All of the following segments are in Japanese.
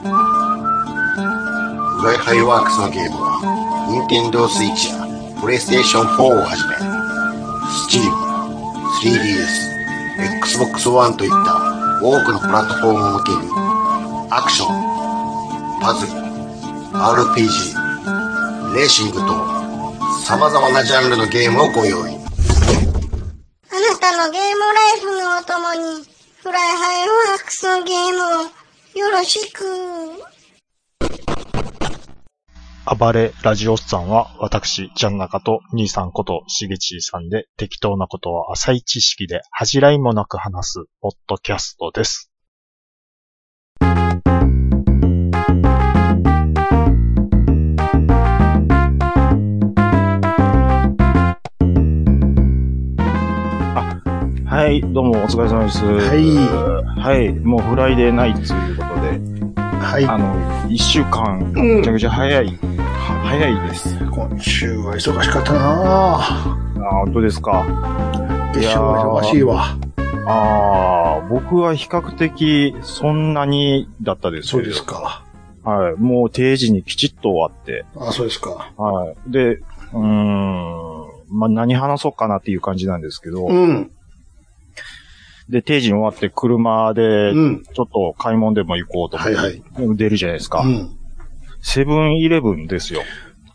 ブライハイワークスのゲームは、ニンテンドースイッチや、プレイステーション4をはじめ、Steam、3DS、Xbox One といった多くのプラットフォームを向けに、アクション、パズル、RPG、レーシングと、様々なジャンルのゲームをご用意。あなたのゲームライフのお供に、フライハイワークスのゲームをよろしく。暴れラジオスさんは、私、ジャンナカと兄さんこと、しげちーさんで、適当なことは浅い知識で、恥じらいもなく話す、ポッドキャストです。はい、どうもお疲れ様です。はい。はい、もうフライデーナイトということで、はい、あの、一週間、うんめちゃくちゃ早い、は早いです。あ今週は忙しかったな本当ですか。ぁ。決勝は忙しいわ。ああ、僕は比較的そんなにだったですけそどうですか。はい、もう定時にきちっと終わって、あそうですか。はい。で、うーん、まあ、何話そうかなっていう感じなんですけど、うん、で、定時に終わって車で、うん。ちょっと買い物でも行こうと思はいはっい。て、出るじゃないですかう。ん。セブンイレブンですよ。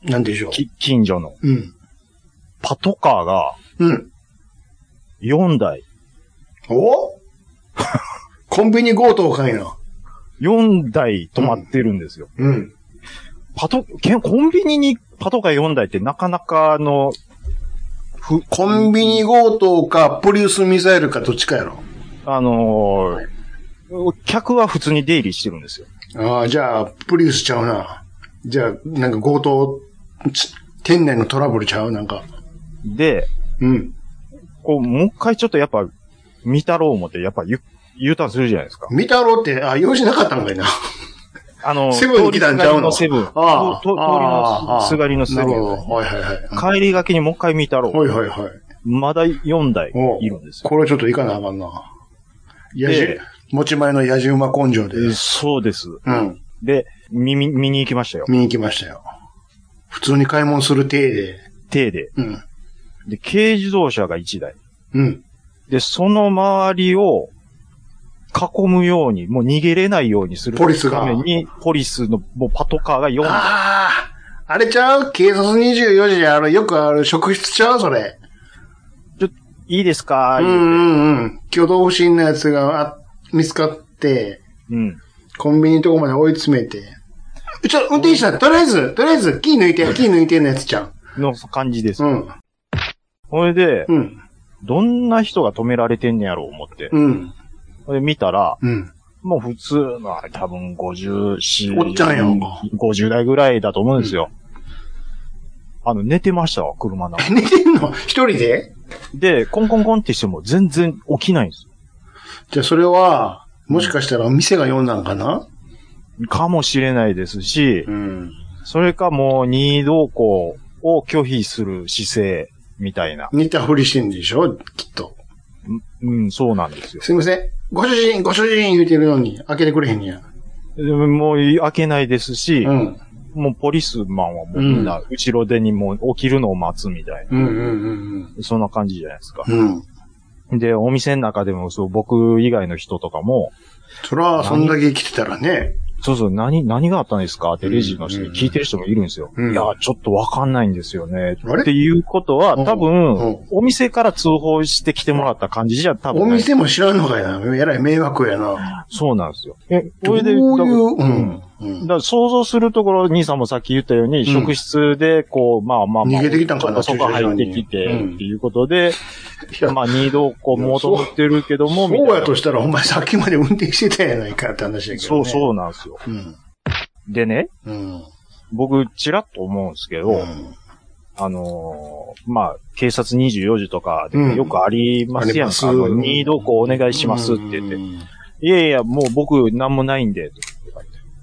なんでしょう。き近所の。うん。パトカーがうん。 4台。お コンビニ強盗かいな。 4台止まってるんですよ。うん。パト、けコンビニにパトカー4台ってなかなかの、ふ、コンビニ強盗か、ポリウスミサイルか、どっちかやろ。あのー客は普通に出入りしてるんですよ。ああ、じゃあ、プリウスちゃうな。じゃあ、なんか強盗、つ店内のトラブルちゃうなんか。で、うん。こう、もう一回ちょっとやっぱ、見たろう思って、やっぱ U、U ターンするじゃないですか。見たろって、あ、用事なかったんかいな。あのー、セブンに来たんちゃうの通りすがりのセブン。ああとと通りのすすがりのセブなるン。ほど。はいはいはい。帰りがけにもう一回見たろう。はいはいはい。まだ4台おういるんですよ。これちょっといかなあかんな。やじで、持ち前のやじ馬根性で、えーそうです。うん、で、見、見見に行きましたよ。見に行きましたよ。普通に買い物する体で、手で。うん、で、軽自動車が1台。うん、で、その周りを囲むように、もう逃げれないようにするポリスがために、ポリスのもうパトカーが4台。ああ、あれちゃう警察24時である、よくある職質ちゃうそれ。いいですかう言うんてうんうん。挙動不審なやつがあ見つかって、うん。コンビニのとこまで追い詰めて。ちょ、運転手さん、とりあえず、とりあえず、キー抜いて、キー抜いてのやつちゃう。の感じです。うん、それで、うん、どんな人が止められてんねやろう思って。うん、それで見たら、 うん。もう普通の、多分54、おっちゃんやんか50代ぐらいだと思うんですよ。あの、寝てましたわ、車の中。寝てんの一人でで、コンコンコンってしても全然起きないんですよじゃあそれは、もしかしたら店が読んだんかなかもしれないですし、ん。それかもう任意同行を拒否する姿勢みたいな。似たふりしてんでしょきっと。うん、そうなんですよ。すいません。ご主人、ご主人言うてるのに、開けてくれへんねや。でもう開けないですし、うん。もうポリスマンはもうみんな後ろ手にもう起きるのを待つみたいうんうんな。そんな感じじゃないですか。うんうん。うん。で、お店の中でもそう、僕以外の人とかも、そら、そんだけ来てたらね。そうそう、何、何があったんですかってレジの人に聞いてる人もいるんですよ。うんいや、ちょっとわかんないんですよね。あれっていうことは、多うんう分ん、お店から通報してきてもらった感じじゃ多分おない。店も知らんのかいな。えらい迷惑やな。そうなんですよ。え、どういう、だからううんん。うんだから想像するところ、兄さんもさっき言ったように、ん職質で、こう、まあまあまあ、逃げてきたんかなちょっとそこ入ってき駐車場てに、っていうことで、いやまあ、二度こう、求めてるけども、みたいそうなやとしたら、お前さっきまで運転してたやないかって話やけど。。そうそううなんですよ。うん。でね、うん。僕、ちらっと思うんですけど、うんあのーまあ、警察24時とかでうんよくありますやんか。あありますの任意同行お願いしますって言って。いやいや、もう僕なんもないんで。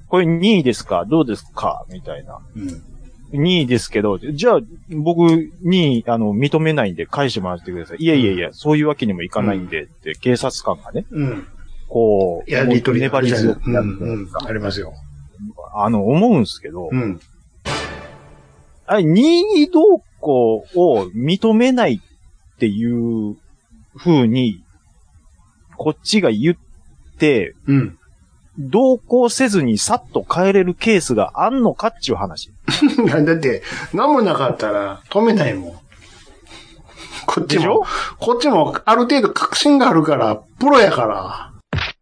これ任意ですかどうですかみたいな。うん。任意ですけど、じゃあ僕に、あの、認めないんで返してもらってください。いやいやいや、そういうわけにもいかないんでって、警察官がね、うん。こう、やりとり粘り強くうんやるじゃないうんですか。ありますよ。あの、思うんですけど、うん。あれ、任意同行を認めないっていう風に、こっちが言って、うん。同行せずにさっと帰れるケースがあんのかっていう話。だって、何もなかったら止めないもん。こっちでしょも、こっちもある程度確信があるから、プロやか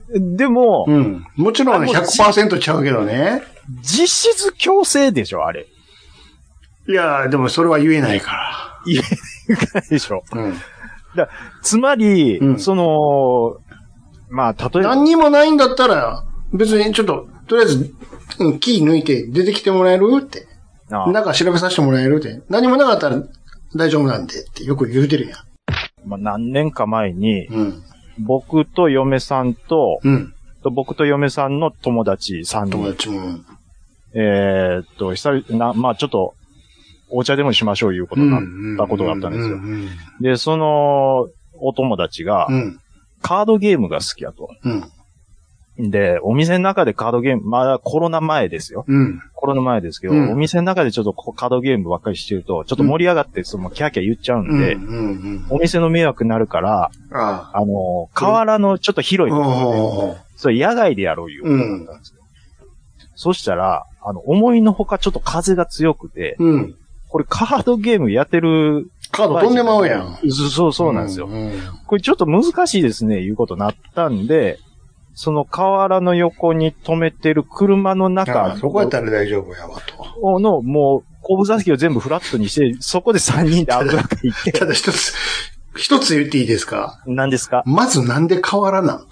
ら。でも、うん。もちろんねあもう100%ちゃうけどね。実質強制でしょ、あれ。いやーでもそれは言えないか言えないでしょ。ら。うん。つまり、うんその、まあ、例えば、何にもないんだったら、別にちょっと、とりあえず、うん、キー抜いて出てきてもらえるって。あなんか調べさせてもらえるって。何もなかったら大丈夫なんでってよく言うてるやまあ何年か前に、ん。うん。僕と嫁さんと、うん。僕と嫁さんの友達3人友、達も。えーっと、久々な、まあちょっと、お茶でもしましょういうことになったことがあったんですよう。ん。で、その、お友達がう、ん。カードゲームが好きやと。うん。で、お店の中でカードゲーム、まだコロナ前ですよ。うん。コロナ前ですけど、うんお店の中でちょっとこうカードゲームばっかりしてると、ちょっと盛り上がって、その、キャーキャー言っちゃうんで、うん。うん。お店の迷惑になるから、ああ。あの、河原のちょっと広いところで、おそれ野外でやろういうことだったんですよ。そしたら、あの、思いのほかちょっと風が強くて、うん。これカードゲームやってる。カード飛んでまうやん。。そそう、そうなんですよ。ん。これちょっと難しいですね、いうことになったんで、その河原の横に止めてる車のあ中あそこやったら大丈夫やわと。の、もう、後部座席を全部フラットにして、そこで3人で危なく行 って、ただ一つ、一つ言っていいですか何ですかまずなんで変わらなん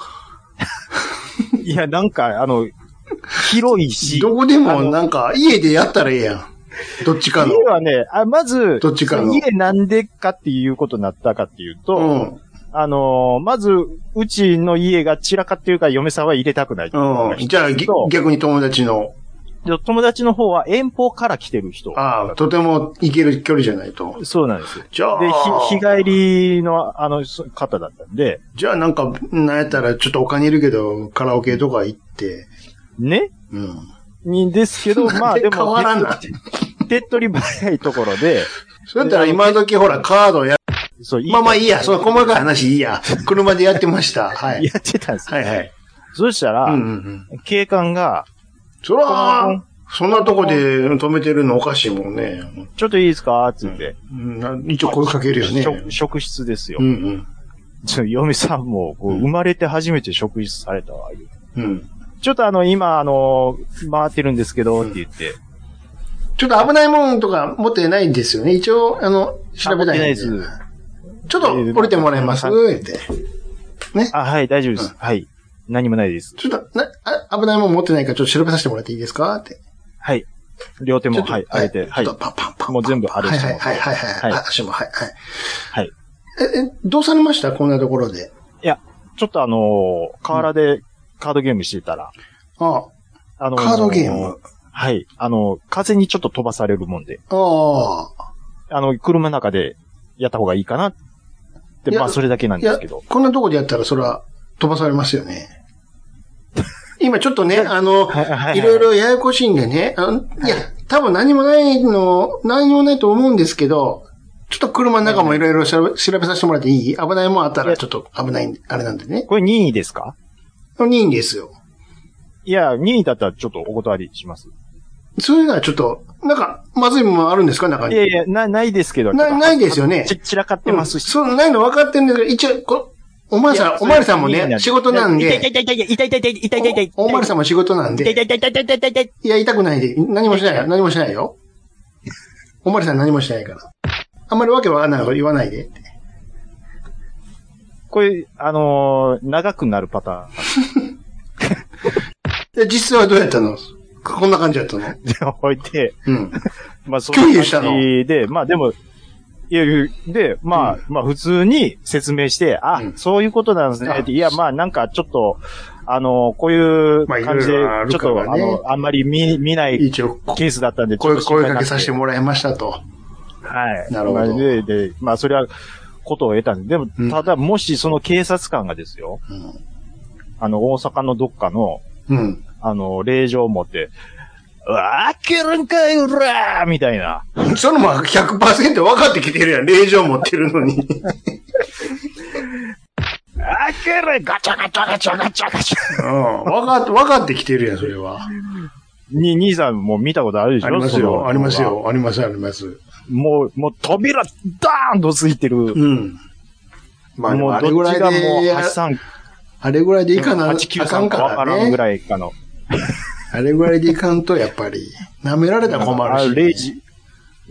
いや、なんか、あの、広いし、どこであものなんか、家でやったらええやん。どっちかの家。はね、あまず、どっちかの家なんでかっていうことになったかっていうと、うん。あのーまず、うちの家が散らかってるから嫁さんは入れたくないっていうのがう一ん。つじゃあ、ぎと逆に友達の、で友達の方は遠方から来てる人。ああ、とても行ける距離じゃないと。そうなんですよ。じゃあ、で、ひ日帰りの、あの、そ方だったんで、じゃあなんか、なんやったらちょっとお金いるけど、カラオケとか行って、ねうん。にですけど、まあ なんででも、変わら んな手。手っ取り早いところ で、そうやったら今時ほら、カードや、そう、まあまあいいや、そそうの細かい話いいや。車でやってま した。はい。やってたんですよ。はいはい。そしたうら、んうんうん。警官が、そら、そんなとこで止めてるのおかしいもんね。ちょっといいですかつって、うんな一応声かけるよね。職職質ですよう。んちょ嫁さんも、こううん生まれて初めて職質されたわ、うん。うん。ちょっとあの、今、あの、回ってるんですけど、って言って。ちょっと危ないもんとか持ってないんですよね。一応、あの、調あ持べたいんで。ってないでちょっと降りてもらえますって。あ、はい、大丈夫です。うはい。何もないです。ちょっと、な、あ危ないもん持ってないからちょっと調べさせてもらっていいですかって。はい。両手ちょも、っとはい、上げて、はいちょ。っとパンパンパンパン。もう全部あれはいしてはいもはいはいはい。はいあ足も、はいはい。はい。え、え、どうされましたこんなところで。ちょっとあのー、河原でカードゲームしてたら、ああのカードゲーム。はい。あの、風にちょっと飛ばされるもんで、ああ。あの、車の中でやった方がいいかなって、いやまあ、それだけなんいでやすけど。、こんなとこでやったらそれは飛ばされますよね。今ちょっとね、あの、はいはいいろいろややこしいんでね、あのいや、多分何もないの、何もないと思うんですけど、ちょっと車の中もいろいろ調べ調べさせてもらっていい危ないもんあったらちょっと危ないんで、あれなんでね。これ任意ですかいいんですよ。いや、任意だったらちょっとお断りします。そういうのはちょっと、なんか、まずいものあるんですか中いに。やいや、な、ないですけど。なちょっとないですよねち散らかってますし。うんそう、ないの分かってんだけど、一応、こおまわりさん、おまわりさんもね、仕事なんで、おおまわりさんも仕事なんで、いや、痛くないで、何もしないよ、何もしないよ。おまわりさん何もしないから。あんまりわけわかんないこと言わないで。これ、あのー長くなるパタで、実際はどうやったのこんな感じだったのーンで置いて、うん。まあ、そういう拒否したの感じで、まあでも、いやいや、で、まあ、うんまあ普通に説明して、あ、うんそういうことなんですね。あいや、まあなんかちょっと、あのーこういうまあ感じでいろいろあ、ちょっるからと、ねあの、あんまり見、見ない一応、こケースだったんで、ちょっ声、と声かけさせてももらいましたと。はい。なるほどまあで、で、まあそれは、ことを得たんで、でもうん、ただ、もしその警察官がですよ、うん。あの、大阪のどっかの、うん。あの、令状を持って、わー、開けるんかい、うらーみたいな。そのまま100%分かってきてるやん。令状持ってる のに。開けるガチャガチャガチャガチャガチャうん。分かって、分かってきてるやん、それは。に、兄さんも見たことあるでしょありますそよ。のありますよ。あります、あります。もう、もう扉、ダーンとついてる。うん。まあ、でももうあれどぐっらちいがもうで、 8、3、あれぐらいでいかな、あ8、9、かん3かかわかららんぐね。らいかの。あれぐらいでいかんと、やっぱり、舐められたら困るし。レイジ、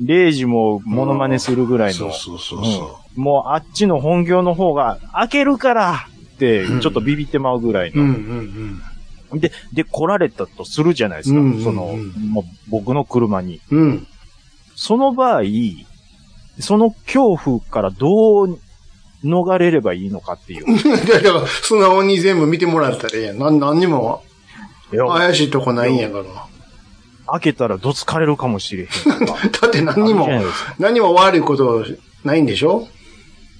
レイジもモノマネするぐらいの。そうそうそうそ。うんもうあっちの本業の方が、開けるからって、ちょっとビビってまうぐらいううの。んうんで、で、来られたとするじゃないですか。うんうんうんその、もう僕の車に。うん。うん。その場合、その恐怖からどう逃れればいいのかっていう。だから、素直に全部見てもらったらええやん。なん、何にもいや怪しいとこないん やから。開けたらどつかれるかもしれへ んとか。だって何にもあるじゃないです、何も悪いことないんでしょ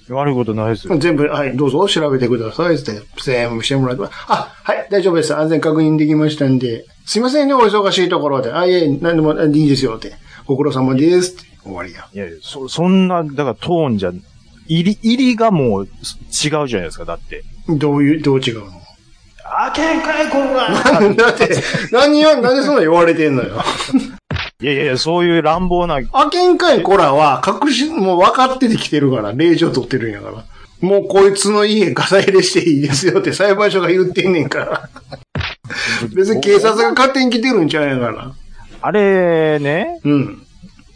悪いことないですよ。全部、はい、どうぞ調べてくださいって、全部してもらって、あ、はい、大丈夫です。安全確認できましたんで、すいませんね、お忙しいところで。あ、いえ、何でもあいいですよって。ご苦労様ですって。終わりや。いやいや、そ、そんな、だからトーンじゃ、入り、入りがもう違うじゃないですか、だって。どういう、どう違 うのあけんかい、こらだって、何を、なんでそんな言われてんのよ。いやいやいや、そういう乱暴な、あけんかいこらは、隠し、もう分かっててきてるから、令状取ってるんやから。もうこいつの家ガサ入れしていいですよって裁判所が言ってんねんから。別に警察が勝手に来てるんちゃうんやから。あれね、うん。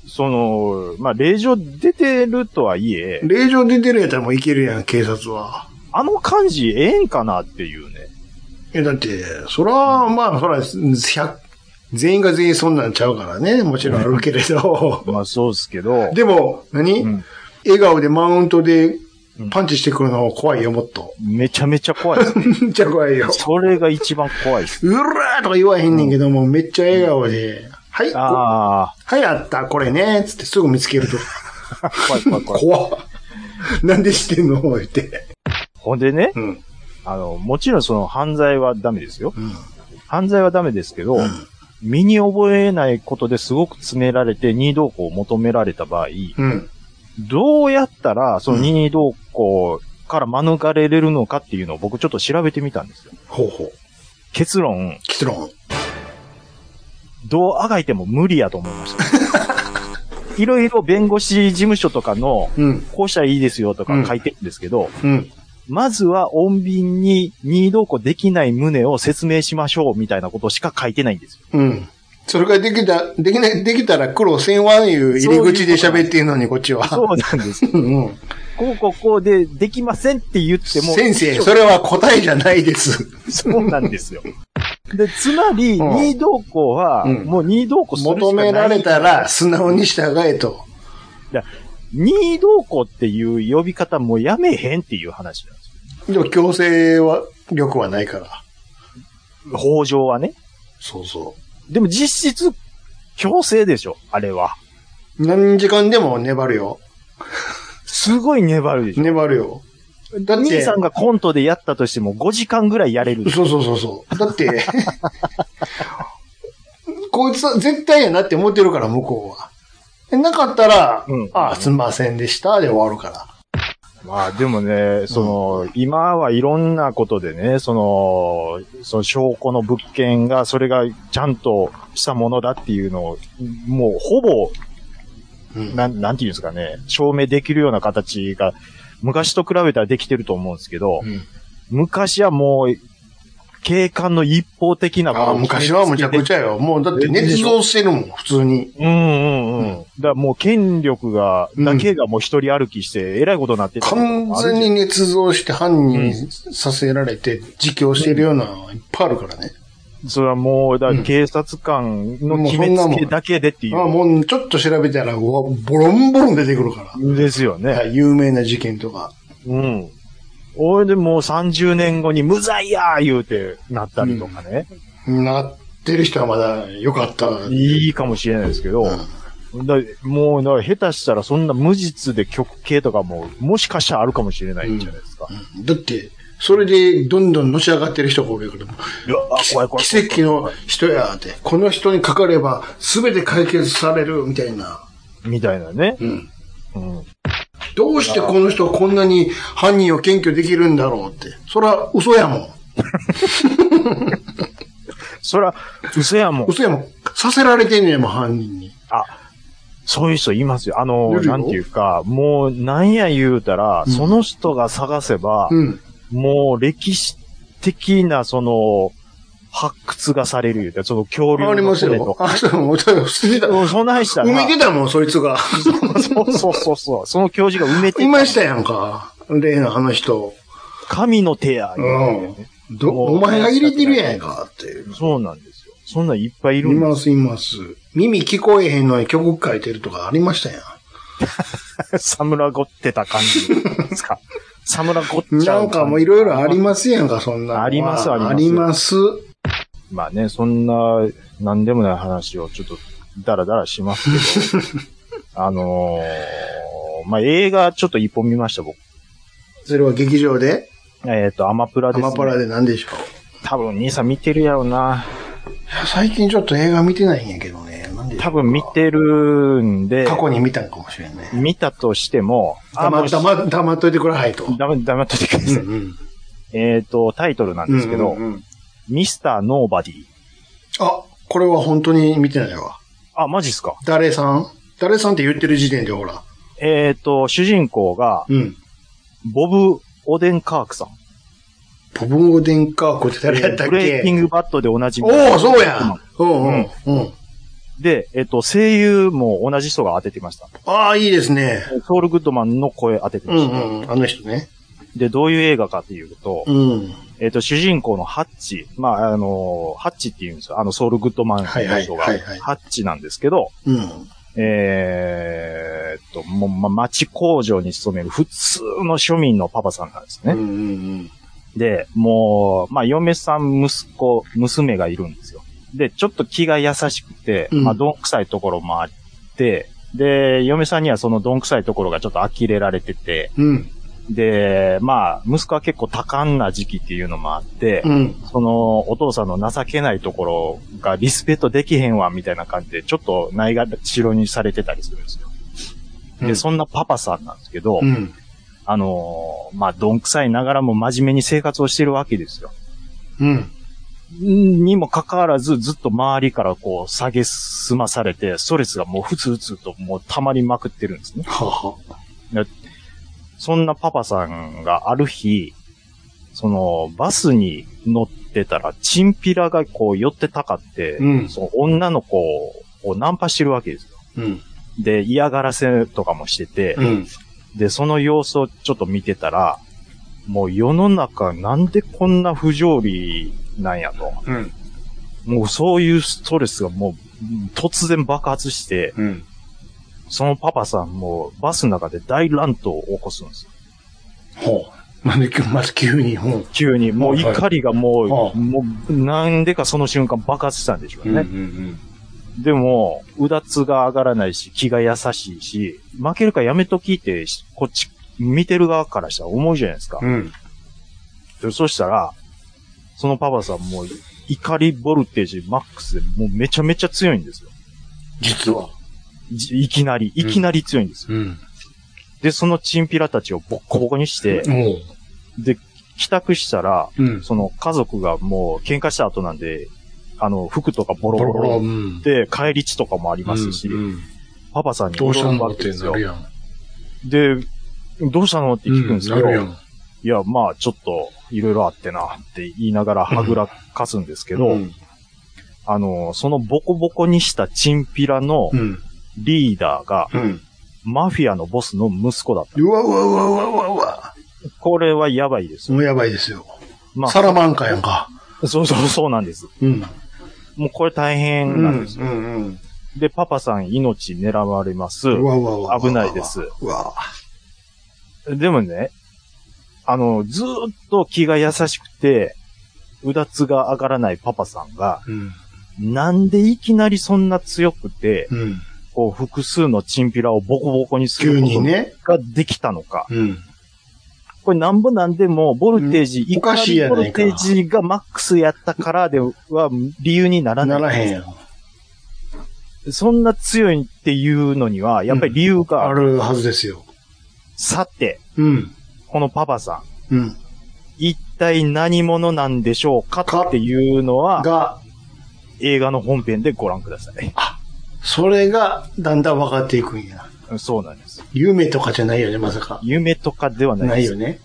その、まあ、令状出てるとはいえ、令状出てるんやったらもういけるやん、警察は。あの感じええんかなっていうね。え、だって、そら、まあ、そら、100全員が全員そんなんちゃうからね、もちろんあるけれど。まあ、そうっすけど、でも、何、うん笑顔でマウントでパンチしてくるの怖いよ、もっと。 めちゃめちゃ怖いですね。めっちゃ怖いよ。それが一番怖いっす。うらーとか言わへんねんけども、めっちゃ笑顔で、はい、こあはい、あった、これね、つってすぐ見つけると。あ、怖い怖い怖い。怖っ。なんでしてんの言って。ほんでね、うん。あの、もちろんその犯罪はダメですよ。うん。犯罪はダメですけど、身に覚えないことですごく詰められて任意同行を求められた場合、うん。どうやったらその任意同行から免れれるのかっていうのを僕ちょっと調べてみたんですよ。ほうほう。結論、結論。どうあがいても無理やと思いました。 いろいろ弁護士事務所とかの、うん。こうしたらいいですよとか書いてるんですけど、うん。まずは穏便に任意同行できない旨を説明しましょうみたいなことしか書いてないん ですよ。うん。それができた、できない、できたら苦労せんわんいう入り口で喋ってんのに、こっちは。そうなんです。うんうん。こうこうこうでできませんって言っても。先生、それは答えじゃないです。そうなんですよ。で、つまり、うん任意同行は、うんもう任意同行するしかない。求められたら素直に従えと。任意同行っていう呼び方もやめへんっていう話なんですでも強制は、力はないから。よ。法上はね。そうそでも実質、強制でしょ、あれは。う。何時間でも粘るよ。すごい粘るでしょ。粘るよ。だって兄さんがコントでやったとしても5時間ぐらいやれるでしょ。そうそうそうそう。だって、 こいつは絶対やなって思ってるから、向こうは。えなかったら、うんああ、すんませんでした、で終わるから。まあでもね、その、今はいろんなことでね、その、その証拠の物件が、それがちゃんとしたものだっていうのを、もうほぼ、うんなん、なんていうんですかね、証明できるような形が、昔と比べたらできてると思うんですけど、うん昔はもう、警官の一方的なああ、昔はむちゃくゃ。ち ゃよ。もうだってで捏造してるもん、普通に。うんうんうん。だからもう権力が、だけがもう一人歩きして、えらいことになってたこと完もあるじゃないですか全に捏造して犯う人んさせられて、自供してるようなのいっぱいあるからね。それはもう、だからうん警察官のもう決そめんなつもんけだけでっていああう。もうちょっと調べたら、うわボロンボロン出てくるかですよら。はね。い有名な事件とか。うん。俺でもう30年後に無罪やー言うてなったりとかね。なってる人はまだ良かった。いいかもしれないですけど。だもう、だから下手したらそんな無実で極刑とかも、もしかしたらあるかもしれないじゃないですか。だって、それでどんどんのし上がってる人がおるけども、いや、あ、怖い怖い。奇跡の人やって、この人にかかれば全て解決されるみたいな。みたいなね。うん。うん。どうしてこの人はこんなに犯人を検挙できるんだろうって。それは嘘やもん。そら、嘘やもん。嘘やもん。させられてんねんもん、犯人に。あ、そういう人いますよ。あいの、るよなんていうか、もう、なんや言うたら、うんその人が探せば、うん。もう歴史的な、その、発掘がされる言うたら、その恐竜ありのます骨とよ。か。あ、そう、もう、そうし てた。うんそないしたら、埋めてたもん、そい つが。そうそうそうそう、その教授が埋めていましたやんか。例のあの人。神の手や、言うてねうん。ど、もうお前が入れてるやんか、っていう。そうなんですよ。そんなんいっぱいいいるんですます、います。耳聞こえへんのに曲書いてるとかありましたやん。 サムラゴってた感じですか。サムラゴっちゃなんかもういろいろありますやんか、そんなのは。ありますありますあります。す。まあね、そんな、なんでもない話をちょっと、ダラダラしますけ ど、あのー、まあ映画ちょっと一本見ました、僕。それは劇場で、えっ、と、アマプラアです、ね。マパラで何でしょう。多分、兄さん見てるやろな。いや最近ちょっと映画見てないんやけどね。なんでしょうか多分見てるんで、過去に見たんかもしれんね。見たとしても、も黙う黙黙っといてくださいと。ダメ、ダメだった時です。ん。えっと、タイトルなんですけど、うんうんうんミスターノーバディ。あ、これは本当に見てないわ。あ、マジっすか。誰さん誰さんって言ってる時点でほら。えっ、と、主人公が、うん。ボブ・オデンカークさん。ポブオデンカーコって誰やったっブレイキけングバットでおなじみ。おお、そうやうんうん。うん。で、えっ、と、声優も同じ人が当ててました。ああ、いいですね。ソウル・グッドマンの声当ててうましんた。うん。あの人ね。で、どういう映画かっていうと、うん。えっ、と、主人公のハッチ。まあ、あのーハッチって言うんですよ。あの、ソウル・グッドマンのはいはい人が。はいはいハッチなんですけど、うん。えーっと、もう、ま、町工場に勤める普通の庶民のパパさんなんですうんうね。んで、もう、まあ、嫁さん、息子、娘がいるんですよ。で、ちょっと気が優しくて、うんまあ、どんくさいところもあって、で、嫁さんにはそのどんくさいところがちょっと呆れられてて、うん。うん。で、まあ、息子は結構多感な時期っていうのもあってう、ん。その、お父さんの情けないところがリスペクトできへんわ、みたいな感じで、ちょっとないがしろにされてたりするんですよ。うで、んそんなパパさんなんですけど、うん。あのーまあ、どんくさいながらも真面目に生活をしてるわけですよ。うん。にもかかわらず、ずっと周りからこう、下げすまされて、ストレスがもうふつふつともう溜まりまくってるんですね。はは。そんなパパさんがある日、その、バスに乗ってたら、チンピラがこう、寄ってたかって、うんその女の子をナンパしてるわけですよ。うん。で、嫌がらせとかもしてて、うん。で、その様子をちょっと見てたら、もう世の中なんでこんな不条理なんやと。うん。もうそういうストレスがもう突然爆発して、うん。そのパパさんもバスの中で大乱闘を起こすんですよ。ほう。なんで急まず急に、ほう。急に、もうはい怒りがもう、はあもうなんでかその瞬間爆発したんでしょうね。んでも、うだつが上がらないし、気が優しいし、負けるからやめときって、こっち見てる側からしたら思うじゃないですか。うん。でそしたら、そのパパさんもう怒りボルテージマックスでもうめちゃめちゃ強いんですよ。実は。じいきなり、いきなり強いんですよ。うん。で、そのチンピラたちをボッコボコにして、もで、帰宅したら、う。うん。その家族がもう喧嘩した後なんで、あの、服とかボロボロボボロ。ロん。で、帰り地とかもありますし、うんパパさんにどうしたんのってなるやん。で、どうしたのって聞くんですけど、なるやん。いや、まあちょっと、いろいろあってな、って言いながらはぐらかすんですけど、うん。あの、そのボコボコにしたチンピラのうん。リーダーが、うん。マフィアのボスの息子だっうわうわうわうわうわうわ。た。これはやばいですよ。もうやばいですよ。まサラマンカやんか。あ、そうそうそうなんです。うん。もうこれ大う変ん。うなんですよ。ん。で、パパさん命狙われます。うん。うわうわうわ。危ないです。うわ。でもね、あの、ずーっと気が優しくて、うだつが上がらないパパさんが、うん。なんでいきなりそんな強くて、うん。こう複数のチンピラをボコボコにする急こにとね。ができたのか。うん。これなんぼなんでも、ボルテージ、うんおかしいやボないルかテージがマックスやったからでは理由にならな。ないらへんやん。そんな強いっていうのには、やっぱり理由があある。るはずですよ。さて、うん。このパパさん、うん。一体何者なんでしょうかかっていうのは、が、映画の本編でご覧ください。それがだんだん分かっていくんや。そうなんです。夢とかじゃないよね、まさか。夢とかではなないいです。よね。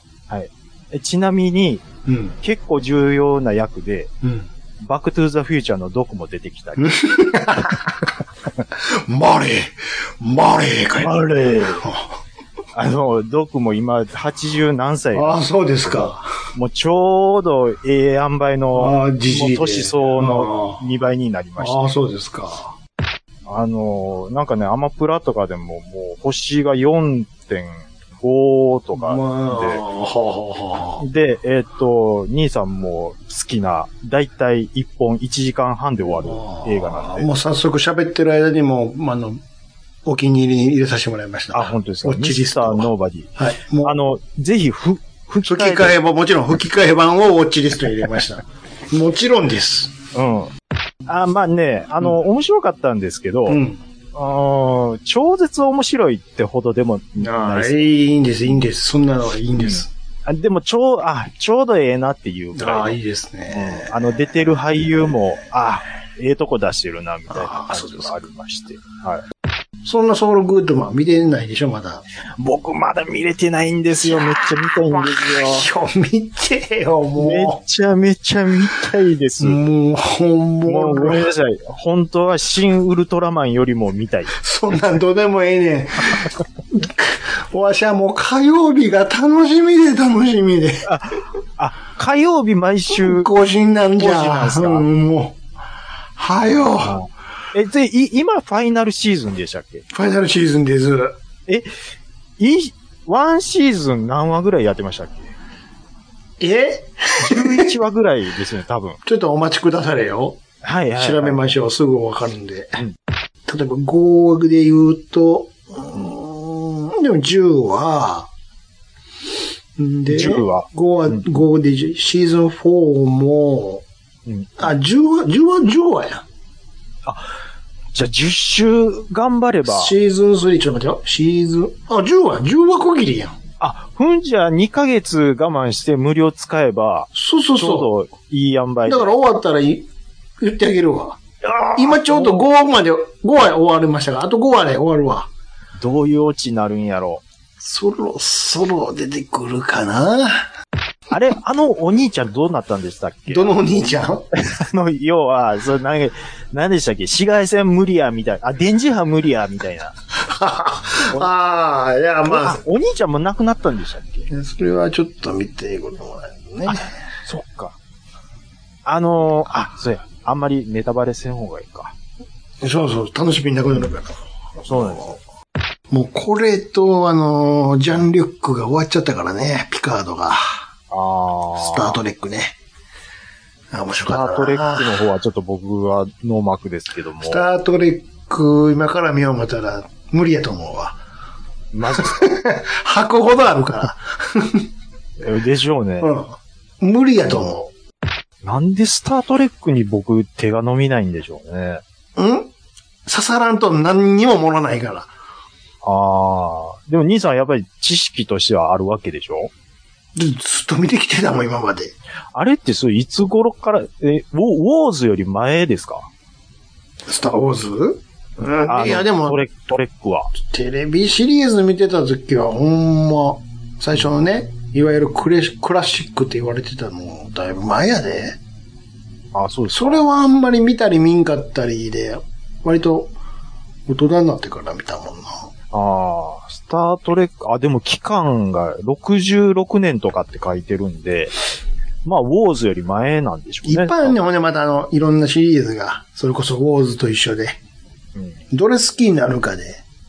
えちなみに、うん。結構重要な役で、うん。バックトゥーザフューチャーのドクも出てきたり。マレーマレーかよ。れ あの、ドクも今80何歳。ああ、そうですか。もうちょうどええ塩梅の、ああ、じじいもで。う年相応のあ2倍になりましたあ。ああ、そうですか。あの、なんかね、アマプラとかでももう星が4.5とまあ、かはあはあはで、えーっと、兄さんも好きな、だいたい1本1時間半で終わあ。る映画なんで。もう早速喋ってる間にも、まああの、お気に入りに入れさせてもらいました。あ、本当ですか。ウォッミチリススタトーノーバディ。はい。もう、あの、ぜひ、ふ、吹き吹替き替ええ版、もちろん吹き替え版をウォッチリストに入れま した。もちろんです。で。うん。あ、まあね、あの、面白かったんですけど、う、うんん。超絶面白いってほどでもないあであ、す。いいんです、いいんです。そんなのはいいんです。あでも、ちょう、あ、ちょうどええなっていうぐらいのああ、いいですね。あの、出てる俳優も、あええとこ出してるな、みたいなあ感そうじですがありまして。はい。そんなソウルグッドマン見てないでしょ、まだ。僕まだ見れてないんですよ。めっちゃ見たいんですいや、見てよ、よ。めもちゃめちゃ見たいです。う。ももう、ほんうごめんもなさい。本当は新ウルトラマンよりも見たい。そんなんどうでもええねん。 わしはもう火曜日が楽しみで楽しみで。あ、火曜日毎週。更新なんじ更新なんゃ。ですかうん、もう。はよ。え、で、い、今ファイナルシーズンでしたっけファイナルシーズンです。い、ワンシーズン何話ぐらいやってましたっけえ ?11 話ぐらいですよね、多分。ちょっとお待ちくだされよ。はいはい、はい。調べましょう。すぐわかるんで。うん例えば5で言うと、うーんでも10は、んで、 10は5は、うん5で10シーズン4も、うんあ、10は、10は、10はや。じゃあ10週頑張れば。シーズン3、ちょっと待ってよ。シーズン、あ、10は、10は区切りやん。あ、ふんじゃ2ヶ月我慢して無料使えば、そうそうちそょうどいい塩梅う。で。だから終わったらい言ってあげるわ。あー今ちょうど5まで、5は終わりましたから、あと5はね、終わるわ。どういうオチになるんやろそろそろ出てくるかなう。 あれ、あのお兄ちゃんどうなったんでしたっけどのお兄ちゃんあの、要は、それ何、何でしたっけ紫外線無理や、みたいな。あ、電磁波無理や、みたいな。 ああ、いや、まあ、お兄ちゃんも亡くなったんでしたっけあ、それはちょっと見ていくこともないね。そっか。あのー、あ、そうや。あんまりネタバレせん方がいいか。そうそう、楽しみなくなるから。そうなんですよ。もうこれと、あのー、ジャン・リュックが終わっちゃったからね、ピカードが。あー。スタートレックね。あ、面ス白タかったーな。トレックの方はちょっと僕はノーマークですけども。スタートレック、今から見よう思ったら、無理やと思うわ。マジ吐くほどあるかででしょうね。ら。うん。無理やと思なんでスタートレックに僕手が伸びないんでしょうね。う。ん刺さらんと何にももらないから。ああ。でも兄さんやっぱり知識としてはあるわけでしょずずっと見てきてたもん、今まで。あれってそれいつ頃から、え、ウォウォーズより前ですかスター・ウォーズあうのんいや、でトも、レ、トレックは。テレビシリーズ見てた時は、ほんま、最初のね、いわゆるクレシクラシックって言われてたの、だいぶ前やで。あそうです。それはあんまり見たり見んかったりで、割と、大人になってから見たもんな。ああ、スタートレック、あ、でも期間が66年とかって書いてるんで、まあ、ウォーズより前なんでしょういね。っぱいあるね、ほんでまたあの、いろんなシリーズが、それこそウォーズと一緒で、うんどれ好きになるかで。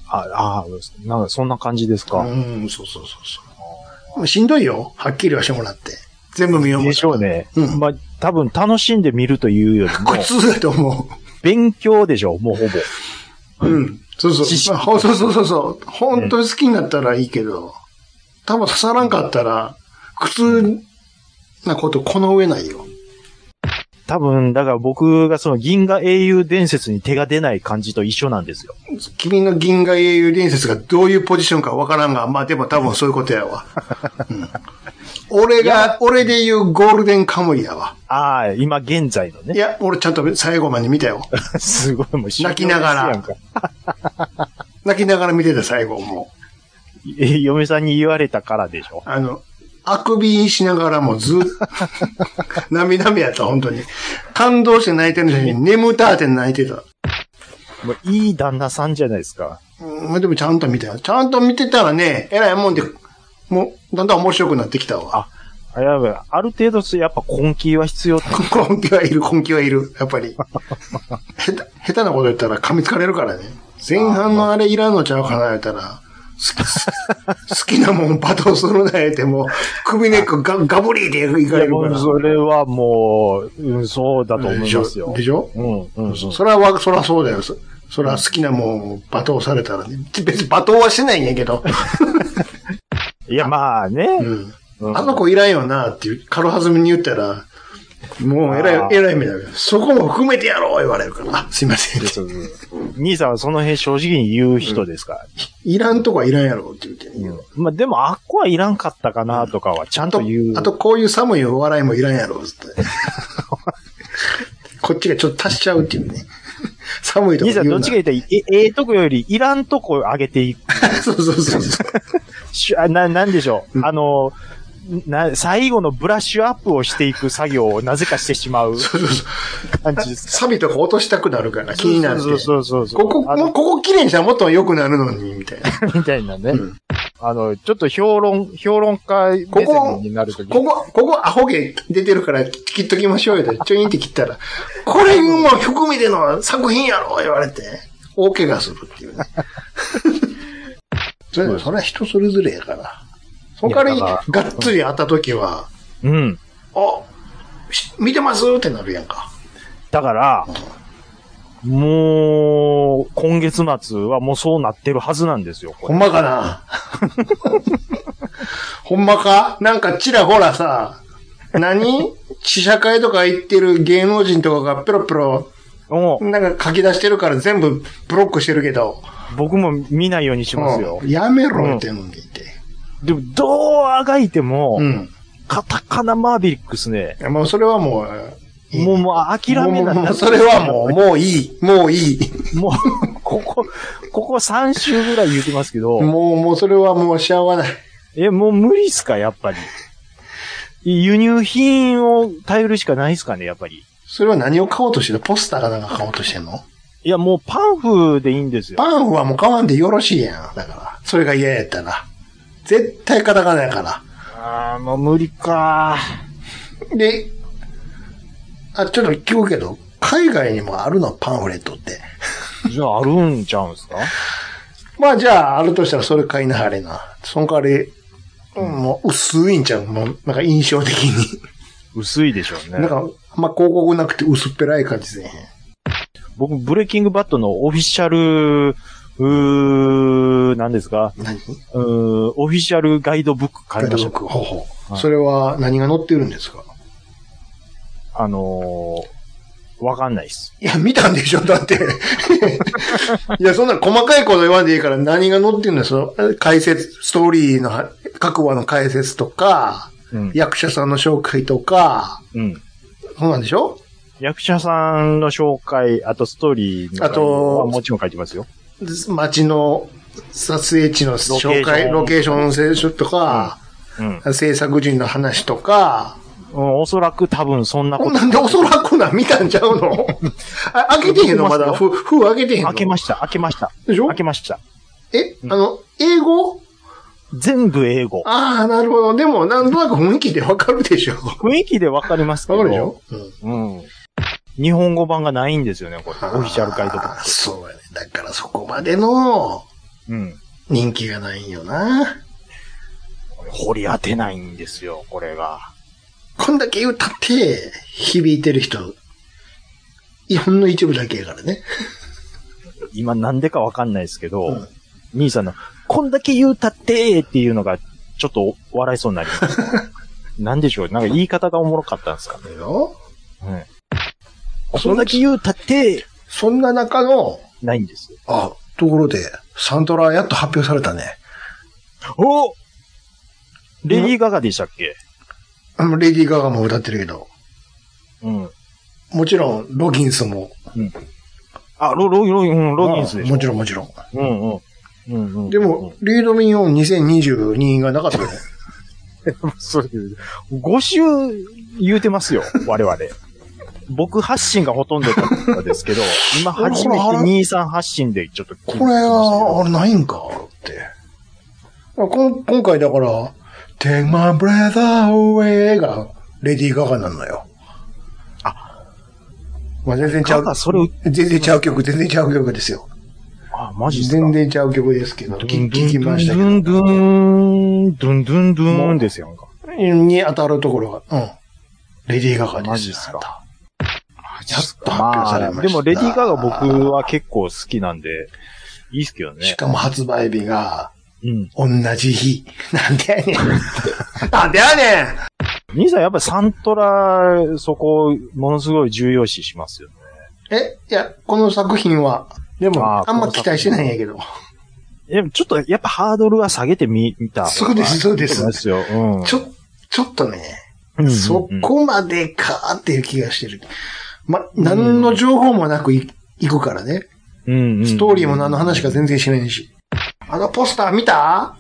ああー、なんかそんな感じですか。うん、そうそうそうそう。しんどいよ、はっきりはしてもらって。全部見ようもんでしょうね。うんまあ、多分楽しんで見るというよりも苦、痛だと思う。勉強でしょ、もうほぼ。うん。そうそう。知識まあほそうそうそうそう。本当に好きになったらいいけど、多分刺さらんかったら、普通なことこの上ないよ。多分、だから僕がその銀河英雄伝説に手が出ない感じと一緒なんですよ。君の銀河英雄伝説がどういうポジションかわからんが、まあでも多分そういうことやわ。うん俺が、俺で言うゴールデンカムイやわ。ああ、今現在のいね。や、俺ちゃんと最後まで見たよ。すごいもう泣きながら終了ですやんか泣きながら見てた最後も。え嫁さんに言われたからでしょ。あの、あくびしながらもずっと、 涙目やった、本当に。感動して泣いてるのに、眠たーって泣いてた。もういい旦那さんじゃないですか。うん、でもちゃんと見たよ。ちゃんと見てたらね、えらいもんで、もう、だんだん面白くなってきたわ。あやばいある程度、やっぱ根気は必要。根気はいる、根気はいる、やっぱり。下手、下手なこと言ったら噛みつかれるからね。前半のあれいらんのちゃうかな、言ったら。好き、好きなもん罵倒するな、言ってもう、首根っこガガブリーでいかいれや、るもから。うそれはもう、うん、そうだと思いますよ。でしょうん、うん、そうそれは、そらそうだよ。そそら好きなもんを罵倒されたらね。別に罵倒はしてないんやけど。いや、まあね。うん。うんあの子いらんよな、っていう、軽はずみに言ったら、もうえらあい、ーえらい目だよ。そこも含めてやろう言われるから。あすいませんで。す兄さんはその辺正直に言う人ですから。いらんとこはいらんやろって言ってね。うんまあでも、あっこはいらんかったかなとかは、ちゃんあとと言う。、あとこういう寒いお笑いもいらんや ろ、つって。こっちがちょっと足しちゃうっていうね。寒いとこ兄さん、言どうっなち。が言ったら、え、ええとこより、いらんとこ上げていく。 そうそうそうそう。しあな、なんでしょうんう。あの、な、最後のブラッシュアップをしていく作業をなぜかしてしまうそうそうそう。感じです。サビとか落としたくなるから 気になる。そうそうそうそう。ここ、あもうのここ綺麗にしたらもっと良くなるのに、みたいな。みたいなね。うんあの、ちょっと評論、評論家目ここ線になるときここ、ここアホ毛出てるから切っときましょうよって。ちょいんって切ったら、これも含めての作品やろ言われて、大怪我するって いうね。それ、それは人それぞれやから。そこからいやだがっつり会った時は、うん。あ、し見てますってなるやんか。だから、もう、今月末はもうそうなってるはずなんですよ、こほれ。んまかな ほんまかなんかちらほらさ、何試写会とか行ってる芸能人とかがペロペロもなんか書き出してるから全部ブロックしてるけど。う、僕も見ないようにしますよう。んやめろ言ってんのにって。でも、どうあがいても、うん。カタカナマービリックスね、もうそれはもう、いいもう、もう諦めない。もうもうそれはもう、もういい。もういい。う、もう、ここ、ここ3週ぐらい言ってますけど、もう、もうそれはもうし合わない。え、もう無理っすか、やっぱり。輸入品を頼るしかないっすかね、やっぱり。それは何を買おうとしてるポスターかなんか買おうとしてんのいや、もうパンフでいいんですよ。パンはもう買わんでよろしいやん。だから。それが嫌やったら。絶対カタカナやから。ああ、もう無理かで、あ、ちょっと聞くけど、海外にもあるのパンフレットって。じゃあ、あるんちゃうんすかまあじゃあ、あるとしたらそれ買いなはれな。その代わり、うんもう薄いんちゃうもうなんか印象的に。薄いでしょうね。なんか、あんま広告なくて薄っぺらい感じで。僕、ブレイキングバットのオフィシャル、うー、何ですか何うー、オフィシャルガイドブック買いました。ほうほう。はいそれは何が載ってるんですかあのー、わかんないっす。いや、見たんでしょだって。 いや、そんな細かいこと言わんでいいから何が載ってるんですか解説、ストーリーのは各話の解説とか、うん。役者さんの紹介とか、うん。そうなんでしょ役者さんの紹介、あとストーリーの、あともちろん書いてますよ。街の撮影地の紹介、ロロケケーション選手とか、うん。制作人の話とか、おそらく多分そんなこと。なんでおそらくな見たんちゃうのあ開けてへんのまだ。ふ、ふ開けてへんの開けました、開けました。でしょ開けました。え、うんあの、英語全部英語。ああ、なるほど。でも、なんとなく雰囲気でわかるでしょ。わ雰囲気でわかりますけど。かるでしょうん。うん。日本語版がないんですよね、これ。オフィシャルガイドブあッーそうやね。だからそこまでのク。うん。人気がないんよな。掘り当てないんですよ、これが。こんだけ歌って響いてる人、いほんの一部だけやからね。今なんでかわかんないですけど、うん 兄さんの、こんだけ言うたってーっていうのが、ちょっと笑いそうになります。なんでしょう、なんか言い方がおもろかったんですかね。だよ。はい。そそんんだけ言うたって、そんな中の、ないんです。あ、ところで、サントラやっと発表されたね。おレディー・ガガでしたっけうんレディー・ガガも歌ってるけど、うん。もちろん、ロギンスも。あ、ロ、ロ、ロ、うん、ロギンスでしょ。もちろん、もちろん。うんうん。うんうん、でも、リードミニオン2022がなかったね。うん、それ、5週言うてます よ、我々。僕発信がほとんどだったですけど、今初めて ほらほら23発信でちょっと聞こきまれしたけは、どあれないんかって。あこん今回だから、Take my breath away が、レディー・ガガなのよ。あ、まあ、全然ちゃガうガ、。それ、全然ちゃう曲、全然ちゃう曲ですよ。あ、マジっすか全然ちゃう曲ですけど、聞聞きましたけドゥどンドゥン、ドゥンドゥンドゥンですよ。。に当たるところが、うん。レディー・ガガです。マジっすか。やっと発表されましでた。も、レディー・ガガ僕は結構好きなんで、いいっすけどしね。かも発売日が、うん。同じ日。 なんでやねん。なんでやねん兄さんやっぱサントラ、そこ、ものすごい重要視しますよね。え、いや、この作品は、であも、ーあんま期待してないんやけど。でもちょっと、やっぱハードルは下げてみ、見た。そうですそうですですよ。うん。ちょ、ちょっとね、うんうんうんそこまでかーっていう気がしてる。ま、何の情報もなくい行くからね。うんうんストーリーも何の話か全然しないし。あのポスター見た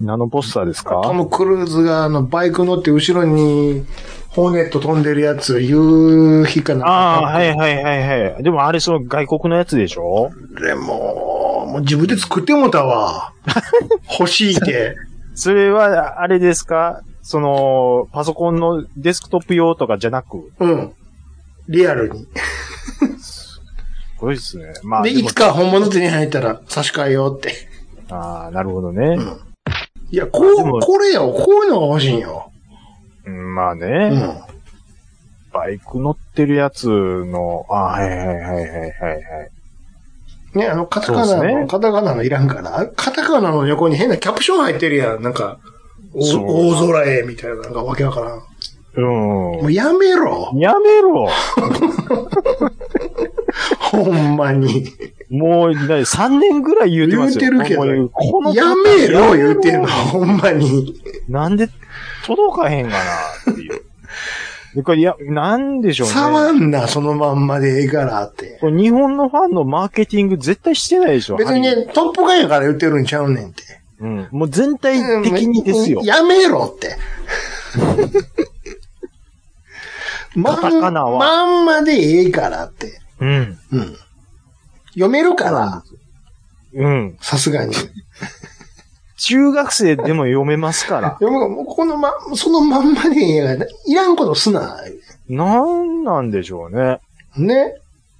ナノポスターですトかム・クルーズがあのバイク乗って後ろにホーネット飛んでるやつ、夕日かな。ああ、はいはいはいはい。でもあれ、その外国のやつでしょでも、もう自分で作ってもうたわ。 欲しいって。それは、あれですかその、パソコンのデスクトップ用とかじゃなく、うん。リアルに。すごいですね。まあ、で、でいもつか本物手に入ったら差し替えようって。ああ、なるほどね。いや、こでう、もこれよ、こういうのが欲しいんよ。うんまあね、うん。バイク乗ってるやつの、ああ、はいはいはいはいはいはい。ね、あの、カタカナそうですの、ねカタカナのいらんから、あカタカナの横に変なキャプション入ってるやん。なんか、おそう大空へ、みたいな、なんかわけわからん。もううやめろん。。やめろほんまに。もう、なに3年ぐらい言うてますよ。言うてるけどもうこのやめろ、言うてんの。ほんまに。なんで届かへんかなっていう。でこれいや、なんでしょうね。触んな、そのまんまでええからって。これ日本のファンのマーケティング絶対してないでしょ。別にハリーね、トップガンやから言ってるんちゃうねんって。うん。もう全体的にですよ。やめろって。まん カタカナはまんまでええからって。うん。うん。読めるから、うん。さ すがに。中学生でも読めますから。 読むもうこのま、そのまんまでええから、いらんことすな。なんなんでしょうね。ね。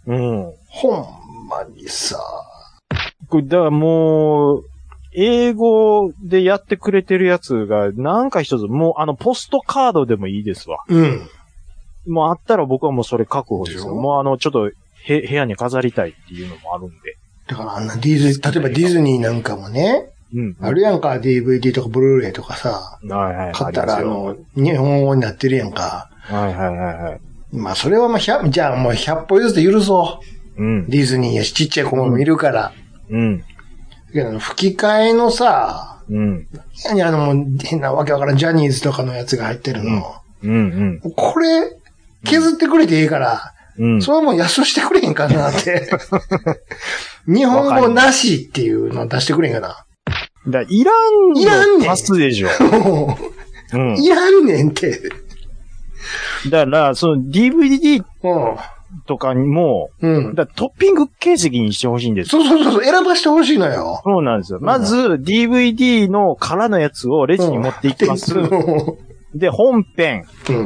うん。ほんまにさ。これだからもう、英語でやってくれてるやつが、なんか一つ、もうあの、ポストカードでもいいですわ。うん。もうあったら僕はもうそれ確保ですでしよ。ょもうあの、ちょっと、へ、部屋に飾りたいっていうのもあるんで。だからあんなディズニー、例えばディズニーなんかもね、うん。あるやんか、DVD とかブルーレイとかさ、はいはい。買ったらありのま、日本語になってるやんか。すよはいはいはいはい。まあそれはまあ100、じゃあもう100歩譲って許そう。うん。ディズニーやし、ちっちゃい子もいるから。うん。いやあの吹き替えのさ、うん。何あの、もう変なわけわからん、ジャニーズとかのやつが入ってるの。うん。これ、削ってくれていいから、うん。うん。それはもう安くしてくれへんかな って。日本語なしっていうの出してくれへんかな。だからいらんのいらんねんパスで しょ。もうんう。いらんねんって。だから、その DVD うん。とかにも、うん。だからトッピング形式にしてほしいんですよ。そうそうそうそう、選ばしてほしいのよ。そうなんですよ。まず、DVD の空のやつをレジに持っていきます。うで、本編、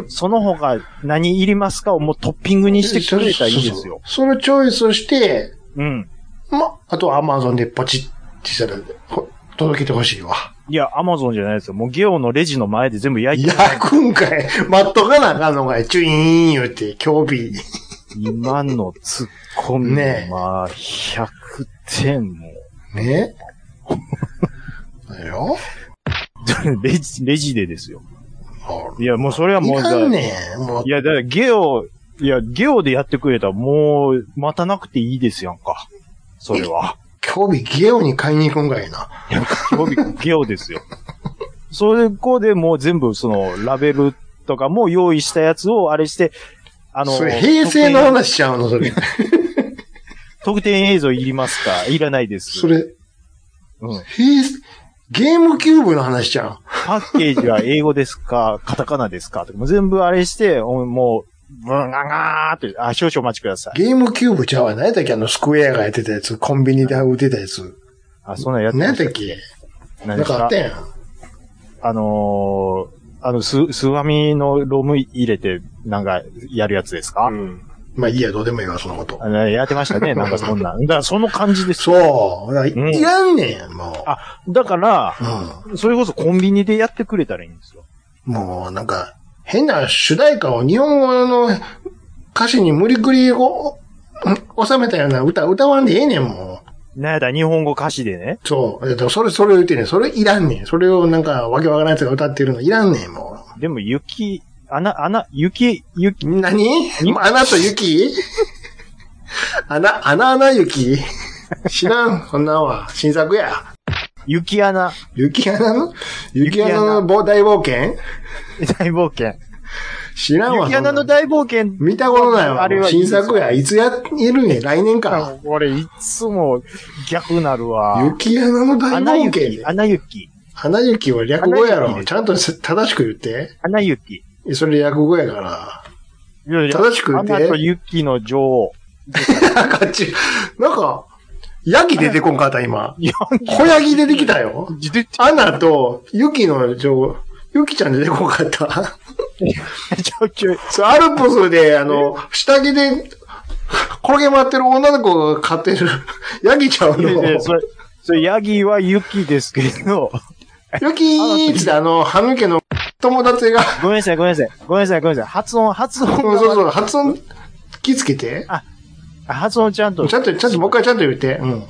ん。その他何いりますかをもうトッピングにしてくれたらいいですよ。そうそうそう。それチョイスして、うん。ま、あとはアマゾンでポチってしたら、ほ届けてほしいわ。いや、アマゾンじゃないですよ。もうゲオのレジの前で全部焼いて。焼くんかい。待っとかなあかんのかい。チュイーン言うて、興味。今のツッコミ、ねえまあ、100点も。 ね。だよ。レジ、レジでですよ。あいや、もうそれはもういだ、かんねん。もうい、や、だからゲオ、いや、ゲオでやってくれたらもう、待たなくていいですやんか。それ は。今日日ゲオに買いに行くんかいな。いや興味ゲオですよ。それこでもう全部その、ラベルとかも用意したやつをあれして、あの、それ平成の話しちゃうの、それ。特典特典映像いりますかいらないです。それ、うん。平成、ゲームキューブの話ちゃう。パッケージは英語ですか、 カタカナですかとか、もう全部あれして、おもう、ブンガンガーって、あ、少々お待ちください。ゲームキューブちゃうわ。何やったっけあの、スクエアがやってたやつ、コンビニで売ってたやつ。あ、そんなんやってま何やっしたっけた何なでんすかあかったやん。あのー、あの、す、すわみのロム入れて、なんか、やるやつですか、うん。まあいいや、どうでもいいわ、そのこと。あのやってましたね、なんかそんな。だから、その感じです。そう。だからうんいいらんねん、もだから、う。うん。それこそコンビニでやってくれたらいいんですよ。もう、なんか、変な主題歌を日本語の歌詞に無理くりおお収めたような歌、歌わんでええねん、もなんやったら日本語歌詞でね。う。そう。だからそれ、それを言ってねんそれいらんねん。それをなんか、わけわからないやつが歌ってるのいらんねん、もでも、雪、穴、穴、雪、雪、う。何穴と雪穴、穴穴雪知らん、そんなんは。新作や。雪穴、雪穴の雪穴穴のぼ大冒険大冒険。知らんわ。雪穴のそんな大冒険。見たことないわ。あれはいい新作や。いつやるんや。来年か。俺、いつも逆なるわ。雪穴の大穴冒険雪、。穴雪、花雪は略語や穴雪ろ。ですちゃんとせ正しく言って。穴雪。それ略語やから。い やいや正しく言っ穴とて。雪の女王。なんかち、なんか、ヤギ出てこんかった、今。小ヤギ出てきたよ。出てアナと雪の女王、雪ちゃん出てこんかった。ちょちょい。そう、アルプスで、あの、下着で、転げ回ってる女の子が飼ってる、ヤギちゃんいやいのや、それ、それ、ヤギは雪ですけど、ヨキーっつって、あの、歯抜けの友達が、ごめんなさい、ごめんなさい、ごめんなさい、ごめんなさい、発音、発音そうがそうそう、発音、気つけて。あ発音ちゃんと、ちゃんと、ちゃんと、もう一回ちゃんと言って。うん。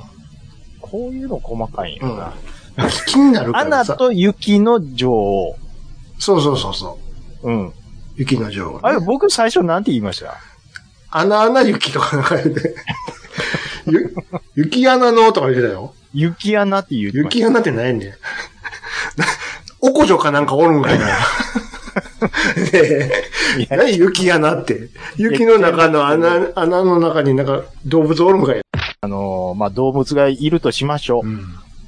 こういうの細かいんやうんな。。気になるかアらナさ。と雪の女王。そうそうそうそうん。う。雪の女王、あれ、僕最初なんて言いました穴穴雪とかなんか言って。 ゆ、雪穴のとか言ってたよ。雪穴って言う。雪穴ってないねん。おこじょかなんかおる んかいな。ねえいや何雪穴って。雪の中の穴、穴の中になんか動物おるんかい。あのー、まあ、動物がいるとしましょん。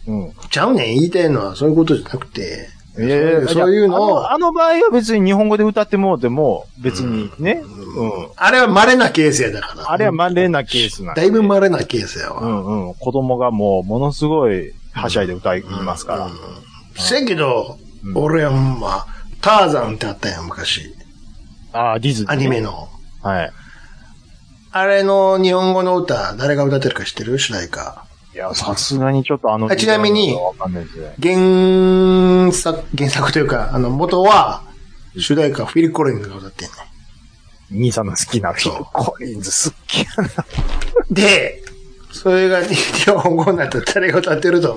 う。うん。ちゃうねん、言いたいのはそういうことじゃなくて。ええそういうのをああの場合は別に日本語で歌ってもうても、別にね。うん。あれは稀なケースやだから。あれはまれなケースなんでだいぶ稀なケースやうわ。んうん。子供がもう、ものすごい、はしゃいで歌いますから。せやけど、うん俺はほんま、ターザンってあったやん、昔。ああ、ディズニー。アニメ。の。はい。あれの日本語の歌、誰が歌ってるか知ってる主題歌。いや、さすがにちょっとあのあ、ちなみにわかんないですね。原作、原作というか、あの、元は、主題歌、フィル・コリンズが歌ってんねん。兄さんの好きなそうフィルコリンズ好きやな。で、それが日本語になったら誰が歌ってると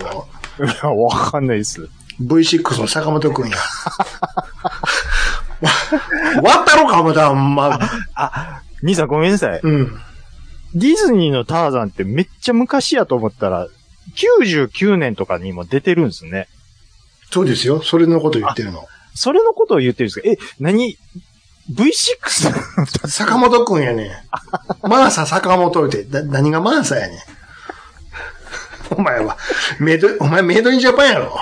思いやわかんないです。う ?V6 の坂本くんや。わ、わったろか、また、ほんま。あ、兄さんごめんなさい。うん。ディズニーのターザンってめっちゃ昔やと思ったら、99年とかにも出てるんですね。そうですよ。それのこと言ってるの。それのことを言ってるんですけど、え、何 ?V6? 坂本くんやねん。マーサ坂本って、だ何がマーサやねん。お前は、メイド、お前メイドインジャパンやろ。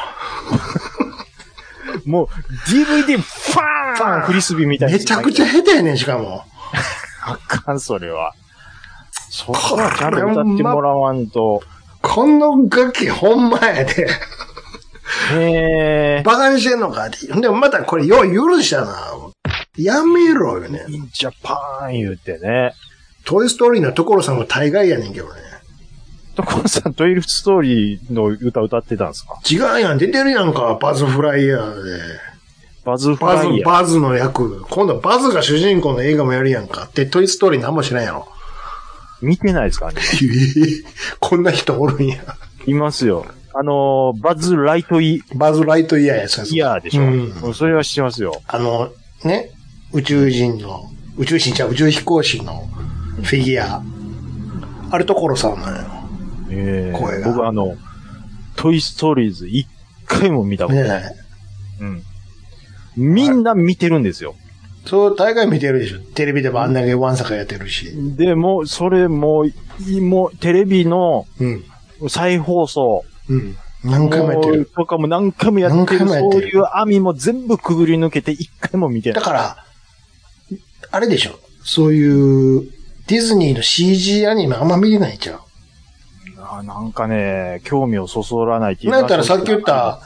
もう DVD ファーンファーンフリスビーみたいな。めちゃくちゃ下手やねん、しかも。あかん、それは。そこはちゃんと歌ってもらわんと。この楽器ほんまやで。 へえ。バカにしてんのかって。でもまたこれよう許したな。やめろよね。インジャパン言うてね。トイストーリーの所さんも大概やねんけどね。所さん、トイルストーリーの歌歌ってたんですか違うやん、出てるやんか、バズフライヤーで。バズフバラズイ、ヤー。バズの役。今度バズが主人公の映画もやるやんか。で、トイストーリーなんも知らんやろ。見てないですかねええこんな人おるんや。いますよ。あのー、バズ・ライトイバズ・ライトイヤーやつイヤーでしょ。うんそれは知ってますよ。あの、ね、宇宙人の、宇宙人じゃう宇宙飛行士のフィギュア。あれところさんなのよ。ええ声が僕あの、トイ・ストーリーズ一回も見たことない。ねえ。うん。みんな見てるんですよ。そう、大会見てるでしょ。テレビでもあんだけワンサカやってるし。でも、それもう、いもう、テレビのうん。再放送。うん。何回もやってもうる。とかも何回もやってる。何回もやってそうるいう網も全部くぐり抜けて一回も見てなだい。から、あれでしょ。そういう、ディズニーの CG アニメあんま見れないじゃん。あなんかね、興味をそそらないっていうなんやったらさっき言っ。た、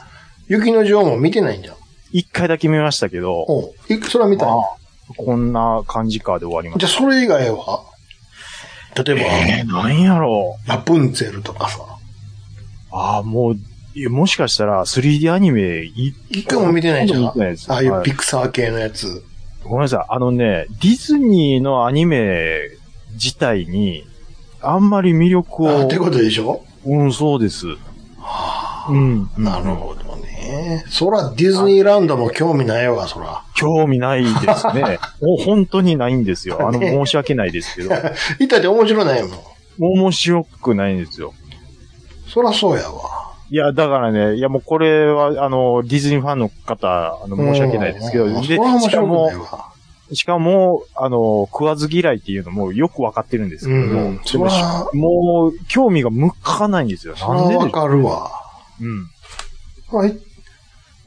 雪の女王も見てないんじゃん。一回だけ見ましたけど、おういくそれは見たいまあこんな感じかで終わりまじしゃあそれ以外は例た。ええー、なんやろば、ラプンツェルとかさ。う。ああ、もう、いやもしかしたら 3D アニメい、一回も見てないじゃん。見てないですああいうはいピクサー系のやつ。ごめんなさい、あのね、ディズニーのアニメ自体に、あんまり魅力をあって。ことでしょうん、そうです。うん。なるほどね。そらディズニーランドも興味ないわ、そら。興味ないです ね。もう本当にないんですよ。あの、ね申し訳ないです けど。いたって面白ないもん。面白くないんですよ。そらそうやわ。いや、だからね、いやもうこれは、あの、ディズニーファンの方、あの、申し訳ないですけど、うんでそら面しか白くないも、わ。しかも、あの、食わず嫌いっていうのもよくわかってるんですけうど、ん。でそもら、もう、興味が向かないんですよ。そならんででしょわうかるわ。うん。はい。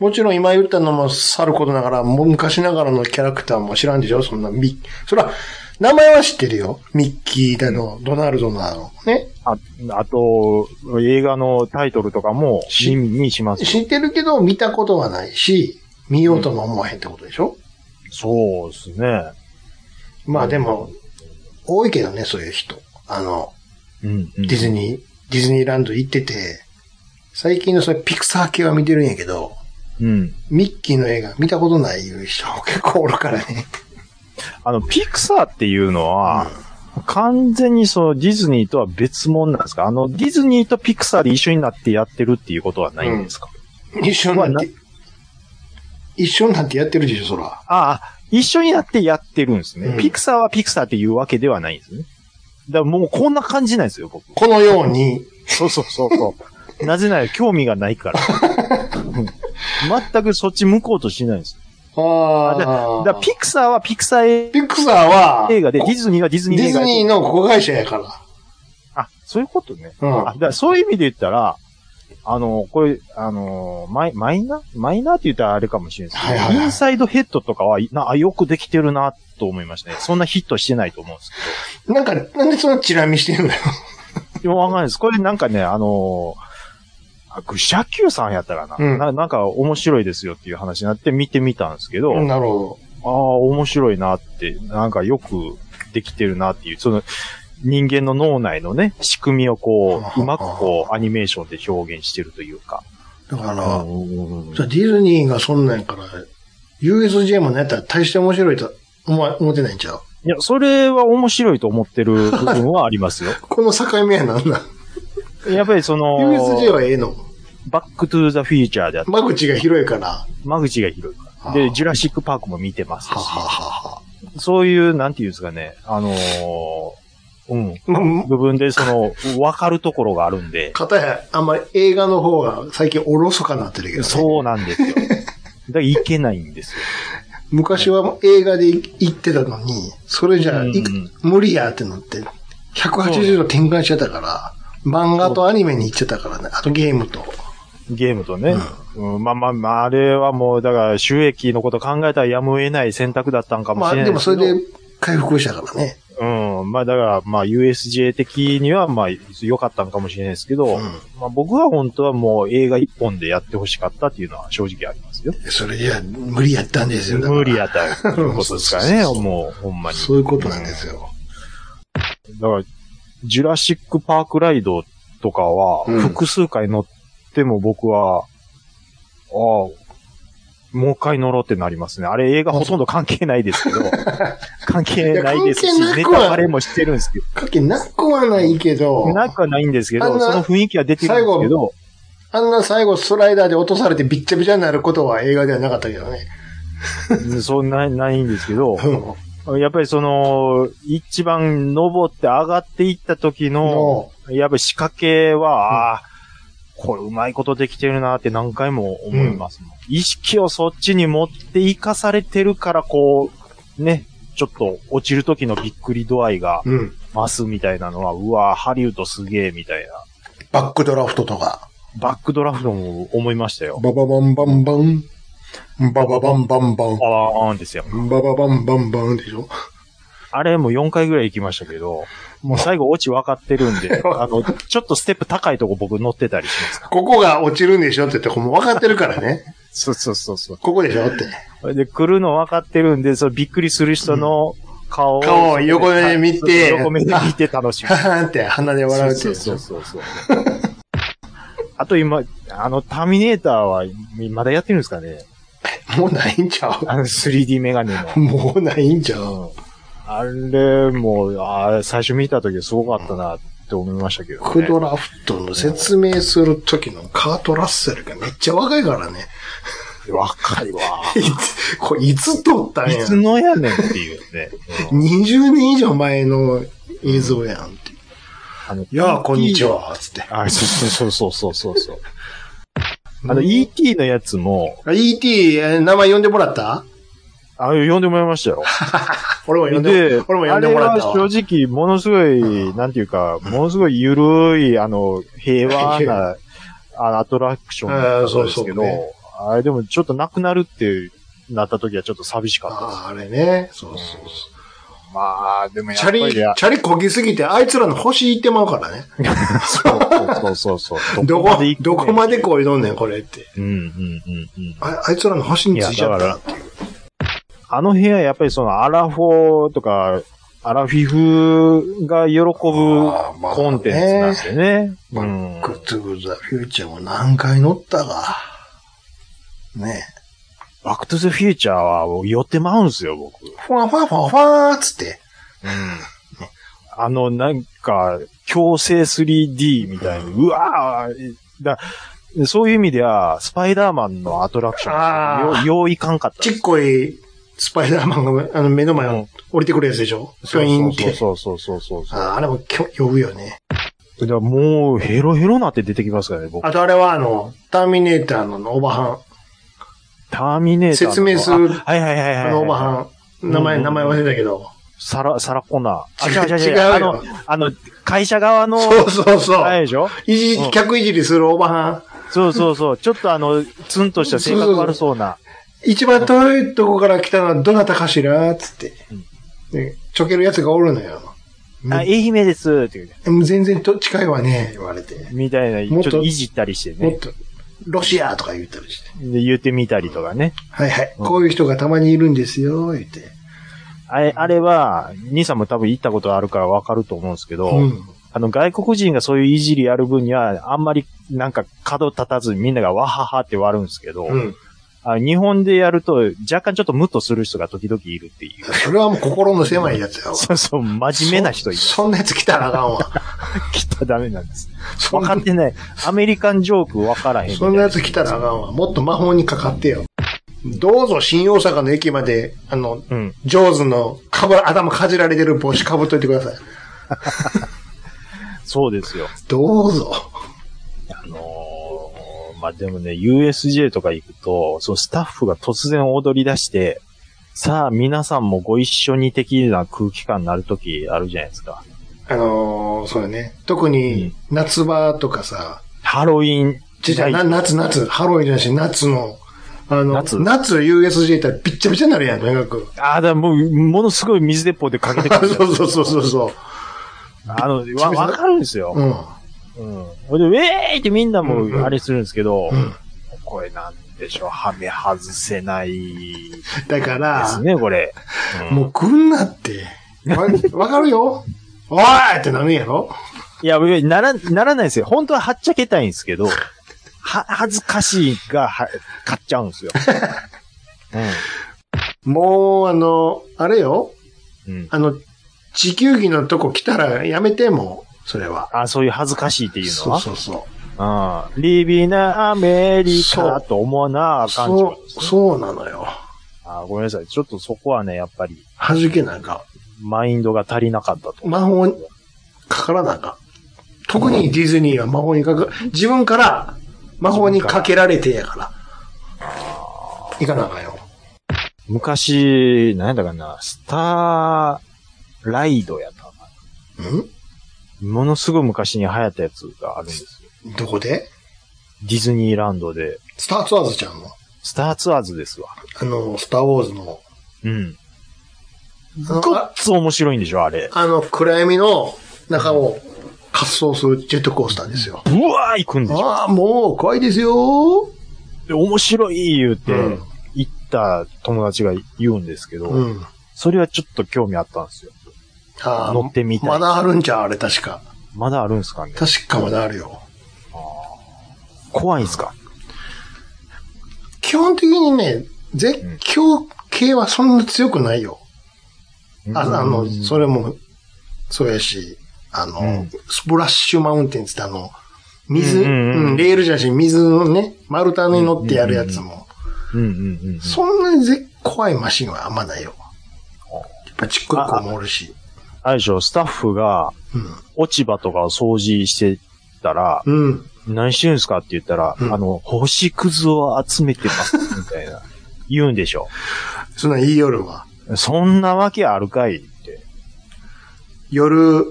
もちろん今言ったのもさることながら、もう昔ながらのキャラクターも知らんでしょそんなミッ、そら、名前は知ってるよ。ミッキーだの、ドナルドなの。ね。ああと、映画のタイトルとかもし耳にします。知ってるけど、見たことはないし、見ようとも思わへんってことでしょ、そうですね。まあでも、多いけどね、そういう人。あの、うん、うん。ディズニー、ディズニーランド行ってて、最近のそれピクサー系は見てるんやけど、うん。ミッキーの映画見たことないいう人結構おるから ね。あの、ピクサーっていうのは、完全にそのディズニーとは別物なんですかあの、ディズニーとピクサーで一緒になってやってるっていうことはないんですか、一緒になって、一緒になってやってるでしょ、そら。ああ、一緒になってやってるんですね、うんピクサーはピクサーっていうわけではないんですね。だからもうこんな感じなんですよ、僕。このように、そうそうそうそう。 なぜなら興味がない から。全くそっち向こうとしないんです。あだだあからピクサーはピクサーピクサーは、映画で、ディデズニーはディズニー映ィ画ズで。ニーの子会社やから。あ、そういうことね。うあだからそういう意味で言ったら、あの、これ、あの、マイマイナーマイナーって言ったらあれかもしれないですけど、はいはいはいインサイドヘッドとかは、なあよくできてるな、と思いましたね。そんなヒットしてないと思うんですん。なんか、なんでそんなチラ見してんのよ。けど。でもわかんないです。これなんかね、あの、あグシャキューさんやったらな,、うんな、なんか面白いですよっていう話になって見てみたんですけど、 なるほああ、面白いなって、なんかよくできてるなっていう、その人間の脳内のね、仕組みをこう、うまくこう、アニメーションで表現してるというか。ど。だかあら、そらディズニーがそんなんやから、USJ もね、やったら大して面白いと思わ思ってないんちゃういや、それは面白いと思ってる部分はあり ますよ。この境目は何なんやっぱりその、 ?USJ はええのバックトゥーザフューチャーであった、間口が広いから。は間口が広いから。はで、あジュラシックパークも見てますはし、ははそういう、なんていうんですかね、あのーうん、ま部分でその、わかるところがあるんであ、、かたや、あんまり映画の方が最近おろそかになってるけど、ね。そうなんですよ。だからいけないんですよ。昔は映画で行ってたのに、それじゃあ、いうん無理やってなって、180度転換しちゃったから、漫画とアニメに行っちゃったからね、あとゲームと。ゲームとね。うん、まあまあまあ、あれはもう、だから収益のこと考えたらやむを得ない選択だったんかもましあれないでもですけそど。れで回復したからね。うん。まあだから、まあ USJ 的には、まあ良かったんかもしれないですけど、うんまあ僕は本当はもう映画一本でやってほしかったっていうのは正直ありますよ。それじゃあ無理やったんですよ。だから無理やったらということですからね、 そうそうそうもうほんまに。そういうことなんですよ。うん。だから、ジュラシックパークライドとかは、うん複数回乗っても僕は、ああ、もう一回乗ろうってなりますね。あれ映画ほとんど関係ないですけ ど、関係ないですいしや関係、なネくはタバレもしてるんですけどかけなくはないけど、なくはないんですけあんど、なその雰囲気は出てるんですけど、あんな最後スライダーで落とされてびっちゃびちゃになることは映画ではなかったけどね。そんな、ないんですけど、うんやっぱりその、一番登って上がっていった時の、やっぱり仕掛けは、ああ、これうまいことできてるなって何回も思いますもん、意識をそっちに持って生かされてるから、こう、ね、ちょっと落ちる時のびっくり度合いがうん。増すみたいなのは、うわハリウッドすげえみたいな。バックドラフトとか。バックドラフトも思いましたよ。バババンバンバン。バババンバンバン。ああ、あんですよ。バババンバンバンでしょあれも4回ぐらい行きましたけど、もう最後落ち分かってるん で、あの、ちょっとステップ高いとこ僕乗ってたりしますから。ここが落ちるんでしょってとこも分かってるからね。そうそうそうそう。ここでしょって。で、来るの分かってるんで、そのびっくりする人の顔を、顔を横で見て横目で見て楽しむ。ははーんって鼻で 笑うってそいうう。そうそう そう。あと今、あの、ターミネーターは、まだやってるんですかねもうないんちゃあの 3D メガネうもうないんちゃうの。うん。あれも、あー最初見た時すごかったなって思いましたけど、ね。バックドラフトの説明する時のカート・ラッセルがめっちゃ若いから ね。若いわ。いつ、これいつ撮ったんいやつのやねんっていうね。うん20年以上前の映像やんって。あの いやあ、こんにち。は、つって。あ、そうそうそうそうそうそう。あの、ET のやつも、あ ET、えー名前呼んでもらったあ、呼んでもらいましたよ。俺 も呼んで、俺も呼んでもらったあれはわ。正直、ものすごい、なんていうか、ものすごいゆるい、あの、平 和な、あの、アトラクションだったんですけど、あーそうそうねあれでもちょっとなくなるってなった時はちょっと寂しか ったです。あーあれね。そうそうそう。まあ、でもやっチぱャりリ、チ ャリこぎすぎて、あいつらの星行ってまうからね。そうそうそうそう。どこ、行くねどこまでこいどんねん、これって。うんうんうんうん。ああいつらの星についちゃったっていう。あの部屋、やっぱりそのアラフォーとか、アラフィフが喜ぶあーまあねコンテンツなんですよね。うん。グッズグッズ、フューチャーも何回乗ったか。ねえ。バックトゥザフューチャーはもう寄ってまうんすよ、僕。うん。ファンファンファンファーっつって。あの、なんか、強制 3D みたいに、うわーだそういう意味では、スパイダーマンのアトラクショあン、ーよういかんかったちっこいスパイダーマンがあの目の前うをん降りてくるやつでしょピョインって。そうそうそうそうそう。ああれもきょ呼ぶよね。だからもう、ヘロヘロなって出てきますからね、僕。あとあれはあの、ターミネーターのオバハターミネーターの。説明するあはいはいはいはいはン。あい。のオバハン。名前、名前忘れたけど。サラ、サラコナー。違うあ違うあよの、あの、会社側の、そうそうそう。あれでしょいじうん、客いじりするおばはん。そうそうそう。ちょっとあの、ツンとした性格悪そうな。一番遠いとこから来たのはどなたかしらつって。で、ちょけるやつがおるのよ。あ、愛媛ですって言うね。もう全然と近いわね、言われて。みたいな、ちょもっっとといじったりしてもっね。と、ロシアとか言ったりして。で言ってみたりとかね。はいはい。うんこういう人がたまにいるんですよ、言って。あれ、あれは、兄さんも多分行ったことあるからわかると思うんですけど、うん。あの、外国人がそういういじりやる分には、あんまりなんか角立たずみんながわははって割るんですけど、うん。あ日本でやると若干ちょっとムッとする人が時々いるっていう。それはもう心の狭いやつやわ。そうそう、真面目な人いる。そそんなやつ来たらあかんわ。 きっとダメなんです。そん分かなってない。アメリカンジョーク分からへんみたそいんなな。やつ来たらあかんわ。もっと魔法にかかってよ。どうぞ新大阪の駅まで、あの、うん。ジョーズのかぶ、頭かじられてる帽子かぶっといてください。そうですよ。どうぞ。あのーまあ、でもね、USJ とか行くと、そのスタッフが突然踊り出して、さあ皆さんもご一緒に的な空気感になるときあるじゃないですか。あのー、そうだね。特に、夏場とかさ、ハロウィン。ちっちゃい、な夏、夏、ハロウィンじゃないし、夏の、あの、夏夏、USJ 行ったらびっちゃびちゃになるやん、とにかく。ああ、だからもう、ものすごい水鉄砲でかけてくるじゃん。 そうそうそうそうそあの、わ、わかるんですよう。う。ん。うん。ほいで、ウェーイってみんなもうんうんあれするんですけど、うんこれなんでしょう、はめ外せないでだかすら、ね、これ。うんもう来んなって。わ、わかるよ。おいってなるんやろいや、いやなら、ならないですよ。本当ははっちゃけたいんですけど、は、恥ずかしいが、は、買っちゃうん ですよ。もう、あの、あれよ。うん。うん。あの、地球儀のとこ来たらやめて、もうそれは。あ、そういう恥ずかしいっていうのそうはそうそう。うん。リビナアメリカと思わなあかんちゅうそことですう、ねそうなのよ。あーごめんなさい。ちょっとそこはね、やっぱり、弾けなんか、マインドが足りなかったと。魔法にかからなんか。特にディズニーは魔法にかか、自分から魔法にかけられてやから。いかなあかんよ。昔、なんだかな、スターライドやったかんな。ものすごい昔に流行ったやつがあるんですよ。どこでディズニーランドで、スターツアーズちゃんのスターツアーズですわ。あの、スターウォーズの。うん。あのごっあつ面白いんでしょ、あれ。あの、暗闇の中を滑走するジェットコースターですよ。うわー行くんでしょ。ああ、もう怖いですよ。で面白い言うてうん、行った友達が言うんですけど、うん。それはちょっと興味あったんですよ。あー乗ってみたいまだあるんじゃうあれ確か。まだあるんすかね確かまだあるよ。怖いんすか基本的にね、絶叫系はそんな強くないよ。ああの、それも、そうやし、あの、うんスプラッシュマウンテンつってあの、う水、うんうんうんんレールじゃなし、水のね、丸太に乗ってやるやつも、うんうんうんうん。そんなにぜ怖いマシンはあんまないよ。やっぱちっこい子もおるし。あれでしょ、スタッフが落ち葉とかを掃除してたら、うん。うん。何してるんすかって言ったら、うんあの、星屑を集めてます、みたいな。 言うんでしょ。そんなん言い夜は。そんなわけあるかいって。夜、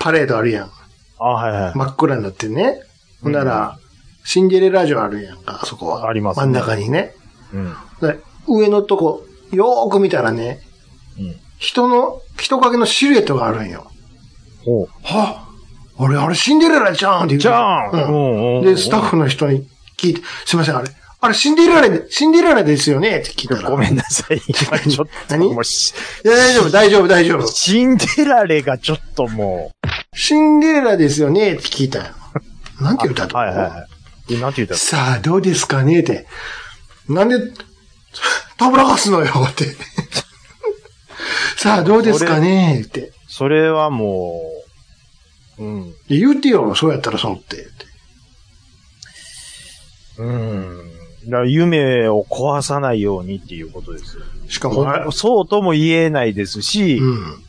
パレードある やん。あ、はいはい。真っ暗になってね。ほんなら、シンデレラ城あるやんか、あそこは。ありますね真ん中にね。うん。で上のとこ、よーく見たらね、うん。人の、人影のシルエットがあるんよ。ほう。はあれ、あれシンデレラじゃんって言うじゃんううんうんん。で、スタッフの人に聞いて、すいません、あれ、あれシンデレラで、シンデレラですよねって聞いたら。ごめんなさい。今ちょっと、何もうし、いや、大丈夫、大丈夫、大丈夫。シンデレラがちょっともシンデレラですよねって聞いたんよ。なんてう。言ったとはいはいはい。でなんて言ったのさあ、どうですかねって。なんで、たぶらかすのよ って。さあ、どうですかねって。それはもう、うん。で言うてよ、そうやったらそうって。ってうん。だから夢を壊さないようにっていうことですよ。しかも、あれそうとも言えないですし、うん。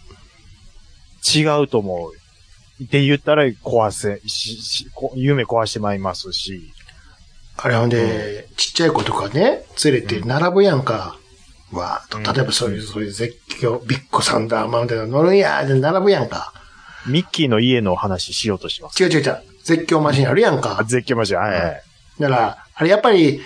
違うと思う。って言ったら壊せ、し、し、こ夢壊してまいりますし。あれほんで、ちっちゃい子とかね、連れて並ぶやんか。わーっうんと、例えばそういう、そういう絶叫、ビッグサンダーマウンテン乗るんやーって並ぶやんか。ミッキーの家の話しようとしてます。違う違う違う、絶叫マシンあるやんあ、か。絶叫ました。はいはい。だから、あれやっぱり、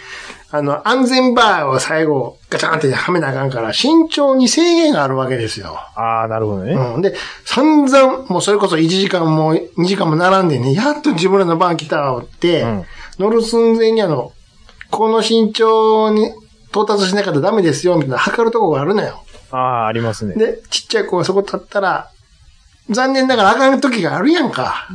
あの、安全バーを最後、ガチャンってはめなあかんから、慎重に制限があるわけですよ。ああ、なるほどね。うん。で、散々、もうそれこそ1時間も2時間も並んでね、やっと自分らの番来たわって、うん乗る寸前にあの、この身長に到達しなかったらダメですよ、みたいな測るとこがあるのよ。ああ、ありますね。で、ちっちゃい子がそこ立ったら、残念ながらあかん時があるや んか。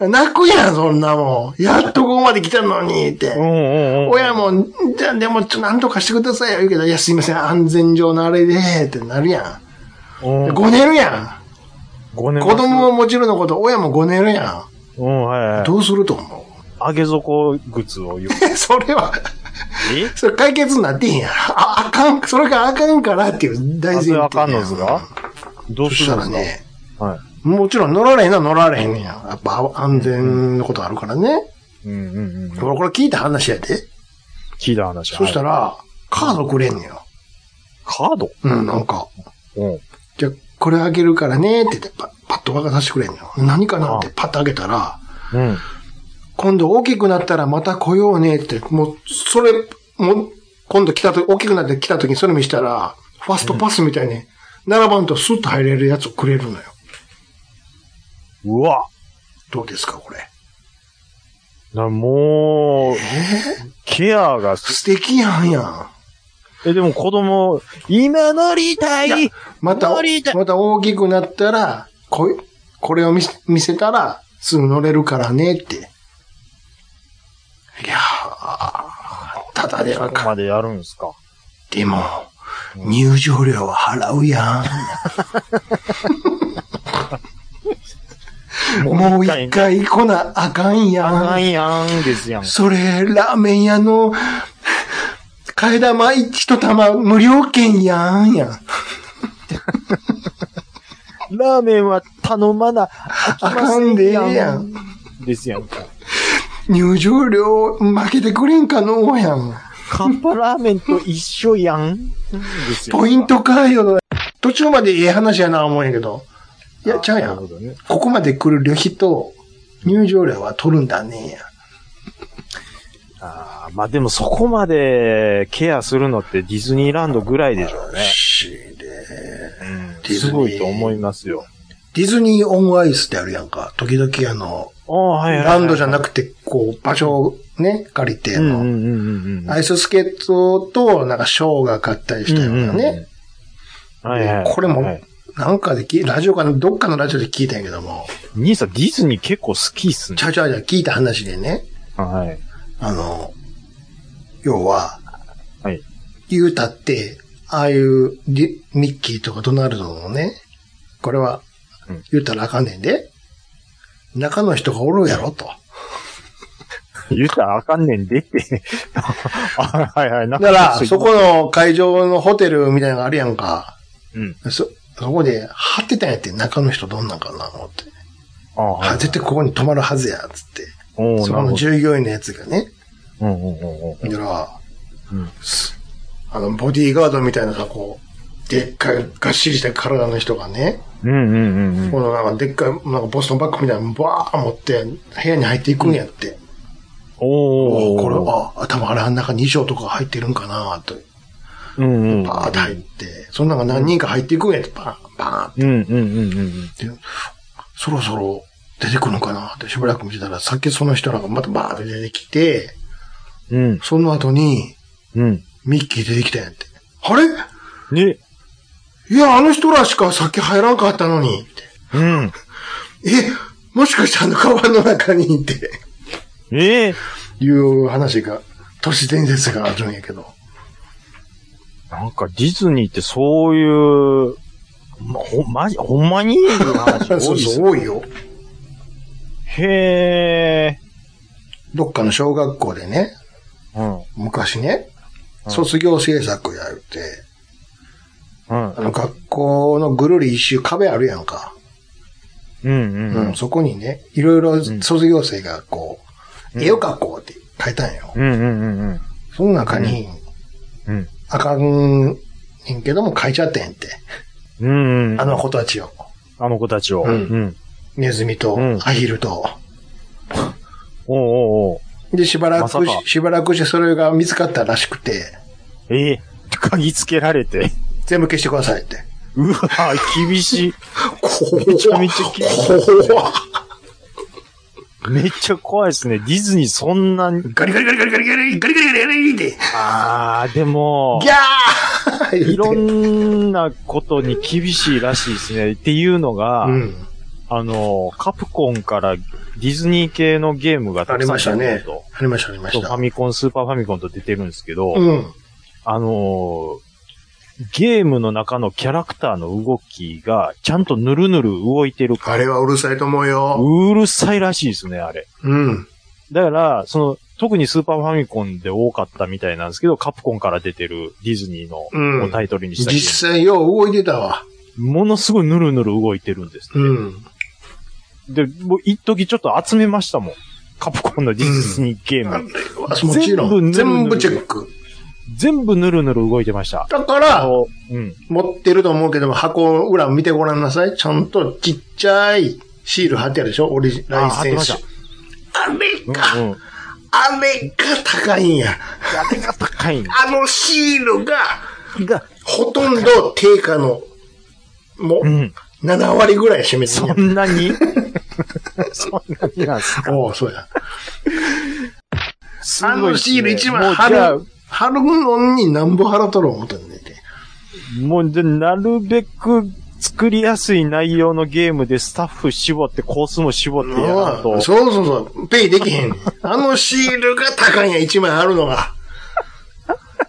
泣くやん、そんなもん。やっとここまで来たのに、って。うんうんうん。親も、んじゃあでも、ちょ、なんとかしてくださいよ、言うけど、いや、すいません、安全上のあれで、ってなるや。うんん、ごねるや5ん。年子供ももちろんのこと、親もごねるやうん、はいはん。い。どう すると思上げ底靴を言う。うそれは、えそれ解決になってへんやん。あ、あかん、それがあかんからっていう大前提風やん。あかんのずがどうそすしたるんでらすかね、はもちろん乗られへんのは乗られへんねんやん。やっぱ安全のことあるからね。い。うんうんうん。俺これ聞いた話やで。聞いた話。そしたら、ら、カードくれんねんよ。カードうん、なんか。うん。じゃあ、これあげるからねって言って、パパッと渡してくれんのよ。何かなってパッとあげたら、うん。今度大きくなったらまた来ようねって、もう、それ、もう、今度来たと大きくなって来た時にそれ見したら、ファストパスみたいに、並ばんとスッと入れるやつをくれるのよ。うわどうですか、これ。な、もう、ケアがす、素敵やんやん。え、でも子供、今乗りたいまた乗りた、いまた大きくなったら、こい、これを見せ見せたら、すぐ乗れるからねって。いやー、ただではここかまでやるんですか。でも、入場料は払うやん。 もう一回来なあかんやあかん。んやんですやん。それ、ラーメン屋の、替え玉一玉無料券やんやん。ラーメンは頼まな、ああかんでええやん。ん。ですやんか。入場料負けてくれんかのうやん。カッパラーメンと一緒やん。ですやんかポイントかよ。途中までええ話やな思うんやけど。いや、ちゃうやなるほん。どね。ここまで来る旅費と入場料は取るんだねや。あーまあでもそこまでケアするのってディズニーランドぐらいでしょうね。しでうん、すごいと思いますよ。ディズニーオンアイスってあるやんか。時々あの、ああ、はい、はい。ランドじゃななくて、こう、場所をね、借りて、あうんうんの、うんうんうん。アイススケートと、なんか、ショーが買ったりしたよううんなね。うんうん。はいはい。これもはいなんかでき、ラジオかな、どっかのラジオで聞いたんやけども、兄さん、ディズニー結構好きっすねち。ゃうちゃうちゃう聞いた話でね、はい。あの、要は、はい。言うたって、ああいうリミッキーとかドナルドのね、これはうん言うたらあかんねんで、中の人がおるやろと。言ったらあかんねんで って。あはいはい。なだんかから、うそこの会場のホテルみたいなのがあるやんか。うん。そ、そこで、張ってたんやって、中の人どんなんかな、思って。ああ、はあ、い。絶対ここに泊まるはずや、つって。おーそなこるほのど従業員のやつがね。うんうんうんうん。だから、うんすあの、ボディーガードみたいなさ、こう、でっかい、がっしりした体の人がね、うんうんうんうん。このなんかでっかい、なんかボストンバッグみたいなのバーッ持って部屋に入っていくんやって。おおおーこれ、は、あ、多分あれあん中2畳とか入ってるんかなと。うんうん。バーッて入って、その中何人か入っていくんやって、バーン、バーンっうんうんうんうん。て。そろそろ出てくるのかなってしばらく見てたら、さっきその人らがまたバーッて出てきて、うんその後にうん。ミッキー出てきたんやって。あれね。いや、あの人らしかさっき入らんかったのに。ってうん。え、もしかしてあのカバンの中にって。ええいう話が、都市伝説があるんやけど。なんかディズニーってそういう、ま、ほ、まじ、ほんまにいう話多そいっうすそう、多いよ。へえ。どっかの小学校でね、うん。うん。昔ね、うん卒業制作やるって、うんあの学校のぐるり一周壁あるやんか。うんううんん、。そこにね、いろいろ卒業生がこうう、ん絵を描こうって書いたんよ。うんうんうんうん。その中に、うん。あかんねんけども書いちゃってんって。うん、うん。あの、子たちを。あの子たちを。うんうん。ネズミとうんアヒルと。おうおうおうで、しばらまさくかし、しばらくしてそれが見つかったらしくて、ええ嗅ぎつけられて。 全部消してくださいって。うわ厳しい。めちゃめちゃ厳し怖っめっちゃ怖いですね。ディズニーそんなに。ガリガリガリガリガリガリガリガリガリガリって。あー、でもギ、ャーいろな。んなことに厳しいらしいですね。っていうのが、うん。あの、カプコンからディズニー系のゲームがたあくりさんました出てねると。。ありました、ありまそしうフたァ。ミコン、スーパーファミコンと出てるんですけど、うん。あのーゲームの中のキャラクターの動きが、ちゃんとぬるぬる動いてるかあれはうるさいと思うら、よ。うるさいらしいですね、あれ。うん。だから、その、特にスーパーファミコンで多かったみたいなんですけど、カプコンから出てるディズニーのうんをタイトルにしたゲーム実際よう動いてたわ。ものすごいぬるぬる動いてるんです、ねうん。で、もう一時ちょっと集めましたもん。カプコンのディズニーゲーム。もちろん。全全部部チチェェック。全部ぬるぬる動いてました。だから、のうん。持ってると思うけども、箱裏見てごらんなさい。ちゃんとちっちゃいシール貼ってあるでしょオリジあライ貼っセてンまスし。あれた。か、うんうん。あれが高いんや。あれが高いんだあのシールが、が、ほとんど定価の、もうう、ん。 7割ぐらい占めてそるんな にそんなになんすかやん。おお、そうや。すあごいのっすねシール一も枚うじゃ貼ある、貼るのに何ぼ払うとろう思ったんでね。もう、で、なるべく作りやすい内容のゲームでスタッフ絞って、コースも絞ってやらんうとん。そうそうそう。ペイできへんねん。あのシールが高いんや、一枚貼るのが。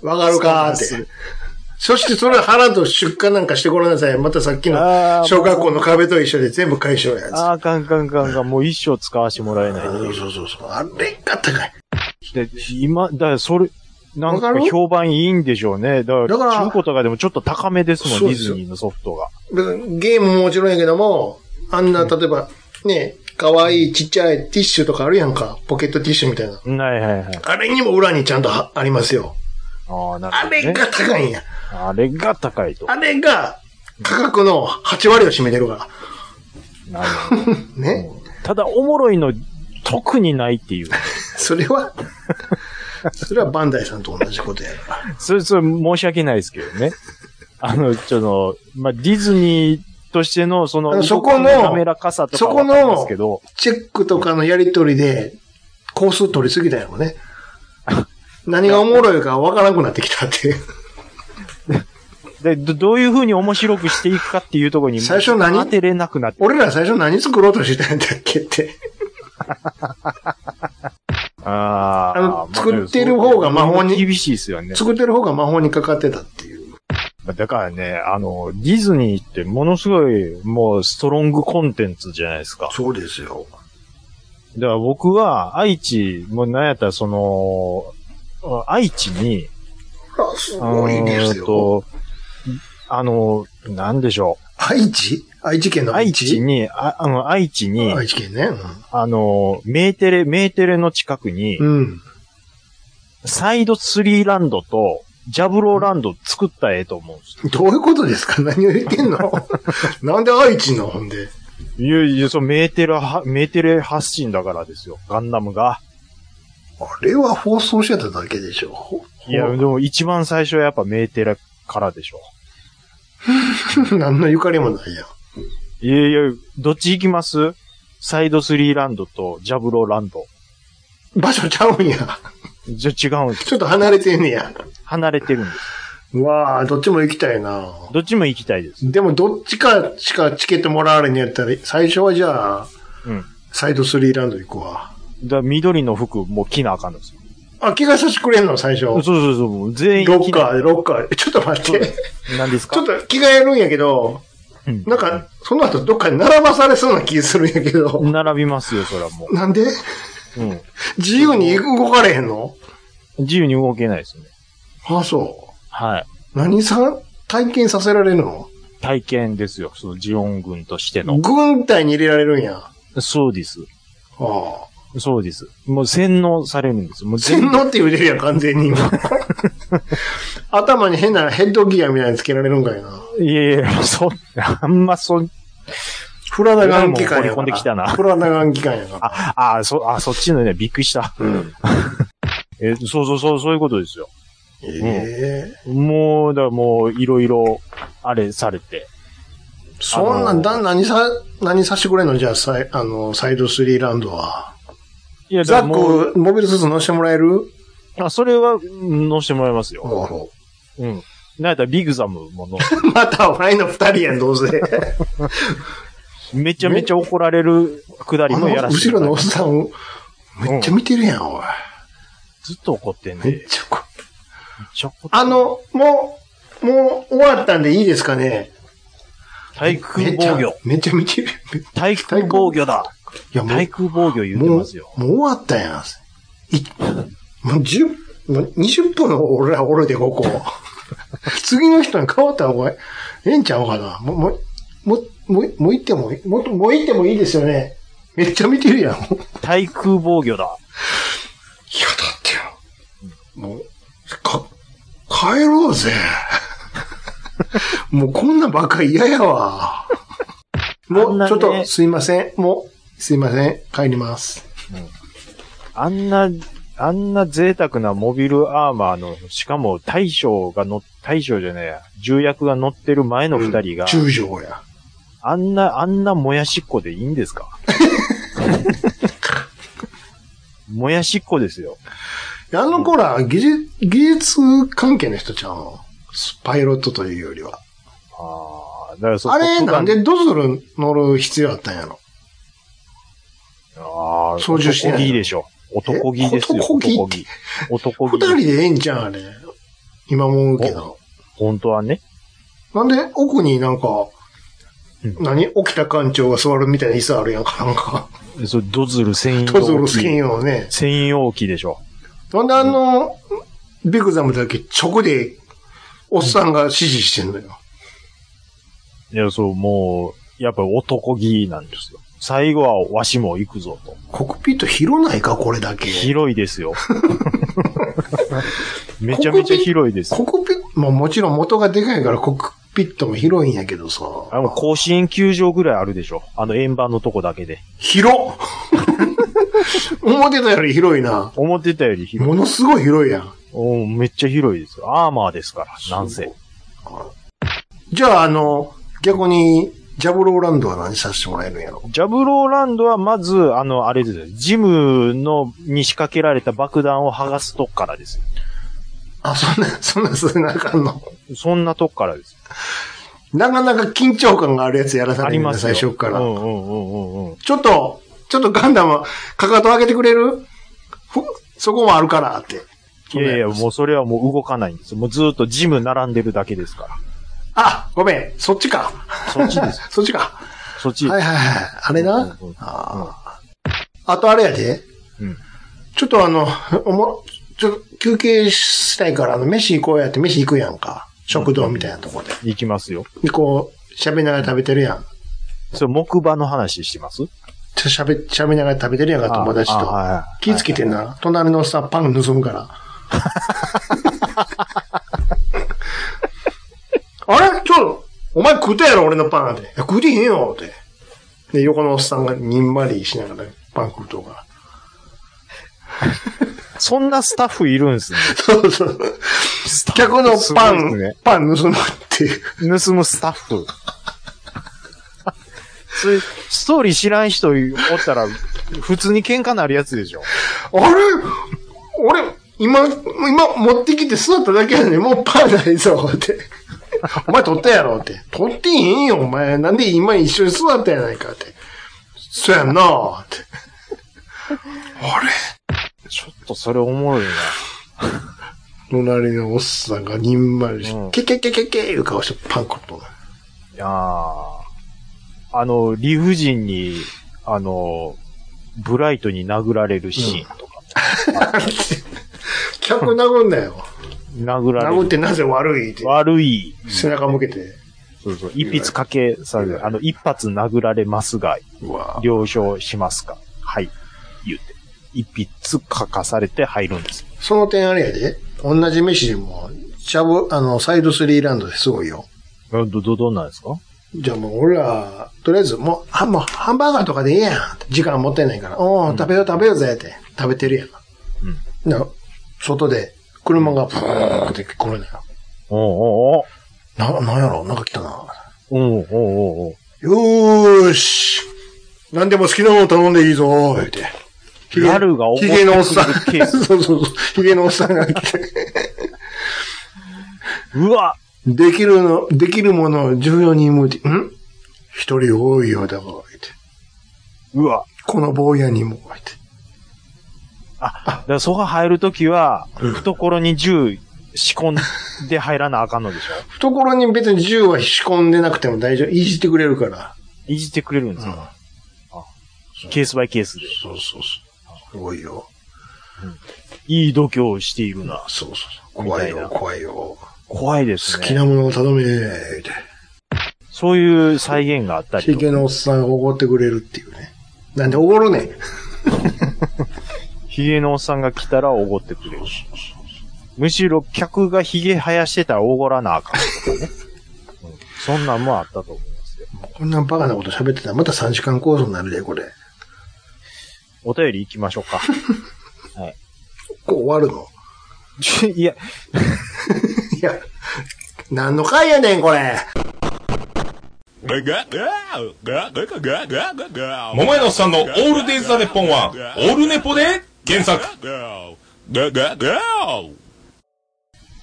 わかるかーって。そしてそれを腹と出荷なんかしてごらんなさい。またさっきのあー小学校の壁と一緒で全部解消やつ。ああ、かんかんかんかん、もう一生使わしてもらえない。そうそうそうそう。あれが高い。で、今、だからそれ、なんわかかる評判いいんでしょうね。だかだからら、中古とかでもちょっと高めですもん、そうディですズよニーのソフトが。別にゲームももちろんやけども、あんな、例えば、ね、可愛いちっちゃいティッシュとかあるやんか。ポケットティッシュみたいな。はいはいはい。あれにも裏にちゃんとはありますよ。ああ、なるあほど、ね。れが高いんや。あれが高いと。あれが価格の8割を占めてるかなるほど。ら。ね。ただ、おもろいの、特にないっていう。それ は、それはバンダイさんと同じことやから。それ、それ、申し訳ないですけどね。 あの、ちょっと、まあ、ディズニーとしての、そあの、のそこの滑らかさとかはわかりますけど、チェックとかのやりとりで、コース取りすぎたんやろね。何がおもろいかわからなくなってきたって。でど、どういうふうに面白くしていくかっていうところに、最初何当てれなくなって。俺ら最初何作ろうとしてたんだっけって。あーあのまあ作ってる方が魔法に厳しいですよね。作ってる方が魔法にかかってたっていう。だからね、あの、ディズニーってものすごい、もう、ストロングコンテンツじゃないですか。そうですよ。だから僕は、愛知、もうなんやったらその、あ愛知に、あすごいでうーすんよ。とあの、なんでしょ愛知愛知県う。の愛愛知知に、ああの、愛知に、愛知県ね。あの、メーテレ、メーテレの近くにう、ん。うんサイドスリーランドと、ジャブローランド作ったらええと思うんですどういうことですか 何を言ってんのなんで愛知のほんで。よ。いやいや、そう、メーテレは、メーテレ発信だからですよ。ガンダムが。あれは放送してただけでしょ。ほいや、でも一番最初はやっぱメーテレからでしょ。ほ何のゆかりもないやん。いやいや、どっち行きますサイドスリーランドとジャブローランド。場所ちゃうんや。 じゃ、違うんです。ちょっと離れてんねや。離れてるんです。わあ、どっちも行きたいな。どっちも行きたいです。でもどっちかしかチケットもらわれんやったら、最初はじゃあ、うん。サイドスリーランド行くわ。だから緑の服もう着なあかんのですよ。あ、着替えさせてくれんの最初。そうそうそう、もう全員ロ着ッなカーで、ロッカー で。ちょっと待って。なんですかちょっと着替えるんやけど、うんなんか、その後どっかに並ばされそうな気するんやけど。並びますよ、それはもなんでう。うん。自由に動かれへんの自由に動けないですね。あ、そはい。う。何さ、体験させられるの体験ですよ、そのジオン軍としての。軍隊に入れられるんや。あそうです。あ。そうです。もう洗脳されるんです。もう全洗部脳って言うてるやん、完全に 今。頭に変なヘッドギアみたいなのつけられるんかいな。いやいや、そ、あんまそ、フラダガン機関やもう掘り込んできたなフラダガン機関やから。あ、あ、そ、あ、そっちのね、びっくりした。うん。え、そうそうそう、そういうことですよ。ええもう、だからもう、いろいろ、あれされて。そんなあのん、だ、何さ、何さしてくれんのじゃあ、さいあの、サイドスリーランドは。いや、だザからもう、ック、モビルスーツ乗せてもらえるあ、それは、うん乗してもらいますよ。おううん。なんやったらビグザムも乗せ またお前の二人やん、どうせ。めちゃめちゃ怒られるくだりあものやらせて後もらいろのおまっすさん、めっちゃ見てるやん、おい。ずっと怒ってんね。めめっっちゃこちゃ怒ってんあ、の、もう、もう終わったんでいいですかね対空防御。めっちゃめっちゃ見てる。い対空防御だ。や、も対う、空防御言ってもう、もまうす終よ。わったやん。いもう十、もう20分の俺らおるで、ここ。次の人に変わったら、お前、ええんちゃうかな。もう、もう、もう、もう、もう行ってもいい、もう、もう行ってもいいですよね。めっちゃ見てるやん。いや、だっ対空防御だ。てよ。もう、か、帰ろ うぜ。もうこんなんばっかり嫌やわ。あもんなう、ねちょっと、すいません。もう、すいません。帰ります。あんな、あんな贅沢なモビルアーマーの、しかも大将が乗、大将じゃねえや、重役が乗ってる前の二人が、中将や。あんな、あんなもやしっこでいいんです かもやしっこですよ。あの子ら、技術、技術関係の人ちゃうのパイロットというよりは。ああ、だからそあれ、トップなガんンでドズル乗る必要あったんやろああ、操縦してない男気でしょ。男気ですよ。男気男気。男二気。人でええんじゃん、あれ。今思うけど。本当はね。なんで奥になんか、うん何起きた館長が座るみたいな椅子あるやんか、なんか。それドズル専用機。トゾロ専。用ね。専用機でしょ。なんであの、ビッグザムだけ直で、おっさんが指示してんのよ。いや、そう、もう、やっぱ男気なんですよ。最後はわしも行くぞと。コックピット広ないか、これだけ。広いです よ。めちゃめちゃ広いですよ。コックピット、まあもちろん元がでかいからコックピットも広いんやけどさ。あの、甲子園球場ぐらいあるでしょ。あの円盤のとこだけで。広っ 思ってたより広いな。思ってたより広い。ものすごい広いやん。おめっちゃ広いですよ。アーマーですから、なんせ。じゃあ、あの、逆に、ジャブローランドは何させてもらえるんやろジャブローランドはまず、あの、あれですよ。ジムの、に仕掛けられた爆弾を剥がすとこからですあ、そんな、 そんな、そんなあかんの。よ。そんなとこからです。なかなか緊張感があるやつやらさあれりるんまだ、すよ。最初から。うんうんうんうんうん。ちょっと、ちょっとガンダム、かかと上げてくれるふそこもあるからって。いやいや、もうそれはもう動かないんですよ。もうずーっとジム並んでるだけですかあ、ごめん、そっちか。ら。そっち です。そっちか。そっち。はいはいはい。あれな。うんうんあーあとあれやで。うんちょっとあの、おも、ちょっと休憩したいから、あの、飯行こうやって飯行くやんか。食堂みたいなところで。行きますよ。で、こう、喋りながら食べてるやん。それ木馬の話してますちょ喋、喋りながら食べてるやんか、友達ああと。はいはい気ぃつけてんな。隣のおっさんパン盗むから。 あれちょっと、お前食うたやろ、俺のパンって。いや食うてへんよ、って。で、横のおっさんがにんまりしながらパン食うとう から。そんなスタッフいるんすね。そうそう。客のパン、パン盗むっていう。盗むスタッ フ。それ、ストーリー知らん人おったら、普通に喧嘩なるやつでしょ。あれ俺、今、今持ってきて座っただけやのに、もうパンないぞ、って。お前取ったやろって。取ってへんよ、お前。なんで今一緒に座ったやないかって。そうやんなって。あれちょっとそれおもろいな。隣のおっさんがにんまりしうんて、ケケケケケいう顔してパンコット。いやーあの、理不尽に、あの、ブライトに殴られるシーンとか、客殴んなよ。殴られ殴っる。てなぜ悪いって。悪い、背中向けて。そうそう、一筆かけされる。あの、一発殴られますが、うわ了承しますかはい。言うて。一筆書かされて入るんですよ。その点あれやで。同じ飯でも、シャブ、あの、サイドスリーランドですごいよ。ど、ど、どんなんですかじゃあもう俺ら、とりあえずもう、あ、もうハンバーガーとかでいいやん。時間持ってないから。おー食べよう食べようぜって。食べてるやん。な、外で、車がブーンって来るのよ。おうな、なんやろなんか来たな。おうおう。おうおうおうよーし。何でも好きなもの頼んでいいぞー、言うて。おう。ギャルが怒ヒってくゲるのおっさん。ケース。 そうそうそう。ヒゲのおっさんが来て。うわできるの、できるものを14人向いて、ん一人多いようだわ、言うて。うわこの坊やにも、言うて。だからそこ入るときは、懐に銃仕込んで入らなあかんのでしょ懐に別に銃は仕込んでなくても大丈夫。いじってくれるから。いじってくれるんですか、ケースバイケースで。そうそうそう。すごいよ。いい度胸をしているな。そうそうそう。怖いみたいなよ、怖いよ。怖いです好ね。きなものを頼め、って。そういう再現があったりヒとか。ゲのおっさんが怒ってくれるっていうね。なんで怒るねん。ヒゲのおっさんが来たらおごってくれる。むしろ客がヒゲ生やしてたらおごらなあかんとかね。うんそんなんもあったと思いますよ。こんなバカなこと喋ってたらまた3時間構想になるで、これ。お便り行きましょうか。 こう終わるの。いや、いや、何の回やねん、これ。桃屋のおっさんのオールデイズ・ザ・ネッポンは、オールネポで原作。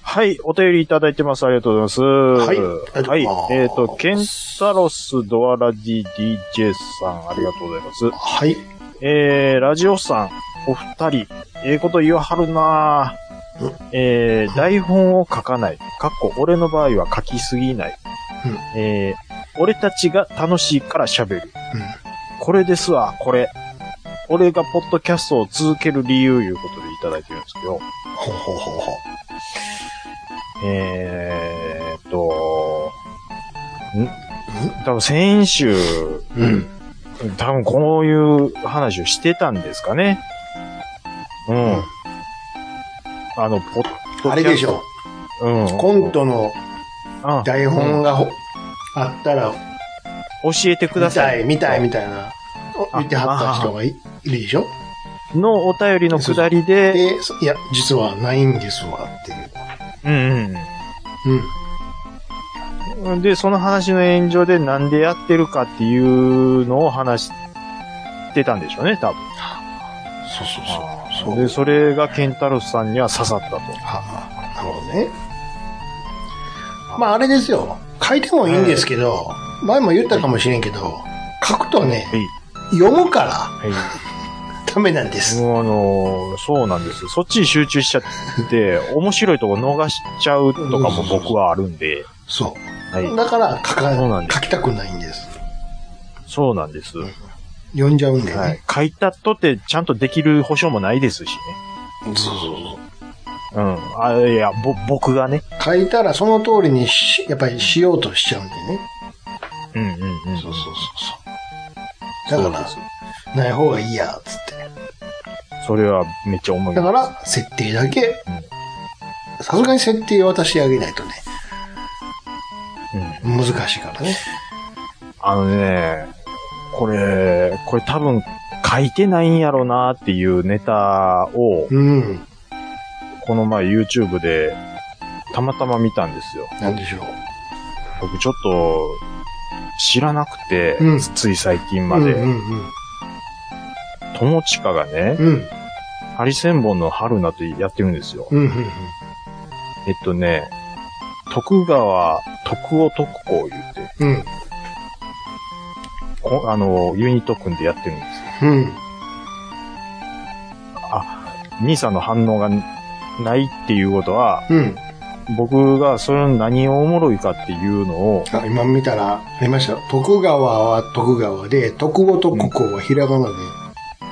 はい、お便りいただいてます。ありがとうございます。はいはありいがとうございます。えっ、と、ケンタロスドアラディ DJ さん、ありがとうございます。はい。えー、ラジオさん、お二人、ええこと言わはるなぁえー台本を書かない。かっこ、俺の場合は書きすぎない。えー俺たちが楽しいから喋る。これですわ、これ。俺がポッドキャストを続ける理由いうことでいただいてるんですけど、ほうほうほうほう。えーっと、ん多分先週、うん。多分こういう話をしてたんですかね。うん。あの、ポッドキャスト。あれでしょうん。コントのあ台本がほあったら、教えてく見ださたい。い、見たい、みたいな、あ見てはった人がいいるでしょのお便りのくだりで、で、そいや、実はないんですわ、っていう。うんうん。うん。で、その話の炎上でなんでやってるかっていうのを話してたんでしょうね、多分。そうそうそう。そうで、それがケンタロスさんには刺さったと。はあ、なるほどね。まあ、あれですよ。書いてもいいんですけど、前も言ったかもしれんけど、書くとね、読むからはい。ダメなんです。もうあのーそうなんですよ。そっちに集中しちゃって、面白いとこ逃しちゃうとかも僕はあるんで、そはう。い。だから書そうなかんです書きたくないんです。そうなんです。読んじゃうんでね。はい。書いたとってちゃんとできる保証もないですしね。そうそうそう。うん。あ、いや、ぼ、僕がね。書いたらその通りにし、やっぱりしようとしちゃうんでね。うんうんうん。そうそうそうそそう。うだでかす。ら、ない方がいいや、つって。それはめっちゃ思いだまから、設定だけん、さすがに設定を渡してあげないとね、す。うん。難しいからね。あのね、これ、これ多分書いてないんやろなっていうネタを、うん。この前 YouTube でたまたま見たんですよ。なんでしょ僕ちょっと知らなくて、うんつい最近う。まで、うんうん友近がね、うん。うん。ハリセンボンの春菜とやってるんですよ。うんうんうん。えっとね、徳川、徳尾徳子を言って、うん。こあの、ユニット組んでやってるんですよ。うん。兄さんの反応がないっていうことは、うん。僕がそれの何をおもろいかっていうのを、あ、今見たら、ありましたよ。徳川は徳川で、徳語と国語はひらがな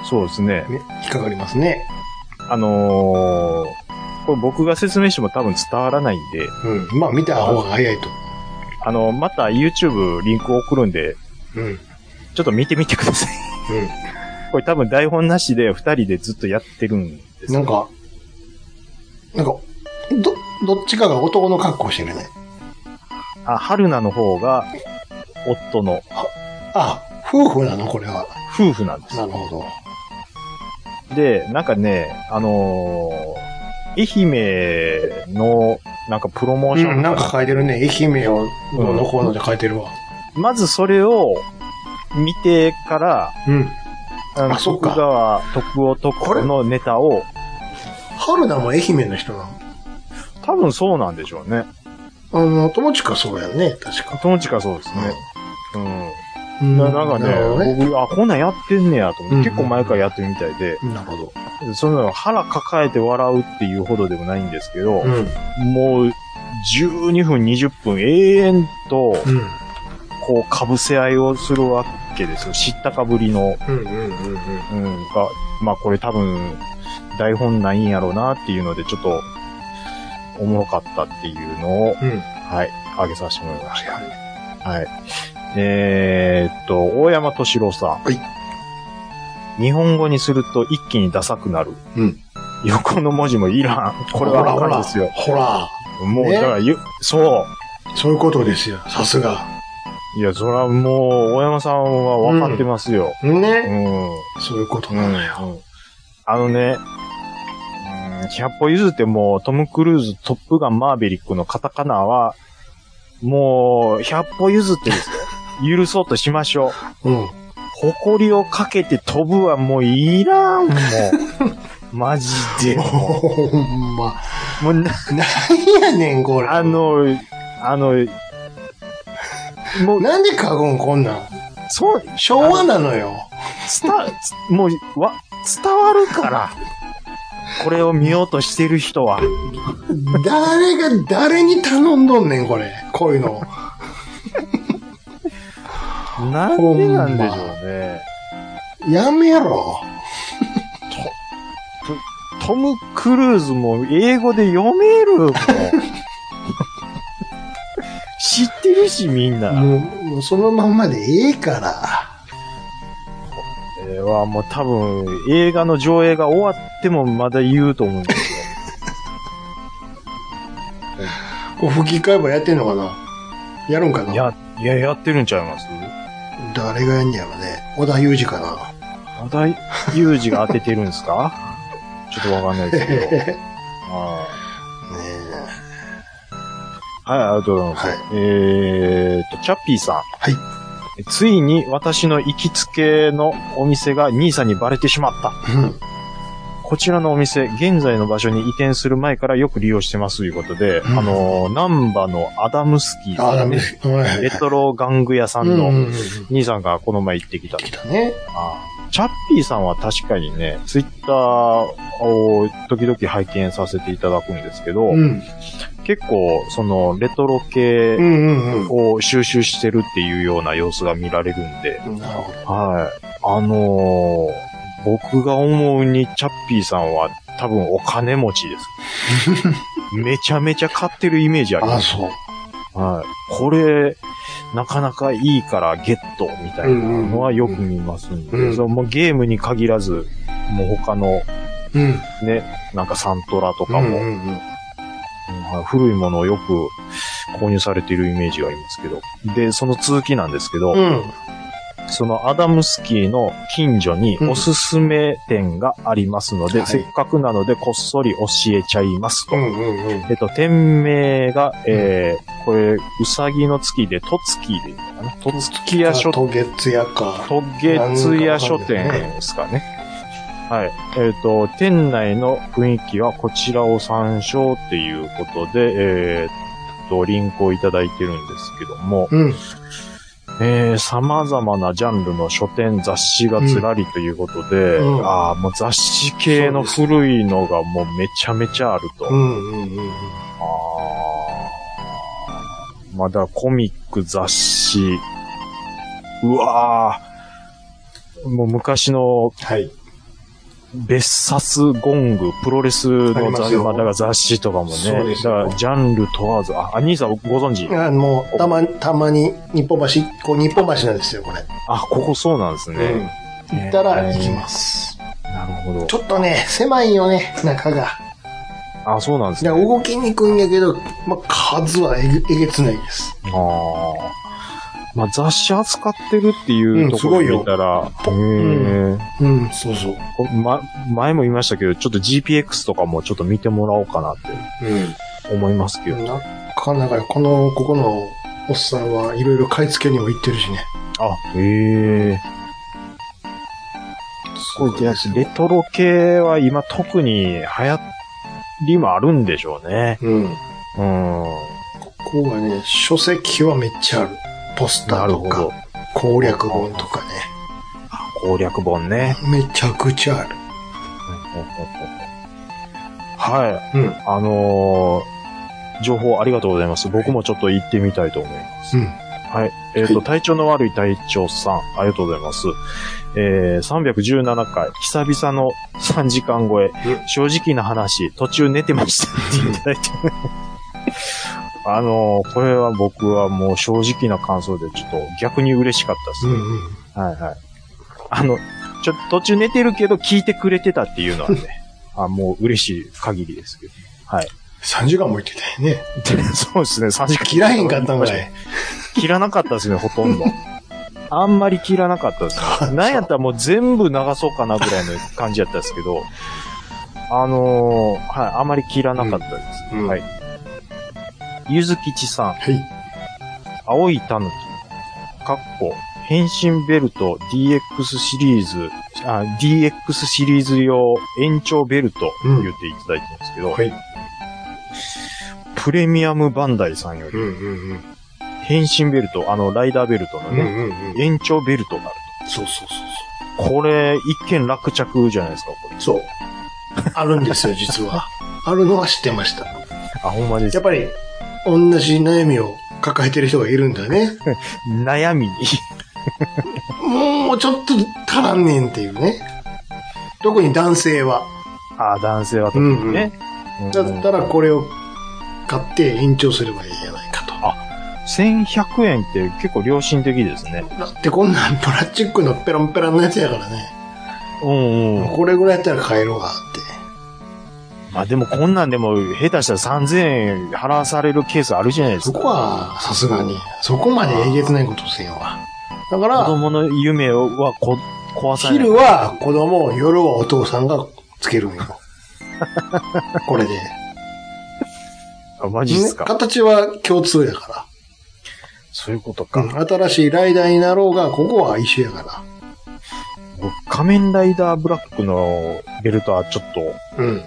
そうですねで、、ね、引っかかりますね。あのーこれ僕が説明しても多分伝わらないんで、うん。まあ、見た方が早いと。あの、また YouTube リンク送るんで、うん。うん。ちょっと見てみてください。 これ多分台本なしで二人でずっとやってるんですなんか、なんか、ど、どっちかが男の格好してるね。あ、春菜の方が、夫のあ、夫婦なのこれは。夫婦なんでなるほど。す。で、なんかね、あのー愛媛の、なんかプロモーうション、ん、なんか書いてるね。愛媛をどうのこうので書いてるわ。まずそれを見てから、うん。あのあそっか徳川徳夫徳子のネタを、春菜も愛媛の人なの多分そうなんでしょうね。あの、友近そうやね、確か。友近そうですね。うん。うんななんかなるほどね、ね。僕、あ、こんなんやってんねやと思って、うん結構前からやってるみたいで、なるほど。その腹抱えて笑うっていうほどでもないんですけど、うん。うもう、12分、20分、永遠と、ん。こう、かぶせ合いをするわけですよ。知ったかぶりの、うんうんうんうん。うん、が、まあこれ多分、台本ないんやろうなっていうので、ちょっと、おもろかったっていうのを、うん。はい、あげさせてもらいました。はい。えーっと、大山敏郎さん。はい日本語にすると一気にダサくなる。うん横の文字もいらん。これはあほかんらですよ。ほら、もう、ねだからゆ、そそういうことですよ。さすが。う。いや、そらもう、大山さんは分かってますよ。うね。ん。うん。そういうことうなのよ。んあのね、うん、100歩譲ってもう、トム・クルーズ、トップガン、マーベリックのカタカナは、もう、100歩譲ってですよ。許そうとしまし ょう。うん。誇りをかけて飛ぶはもういら ん、もう。マジで。もほんま。うもうな、何やねん、これ。あの、あの、もう、なんで書くん、こんなん。そう、昭和なのよ。伝わ、もう、わ、伝わるから。これを見ようとしてる人は。誰が、誰に頼んどんねん、これ。こういうの。なんでなんでしょうね。やめろ。トム・クルーズも英語で読めるもん知ってるし、みんな。もう、もうそのまんまでええから。これはもう多分、映画の上映が終わってもまだ言うと思うんですよ。こう吹き替えばやってんのかなやるんかないや、いや、やってるんちゃいます誰がやんねやろね。小田裕二かな。 まだ、ユージが当ててるんですか ちょっとわかんないですけど。はいねえはい、ありがとうございます。はい。えーと、チャッピーさん。はい。ついに私の行きつけのお店が兄さんにバレてしまった。うん。こちらのお店、現在の場所に移転する前からよく利用してますということで、うんあの、南波のアダムスキーあ、さダん、メねで、す。はいはいレトロ玩具屋さんうんうんのうん兄さんがこの前行ってきた。来たね。チャッピーさんは確かにね、ツイッターを時々拝見させていただくんですけど、うん。結構、その、レトロ系うんうんを収集してるっていうような様子が見られるんで、うん。なるほど。はい。あのー僕が思うにチャッピーさんは多分お金持ち です。めちゃめちゃ買ってるイメージありあ、ます。そう。はい。これ、なかなかいいからゲットみたいなのはよく見ますんで、うんうんそのもうゲームに限らず、もう他のうん。ね、なんかサントラとかも、うんうんうん。はい古いものをよく購入されているイメージがありますけど。で、その続きなんですけど、うん。そのアダムスキーの近所にうんおすすめ店がありますので、はいせっかくなのでこっそり教えちゃいますと。うんうんうん。えっと、店名が、えー、これ、うさぎの月で、とつきでいいのかなとつき屋書、とと月やか。げつ屋書店ですかね。はい。えっ、と、店内の雰囲気はこちらを参照っていうことで、えーっと、リンクをいただいてるんですけども、うん。えー、様々なジャンルの書店、雑誌がずらりということで、うんうんああ、もう雑誌系の古いのがもうめちゃめちゃあると。うあんうんうんうん。ーまあだからコミック、雑誌。うわーもう昔のはい。別冊ゴング、プロレスのあります雑,、よまあだから雑誌とかもそうね。でだすかよらジャンル問わず、あ、兄さんご存知あもう、たま、たまに、日本橋、こう、日本橋なんですよ、これ。あ、ここそうなんですね。うん。行ったえらー行きます。なるほどち。ょっとね、狭いよね、中が。あ、そうなんですいやね。動きにくいんやけど、まあ、数はえげえげつないです。ああ。まあ、雑誌扱ってるっていううんところをすごいよ見たら、へんえうん、そうそう。これま、前も言いましたけど、ちょっと GPX とかもちょっと見てもらおうかなってう思いますけど。ん。なかなか、この、ここのおっさんはいろいろ買い付けにも行ってるしね。あ、へえ。これ、レトロ系は今特に流行りもあるんでしょうね。ううん。ん。ここがね、書籍はめっちゃある。ポスタなーるとほかど、。攻略本とかね。攻略本ね。めちゃくちゃある。はい。うんあのー情報ありがとうございます。僕もちょっと行ってみたいと思います。うんはい。えっ、と、は体調の悪い隊長さん、ありがとうございます。えー、317回、久々の3時間超え、正直な話、途中寝てましたっていただいて、 あのーこれは僕はもう正直な感想で、ちょっと逆に嬉しかったですうね。んうはん。いはい。あの、ちょ、途中寝てるけど聞いてくれてたっていうの はね、あもう嬉しい限りですけど。 3時間も行ってたよね。で そうですね、3時間。切らへんかったんかい。切らなかったですね、ほと んど。あんまり切らなかった ですね。なんやったらもう全部流そうかなぐらいの感じやったんですけど、あのーはい、あんまり切らなかったです。うんうんはい。ゆずきちさん、はい。青いタヌキ、かっこ、変身ベルト DX シリーズ、あ、DX シリーズ用延長ベルト、うん言っていただいてるんですけど、はい。プレミアムバンダイさんようり、んうんうん。変身ベルト、あの、ライダーベルトのうんね、うんうん。延長ベルトがあるそうそうそうと。これ、一見落着じゃないですか、これ。そう。そう。あるんですよ、実 は。あるのは知ってました。あ、ほんまですやっ。ぱり、同じ悩みを抱えてる人がいるんだね。悩みに。 もうちょっと足らんねんっていうね。特に男性は。あ、男性は特にね。うんだったらこれを買って延長すればいいじゃないかと。 1100円って結構良心的ですね。だってこんなんプラスチックのペランペランのやつやからね。うんうん。これぐらいやったら買えるわって。まあでもこんなんでも下手したら3000円払わされるケースあるじゃないですそか。こは、さすがに。そこまでえげつないことせんわ。だか子ら、供の夢はこ壊さない。昼は子供、夜はお父さんがつけるんよ。これで。あ、マジっすか。形は共通やから。そういうことか。うん新しいライダーになろうが、ここは一緒やか僕仮面ライダーブラックのベルトはちょっとら。うん。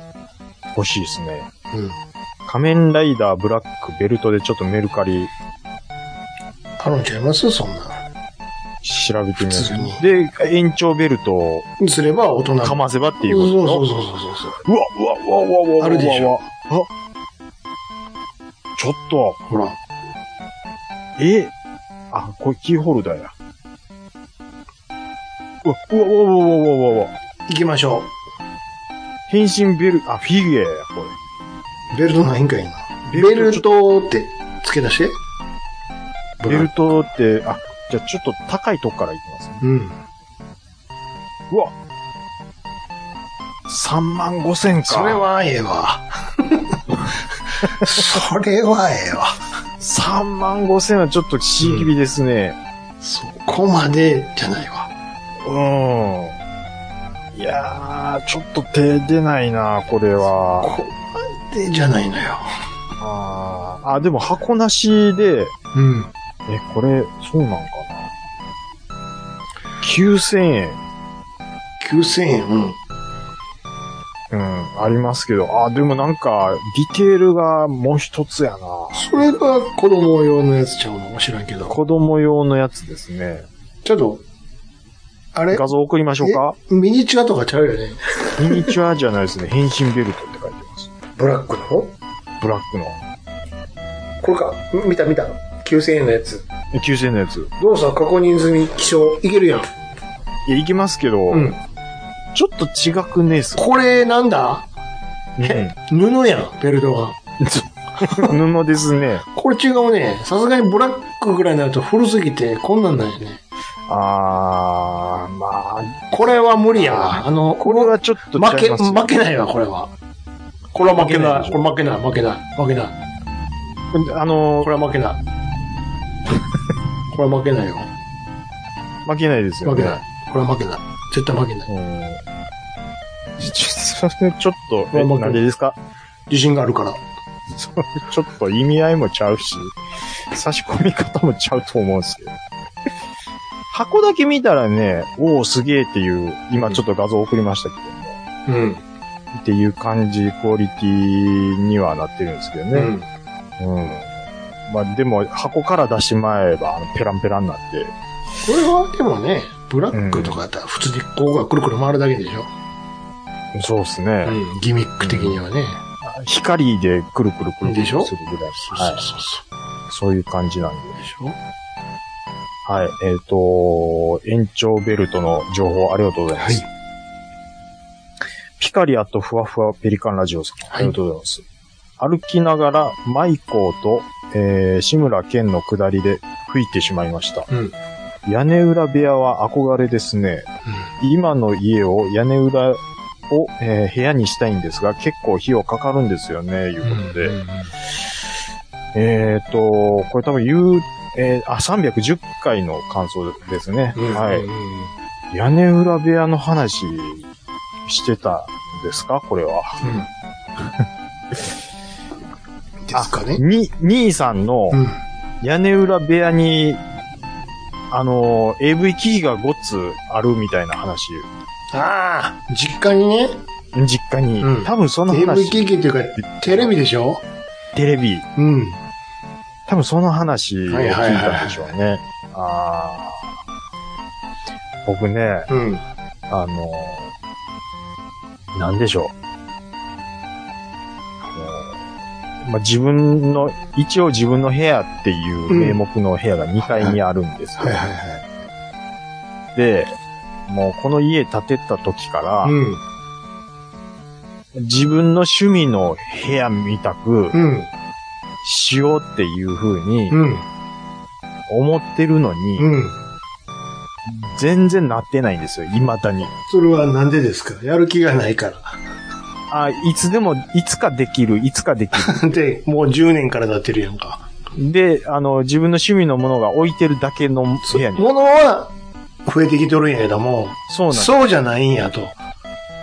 欲しいですね。うん。仮面ライダーブラックベルトでちょっとメルカリあるんちゃいますそんな調べてみま普通にす。で、延長ベルトをん。すれば大人かませばっていうそこうとそうそうそうそううわ、うわ、うわ、うわ、うわうわ、あるでしょうわ。うわあちょっと、ほら。えあ、これキーホルダーや。うわ、うわ、うわ、うわ、うわ、うわ、うわ。行きましょ変身ベル、あ、フィギュアや、こう。ベルトないんかいな。れ。ベルトって付け出して。ベルトって、あ、じゃあちょっと高いとこからいきますね。うん。うわ3万5千か。それはええわ。それはええわ。 3万5千はちょっとしいきびですね。そこまでじゃないわ。うん。いやー、ちょっと手出ないな、これこは。こまでじゃないのよ。あーあ、でも箱なしで、うん。え、これ、そうなんかな。9000円、 9000円。うん。うん、ありますけど、あーでもなんか、ディテールがもう一つやな。それが子供用のやつちゃうの知らんけど。子供用のやつですね。ちょっと、あれ画像送りましょうかミニチュアとかちゃうよね。ミニチュアじゃないですね。変身ベルトって書いてます。ブラックのブラックの。これか。ん見た見た。9000円のやつ。え9000円のやつ。どうさ、過去人済み、気象、いけるやん。いや、いきますけど、うん。ちょっと違くねえっす。これ、なんだうん布やん、ベルトが。布ですね。これ違うね。さすがにブラックぐらいになると古すぎて、こんなんなんやね。あー、まあ、これは無理やわ。あの、これはちょっと負違け、いますよ負けないわ、これは。これは負けない。負これ負けない、負けない、負けない。あのこれは負けない。これは負けないよ。負けないですよ、負ね。けない。これは負けない。絶対負けない。うん。ちょっと、ちょっと、え負けないなんでですか 自信があるから。それちょっと意味合いもちゃうし、差し込み方もちゃうと思うんですけど。箱だけ見たらね、おおすげえっていう、今ちょっと画像送りましたけども、うん。っていう感じ、クオリティにはなってるんですけどうね。ん。うん。まあでも、箱から出しまえば、あのペランペラになって、これは、でもね、ブラックとかだったら普通にここがくるくる回るだけでしょ。そうですうね。ん。ギミック的にはね。光でくるくるくるくるでしょするぐらい。そうはそうい。そうそそういう感じなんで。う。でしょはい。えっ、と、延長ベルトの情報ありがとうございます。ピカリアとふわふわペリカンラジオさん、はいありがとうございます。歩きながら、マイコーと、えー、志村けんの下りで吹いてしまいました。うん屋根裏部屋は憧れですね。今の家を屋根裏を、えー部屋にしたいんですが、結構費用かかるんですよね、いううん。ことで。うんえっ、と、これ多分言う、えーあ、310回の感想ですね。うんはうい。ん屋根裏部屋の話してたんですかこれは。 ですかね。に、兄さんのうん。屋根裏部屋に、あのー、AV 機器が5つあるみたいな話。ああ、実家にね、実家に。うん多分その AV 話、機器っていうか、テレビでしょテレビ。うん。多分その話を聞いたんでしょうね。あー僕ね、うん。あのー、なんでしょう。まあ、自分の、一応自分の部屋っていう名目の部屋が2階にあるんですよはいはいはい。で、もうこの家建てた時から、うん。自分の趣味の部屋みたくうん。しようっていう風にうん。思ってるのに、うん。全然なってないんですよ、未だに。それはなんでですかやる気がないから。 あ、いつでも、いつかできる、いつかできで、もう10年から経ってるやんか。る。で、あの、自分の趣味のものが置いてるだけの部屋に。物は増えてきとるんやけども、そうなんです。そうじゃないんやと。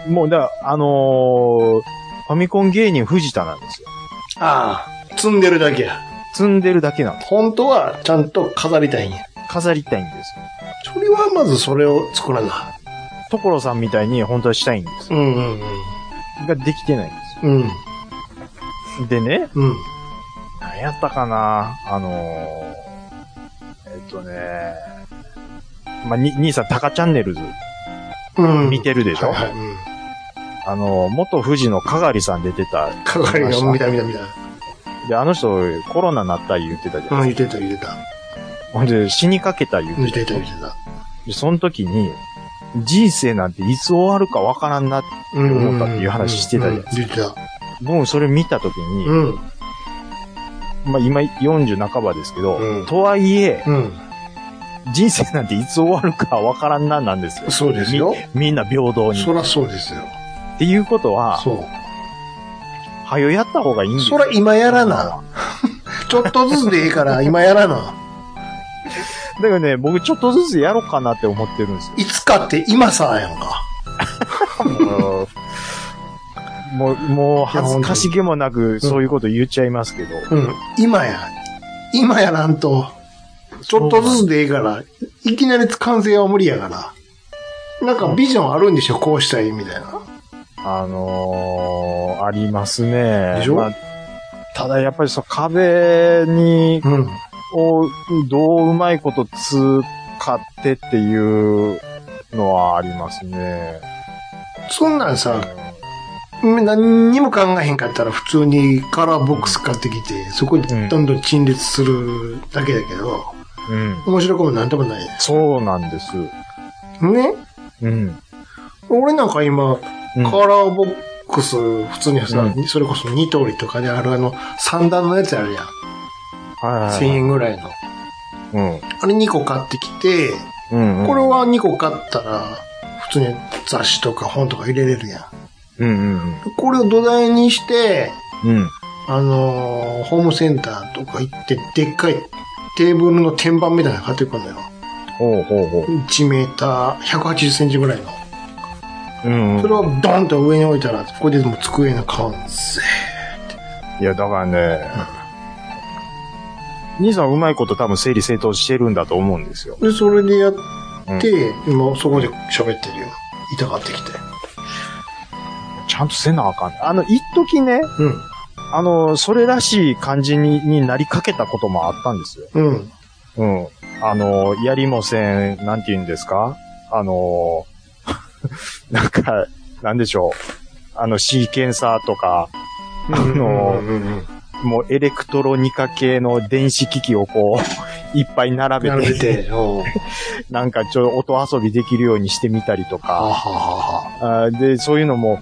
もう、だから、あのーファミコン芸人藤田なんですよ。ああ、積んでるだけや。積んでるだけなんです。本当はちゃんと飾りたいんや。飾りたいんですよ。それはまずそれを作らな。所さんみたいに本当はしたいんです。うんうんができてないんですうん。うん。よ。でね、うん。何やったかなあのー、えっとね、まあ、に、兄さん、タカチャンネルズうん。見てるでしょ、はいはい。うん。あの、元富士の香がりさん出てた。係見ましがた見た見た見た。で、あの人、コロナなった言ってたじゃうん、ない言ってた言ってた。ほんで、死にかけた言言っっててたた。言ってた。で、その時に、人生なんていつ終わるかわからんな。うん思ったっていう話してたじゃないです言ってた。もうそれ見た時に、うん。まあ今40半ばですけど、うんとはいえ、うん。人生なんていつ終わるかわからんななんですよ。そうですよ。みんな平等に。そらそうですよ。っていうことは、そはよやった方がいいんう。ですそよ。ら今やらな。ちょっとずつでいいから今やらな。だからね、僕ちょっとずつやろうかなって思ってるんですよ。いつかって今さやんか。もう、もう恥ずかしげもなく、そういうこと言っちゃいますけど。うん。今や。今やらんと。ちょっとずつでいいから。いきなり完成は無理やから。なんかビジョンあるんでしょこうしたいみたいな。あのー、ありますね。でしょまあただやっぱりそう、壁に、うん。を、どううまいこと使ってっていうのはありますね。そんなんさ、何にも考えへんかったら普通にカラーボックス買ってきて、そこにどんどん陳列するだけだけど、うん。面白くもなんともないね。そうなんです。ねうん。俺なんか今、うんカラーボックス、普通にさ、うそれこそ2通りとかであるあの、三段のやつあるやん。はいは1000いはい。円ぐらいの。うん。あれ2個買ってきて、うん、うん。これ、は2個買ったら、普通に雑誌とか本とか入れれるやん。うんうんこれを土台にして、うん。うん。あのーホームセンターとか行って、でっかいテーブルの天板みたいなの買ってくるのよ。ほうほうほう。 1メーター、180センチぐらいの。うん、うんそれをドンと上に置いたら、ここでもう机の完成。いや、だからね、兄さんうまいこと多分整理整頓してるんだと思うんですよ。で、それでやって、今そこで喋ってるよ。痛がってきて。ちゃんとせなあかん。あの、一時ね、うあの、それらしい感じにになりかけたこともあったんですよ。ん。うん。うん。あの、やりもせん、なんて言うんですかあの、 なんか、なんでしょう。あの、シーケンサーとか、あの、うんうんもうエレクトロニカ系の電子機器をこう、い っぱい並べて、並べて、おうなんかちょっと音遊びできるようにしてみたりとあはか、はは。あーで、そういうのも、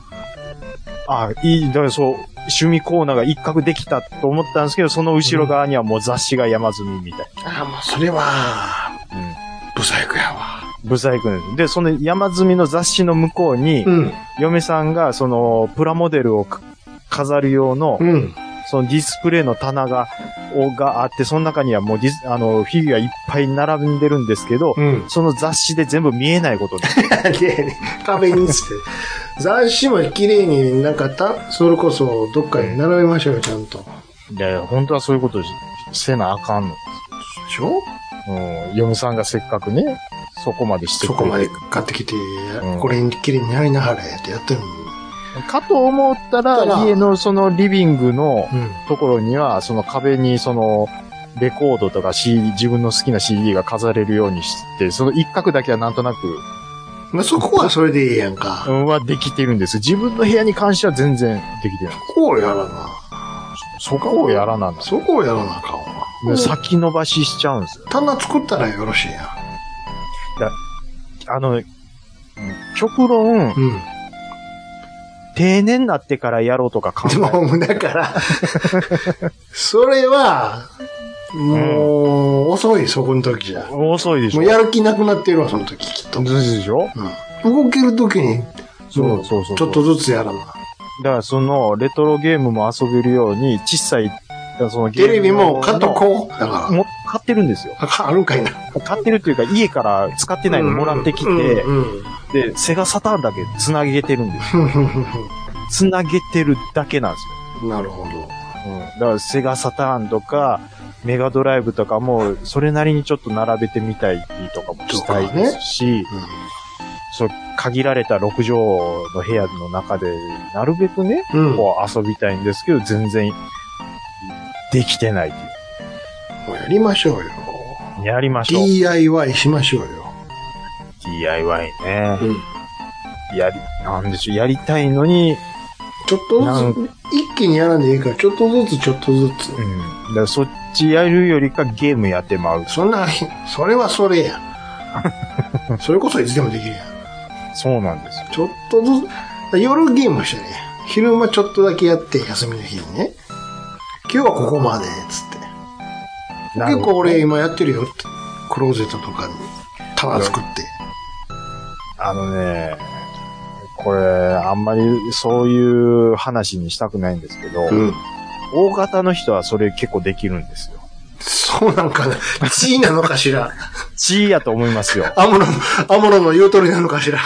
あいい、だからそう、趣味コーナーが一角できたと思ったんですけど、その後ろ側にはもう雑誌が山積みみたいああ、もうそれは、な。うん。不細工やわ。ブサイクなんです。で、その山積みの雑誌の向こうに、うん。嫁さんがそのプラモデルをか飾る用の、うん。そのディスプレイの棚が、をがあって、その中にはもうディス、あの、フィギュアいっぱい並んでるんですけど、うん。その雑誌で全部見えないことです。 で、壁に して。雑誌も綺麗になんかた、それこそどっかに並べましょうよ、ちゃんと。でいやいや、本当はそういうことしせなあかんの。しょうん、嫁さんがせっかくね、そこまでしてくそれてこまで買ってきて、んこれに綺麗にやりなはれってやってるのに。かと思ったたら、ら家のそのリビングのうん。ところには、その壁にその、レコードとか CD、自分の好きな CD が飾れるようにして、その一角だけはなんとなく、まあ、そこはそれでいいやんうか。んはできてるんです。自分の部屋に関しては全然できてない。こうやらな。そこをやらなんだ。そこをやらなあかんでわ。先延ばししちゃうんですよ。棚作ったらよろしいやん。あの、極論、 うん。定年になってからやろうとか考でえも、だから、それは、もう、遅い、そこの時じゃ。遅いでしもょうやる気なくなってるわ、その時、きっと。ずでしょうん。動ける時に、そうそうそう。ちょっとずつやらな。だからその、レトロゲームも遊べるように、小さい、そのゲーテムレビも買っとう。こう。だから、もう買ってるんですよ。ああるんかいな。買ってるというか、家から使ってないのもらってきうんて、うんで、セガサターンだけ繋げてるんですよ。繋げてるだけなんですうん なるほど。よ。うん。だからセガサターンとか、メガドライブとかも、それなりにちょっと並べてみたいとかもしたいですし、そう、限られた6畳の部屋の中で、なるべくね、うん。うん。もこう遊びたいんですけど、全然、できてないっていうやりましょうよ。う。やりましょう。 DIY しましょうよ。 DIY ね。うん。やり、なんでしょう、やりたいのに、ちょっとなんずつ、一気にやらんでいいから、ちょっとずつ、ちょっとずつ。うん。だからそっちやるよりかゲームやってまう。そんな、それはそ れや。それこそいつでもできるやん。そうなんですよ。ちょっとずつ、夜ゲームしてね。昼間ちょっとだけやって、休みの日にね。今日はここまで、つって。なる結ほ構ど俺今やってるよって。クローゼットとかに棚作って。あのね、これ、あんまりそういう話にしたくないんですけど、うん。大型の人はそれ結構できるんですよ。そうなんかな。地位なのかしら。。地位やと思いますよ アムロの、アムロの言う通りなのかしら。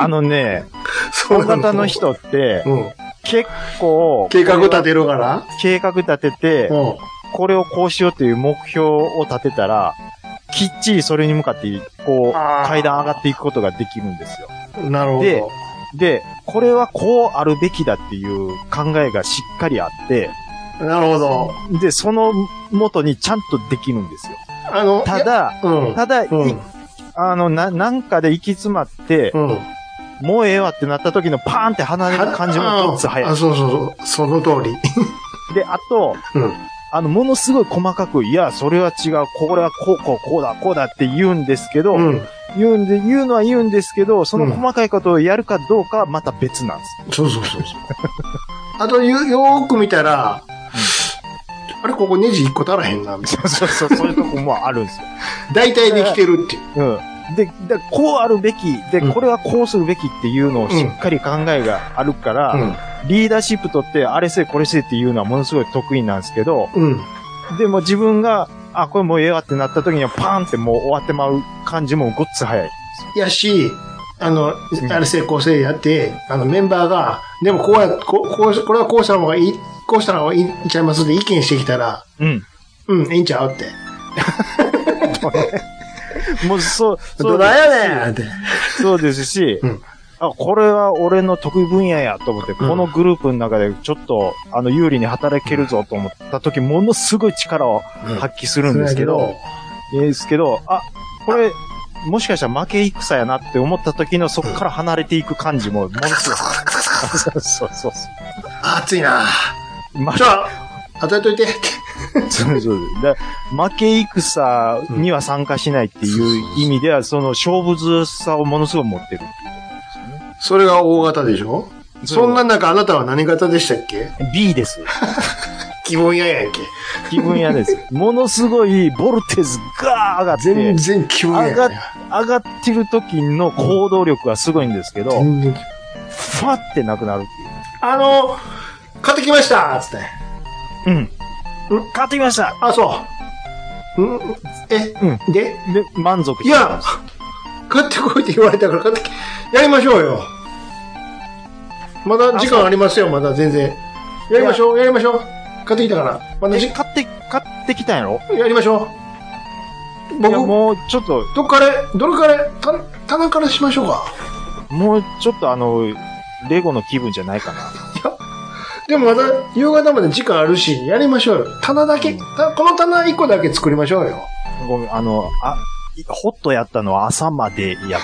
あのね、そう大な型の。人って、うん。結構、計画立てるから。計画立ててう、ん。これをこうしようっていう目標を立てたら、きっちりそれに向かって、こう、あー階段上がっていくことができるんですよ。なるほでど。で、これはこうあるべきだっていう考えがしっかりあって、なるほど。で、その元にちゃんとできるんですよ。あの、たいや、だ、うん。ただ、いうん。あの、な、なんかで行き詰まって、うん。もうええわってなった時のパーンって離れる感じもどっつあ、早い。そうそうそう。その通り。で、あと、うん。あの、ものすごい細かく、いや、それは違う、これはこう、こう、こうだ、こうだって言うんですけど、うん。言うんで、言うのは言うんですけど、その細かいことをやるかどうかはまた別なんです。そうそうそうそう。あと、よ、よーく見たら、あれ、ここネジ1個足らへんな、みたい な。そうそう、そういうとこもあるんですよ。大体できてるっていう。うん。で、でこうあるべき、で、うんこれはこうするべきっていうのをしっかり考えがあるから、うん。リーダーシップとって、あれせいこれせいっていうのはものすごい得意なんですけど、うん。でも自分が、あ、これもうええわってなった時にはパーンってもう終わってまう感じもごっつ早い。やし、あのう、んあれ成功せいやって、あの、メンバーが、でもこうや、こう、こう、これはこうした方がいい、こうした方がいいんちゃいますって意見してきたら、うん。うん、いいんちゃうって。もうそう、そどうでなすやねんって。そうですし、うんあ、これは俺の得意分野やと思って、このグループの中でちょっと、あの、有利に働けるぞと思った時、ものすごい力を発揮するんですけど、ですけど、あ、これ、もしかしたら負け戦やなって思った時のそこから離れていく感じも、ものすごい。そうそうそうそあ熱いなう。まちょ、与えといてって。そうそうだ負け戦には参加しないっていう意味では、その勝負強さをものすごい持ってるっていうことですよね。それが大型でしょそうそんな中あなたは何型でしたっけ B です。気分屋やんけ。気分 屋です。ものすごいボルテージがー上がって、全然気分屋上がやっね上がってる時の行動力がすごいんですけど、フ全然ァってなくなるっあの、買ってきましたつって。ていう。うん。買ってきましたあ、そう。んえ、うでで、満足いしてたんやですよ。、買ってこいって言われたから買ってき、やりましょうよ。まだ時間ありますよ、まだ全然。やりましょう、やりましょう。買ってきたから。まだえじ、買って、買ってきたんやろやりましょう。いや、僕、もうちょっと、どっから、どれから、た棚からしましょうか。もうちょっとあの、レゴの気分じゃないかな。でもまだ夕方まで時間あるし、やりましょうよ。棚だけ、たこの棚1個だけ作りましょうよ。ごめん、あの、あ、ホットやったのは朝までやってんやわ。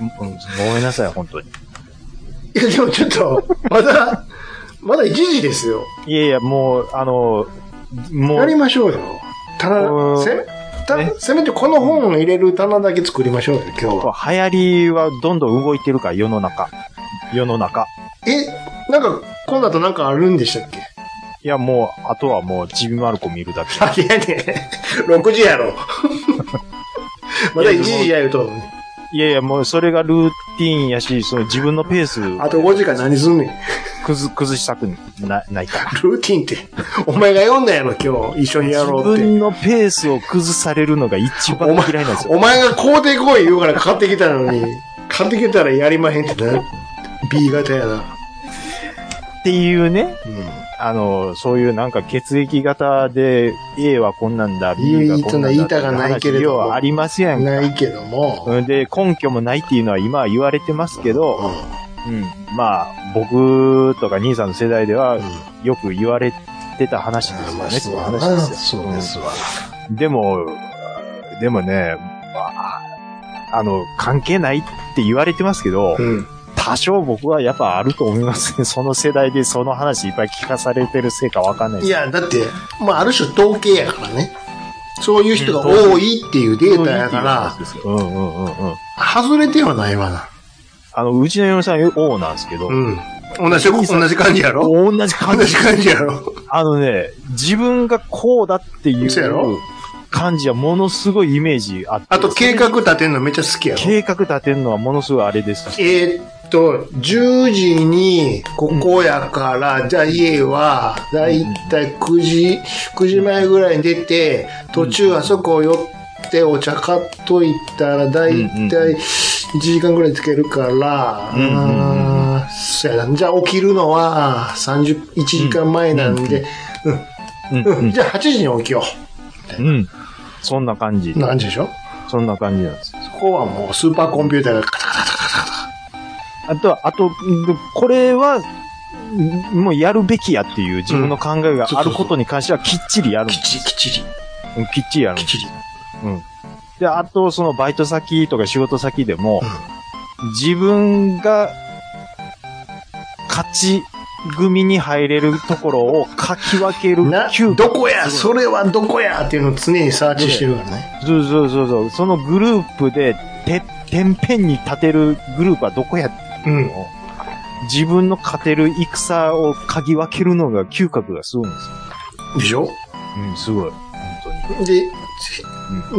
うんうんごめんなさい、本当に。 いや、でもちょっと、まだ、まだ1時ですよ。いやいや、もう、あの、もやりう、ましょうよ。う棚、んせめ、たねせめてこの本を入れる棚だけ作りましょうよ、今日は。流行りはどんどん動いてるから、世の中。世の中。え、なんか、今度となんかあるんでしたっけいや、もう、あとはもう、ちびまる子見るだけ。あ、いや ね、6時やろ。 まだ1時や言うと、いやいや、もう、それがルーティーンやし、その自分のペース、あと5時間何すんねん。崩、崩したくなないから。ルーティンって。お前が読んだやろ、今日。一緒にや自ろうって。分のペースを崩されるのが一番お前嫌いなんですよ。 お前が買うてこい言うから買ってきたのに、買ってきたらやりまへんってな。B 型やな。っていうね、あの、そういうなんか血液型で A はこんなんだ、B がこんなんだって話。言いたがないけれど要はありますやうんん。か。ないけども。で、根拠もないっていうのは今は言われてますけうんど、うん、まあ、僕とか兄さんの世代ではうんよく言われてた話であすよまあね、っていうそうやな話ですよ。そうですわ。うんでも、でもね、まあ、あの、関係ないって言われてますけど、うん。多少僕はやっぱあると思いますね。そ の世代でその話いっぱい聞かされてるせいかわかんないでいす。や、だって、まあ、ある種統計やからね。そういう人が多いっていうデータやから、うんうんうんうん。外れてはないわな。あの、うちの嫁さん、王なんですけど、うん。同じ、同じ感じやろ同じ同感じじ。感じやろあのね、自分がこうだっていそうやろう感じはものすごいイメージあって。あと、計画立てんのめっちゃ好きやろ計画立てるのはものすごいあれです。えーっと、10時にここやから、じゃあ家は、だいたい9時、9時前ぐらいに出て、途中あそこ寄ってお茶買っといたら、だいたい1時間ぐらいつけるから、んうんうんあーそうやな。じゃあ起きるのは30、1時間前なんで、うん、うん、うん、じゃあ8時に起きよ うん。そんな感じう。。なんでしょそんな感じなんです。そこはもうスーパーコンピューターがカタカタカタカタあとは、あと、うんこれは、うんもうやるべきやっていう自分の考えがあることに関してはきっちりやるんできっちりきっちりす。うんきっちりやるんできっす。ちり。で、あと、そのバイト先とか仕事先でも、自分が勝ち組に入れるところをかき分けるな、嗅どこや、そそれはどこやっていうのを常にサーチしてるからね。そうそうそうそう。そのグループで、て、てんぺんに立てるグループはどこやっていうのを、自分の勝てる戦をかぎ分けるのが嗅覚がすごいんですよ。でしょうん、すごい。本で、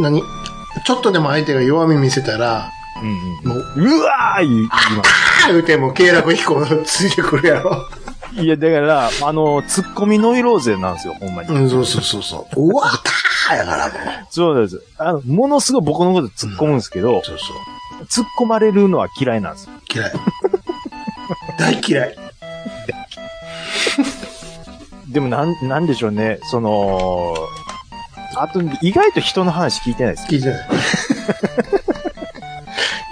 何ちょっとでも相手が弱み見せたら、当に。うんもうん。う、う わーい言います。あー言うても軽楽飛行ついてくるやろ。いや、だから、あの、ツッコミノイローゼなんですよ、ほんまに。うん、そうそうそう そう。うわたーやからもう。そうです。あの、ものすごい僕のこと突っ込むんですけど、そうそう。突っ込まれるのは嫌いなんですよ。嫌い。大嫌い。でも、なん、なんでしょうね、その、あと、意外と人の話聞いてないです。聞いてない。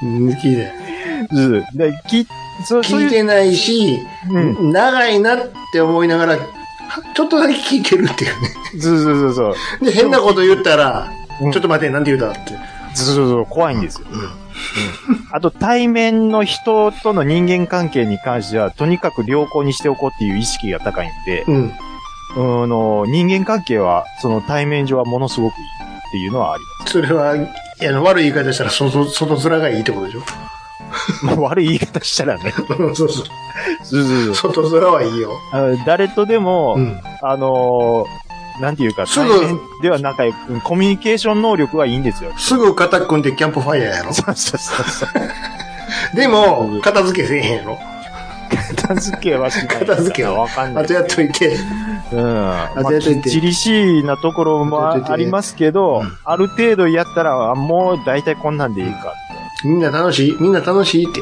うん聞いてない。うん。で、き、そそう聞いいう、てないし、うん。長いなって思いながら、ちょっとだけ聞いてるっていうね。そうそうそうそう。で、変なこと言ったら、うんちょっと待って、なんて言うたって。そうそうそう、怖いんですよ。うんあと、対面の人との人間関係に関しては、とにかく良好にしておこうっていう意識が高いんで、うん。うーんの人間関係は、その対面上はものすごくいいっていうのはありそれは、いや悪い言い方したら、外、外面がいいっ てことでしょます。まあ、悪い言い方したらね。そうそそう。うそうそう。外面はいいよ。あの誰とでも、うん。あのーなんていうか、す対ぐ面では仲良く、コミュニケーション能力はいいんですよ。すぐ肩組んでキャンプファイヤーやろ。そうそうそうそう。でも、片付けせえへんやろ。片付けはしない。片付けはわかんなあいと。やっといて。うん。まあとやっといてきっちりしいなところもあとやあっといてありますけど、ある程度やったら、あもう大体こんなんでいいか。みんな楽しいみんな楽しいって。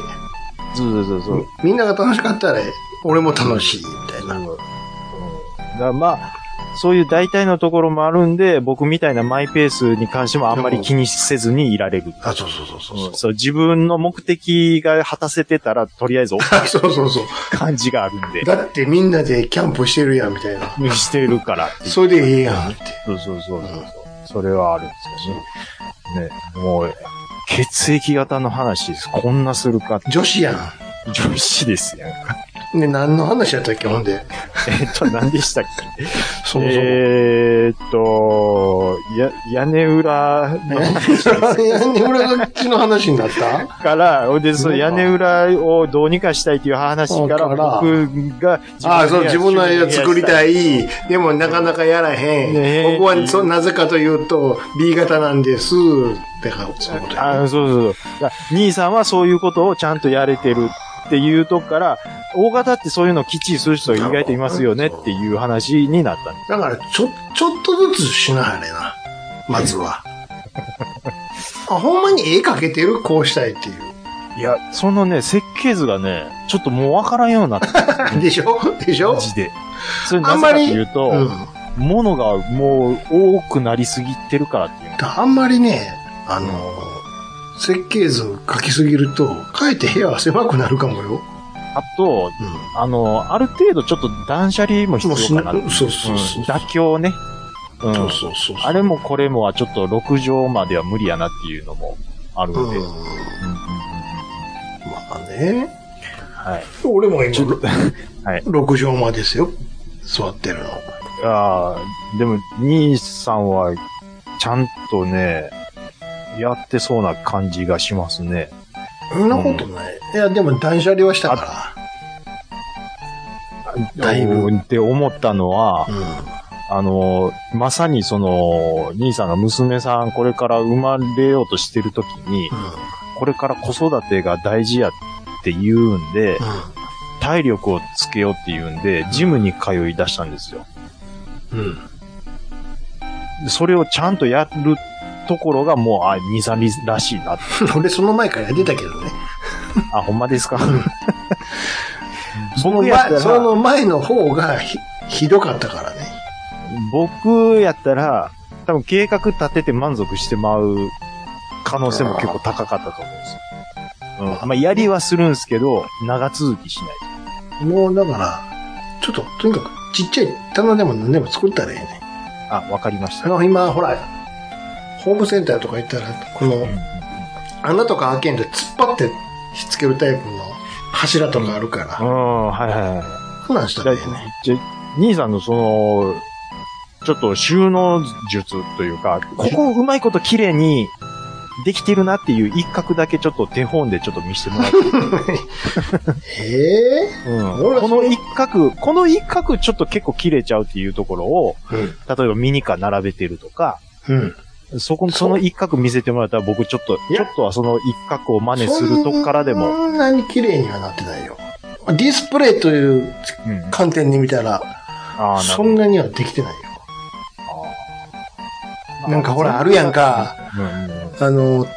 そうそうそう。みんなが楽しかったら、俺も楽しい、みたいな。うんだからまあ、そういう大体のところもあるんで、僕みたいなマイペースに関してもあんまり気にせずにいられる。あ、そうそうそうそうそう。そう自分の目的が果たせてたら、とりあえ ずあ そうそうそう。感じがあるんで、だってみんなでキャンプしてるやん、みたいな。してるからっていうそれでええやん、って。そうそうそうそうそう。それはあるんですよね。ね、もう、血液型の話です。こんなするか。女子やん。女子ですやんか。ね、何の話やったっけ、ほんで。 えっと、何でしたっけそもそも。えーっと、や、屋根裏の屋根裏楽器の話になったから、 ほんで、その屋根裏をどうにかしたいという話から、あから僕がああ、そう、自分の絵を作りい。たい。でも、なかなかやらへねえん。僕は、そう、なぜかというと、B 型なんです。って、そういうことやあそうそうそう。だから兄さんはそういうことをちゃんとやれてるっていうとこから、大型ってそういうのをきっちりする人意外といますよねっていう話になったんでだから、ちょ、ちょっとずつしなはれな。まずは。 あ、ほんまに絵描けてるこうしたいっていう。す。いや、そのね、設計図がね、ちょっともうわからんようになった。でしょでしょマジ で。それあなんぜかまとり、いうと、うん。物がもう多くなりすぎてるからっていうの。あんまりね、あの、設計図を描きすぎると、かえって部屋は狭くなるかもよ。あと、うあの、ある程度ちょっと断捨離もん。必もうす要なかなっていう。そうそうそうう。ん妥協ね。うん。そうそうそう。あれもこれもはちょっと6畳までは無理やなっていうのもあるうんので。。まあね。はい。俺も今、 はい6畳間ですよ。座ってるの。ああ、でも、兄さんは、ちゃんとね、やってそうな感じがしますね。そんなことない。いや、でも断捨離はしたかだいぶって思ったのは、ら。うん。あの、まさにその、兄さんが娘さんこれから生まれようとしてる時に、これから子育てが大事やって言うんで、体力をつけようって言うんで、ジムに通い出したんですよ。うん。うん。 でそれをちゃんとやるところがもう、あ、兄さんらしいな。俺その前からやってたけどね。あ、ほんまですかその 僕やった前、らその前の方がひひどかったからね。僕やったら、多分計画立てて満足してまう可能性も結構高かったと思うんですよ。うん。まあ、やりはするんですけど、長続きしない。もうだから、ちょっと、とにかくちっちゃい棚でも何でも作ったらええね。あ、わかりましあた。の、今、ほら、ホームセンターとか行ったら、この、穴とか開けんで突っ張ってしつけるタイプの柱とかあるかうら、ん、はいはいはい。そんなんしたらええね。じゃ、兄さんのその、ちょっと収納術というか、ここうまいこと綺麗にできてるなっていう一角だけちょっと手本でちょっと見せてもらって。 へえ うん、この一角、この一角ちょっと結構切れちゃうっていうところを、うん。例えばミニカー並べてるとか、うん。そこ、その一角見せてもらったら僕ちょっと、いちょやっとはその一角を真似するとこからでも、そんなに綺麗にはなってないよ。ディスプレイといううん、観点で見たら、あーそんなにはできてないよ。あーなんかほら、あるやんか。うんうんあの、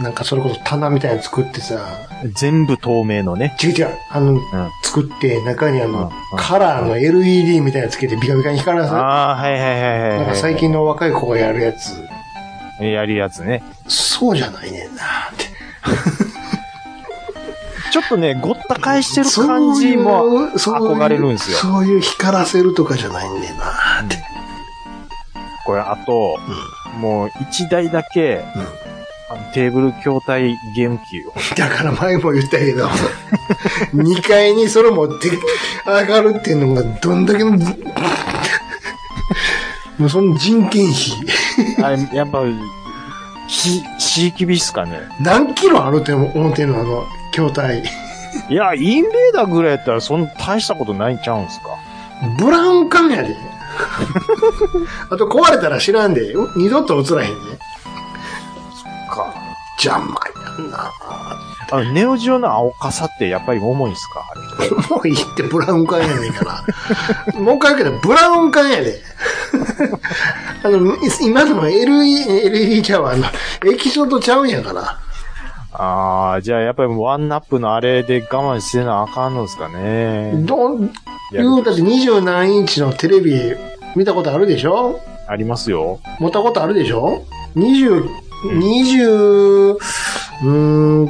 なんかそれこそ棚みたいなの作ってさ、うん全部透明のね。違う違う、あの、作って中にあの、カラーの LED みたいなのつけてビカビカに光らせああ、はいはいはいはいはい。なんか最近の若い子がやるやつ、やるやつね。そうじゃないねんなって。ちょっとね、ごった返してる感じもそういう憧れるんですよ。そういう光らせるとかじゃないんだよなって。これ、あと、もう一台だけ、あのテーブル筐体ゲーム機を。だから前も言ったけど、2階にそれ持って上がるっていうのがどんだけの、 もうその人件費、あれやっぱ、し、しいきびっすかね。何キロあるって思ってんのあの、筐体。いや、インベーダーぐらいやったらそんな大したことないんちゃうんすか。ブラウン管やで。 あと壊れたら知らんで、う二度と映らへんで。か。邪魔やんなあの、ネオジオの青傘ってやっぱり重いんすかあれもういいってブラウン管やねんから。もう一回言うけど、ブラウン管やで。あの、今の LED、LED ちゃうわあの、液晶とちゃうんやから。あー、じゃあやっぱりワンナップのあれで我慢してなあかんのですかね。どん、いや言うたって二十何インチのテレビ見たことあるでしょありますよ。持ったことあるでしょ二十、二十、うーん、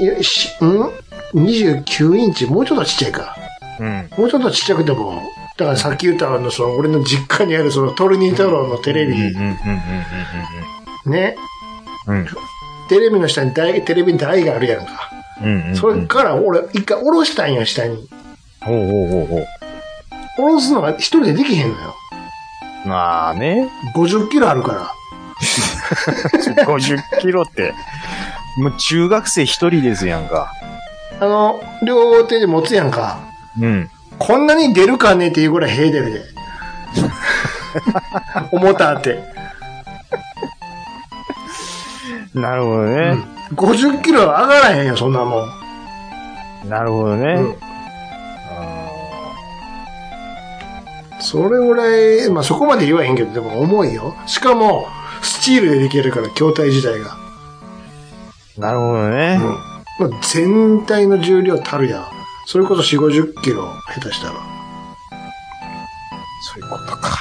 よし、ん二十九インチもうちょっとちっちゃいか。うん。もうちょっとちっちゃくても、だからさっき言ったあの、その、俺の実家にあるそのトルニータローのテレビ、うんうんうんね。うんうんテレビの下に台、テレビ台があるやんか。うんうんうんうん。それから俺、一回下ろしたんよ、下に。おうおうおうおう。おろすのが一人でできへんのよ。まあね。 50キロあるから。 50キロって。もう中学生一人ですやんか。あの、両手で持つやんか。うん。こんなに出るかねっていうぐらい平出るで。 思ったって。なるほどね。 50キロ上がらへんよ、そんなもん。なるほどね。うんそれぐらい、まあ、そこまで言わへんけど、でも重いよ。しかも、スチールでできるから、筐体自体が。なるほどね。まあ、全体の重量たるやん。それこそ4、50キロ、下手したら。そういうことか。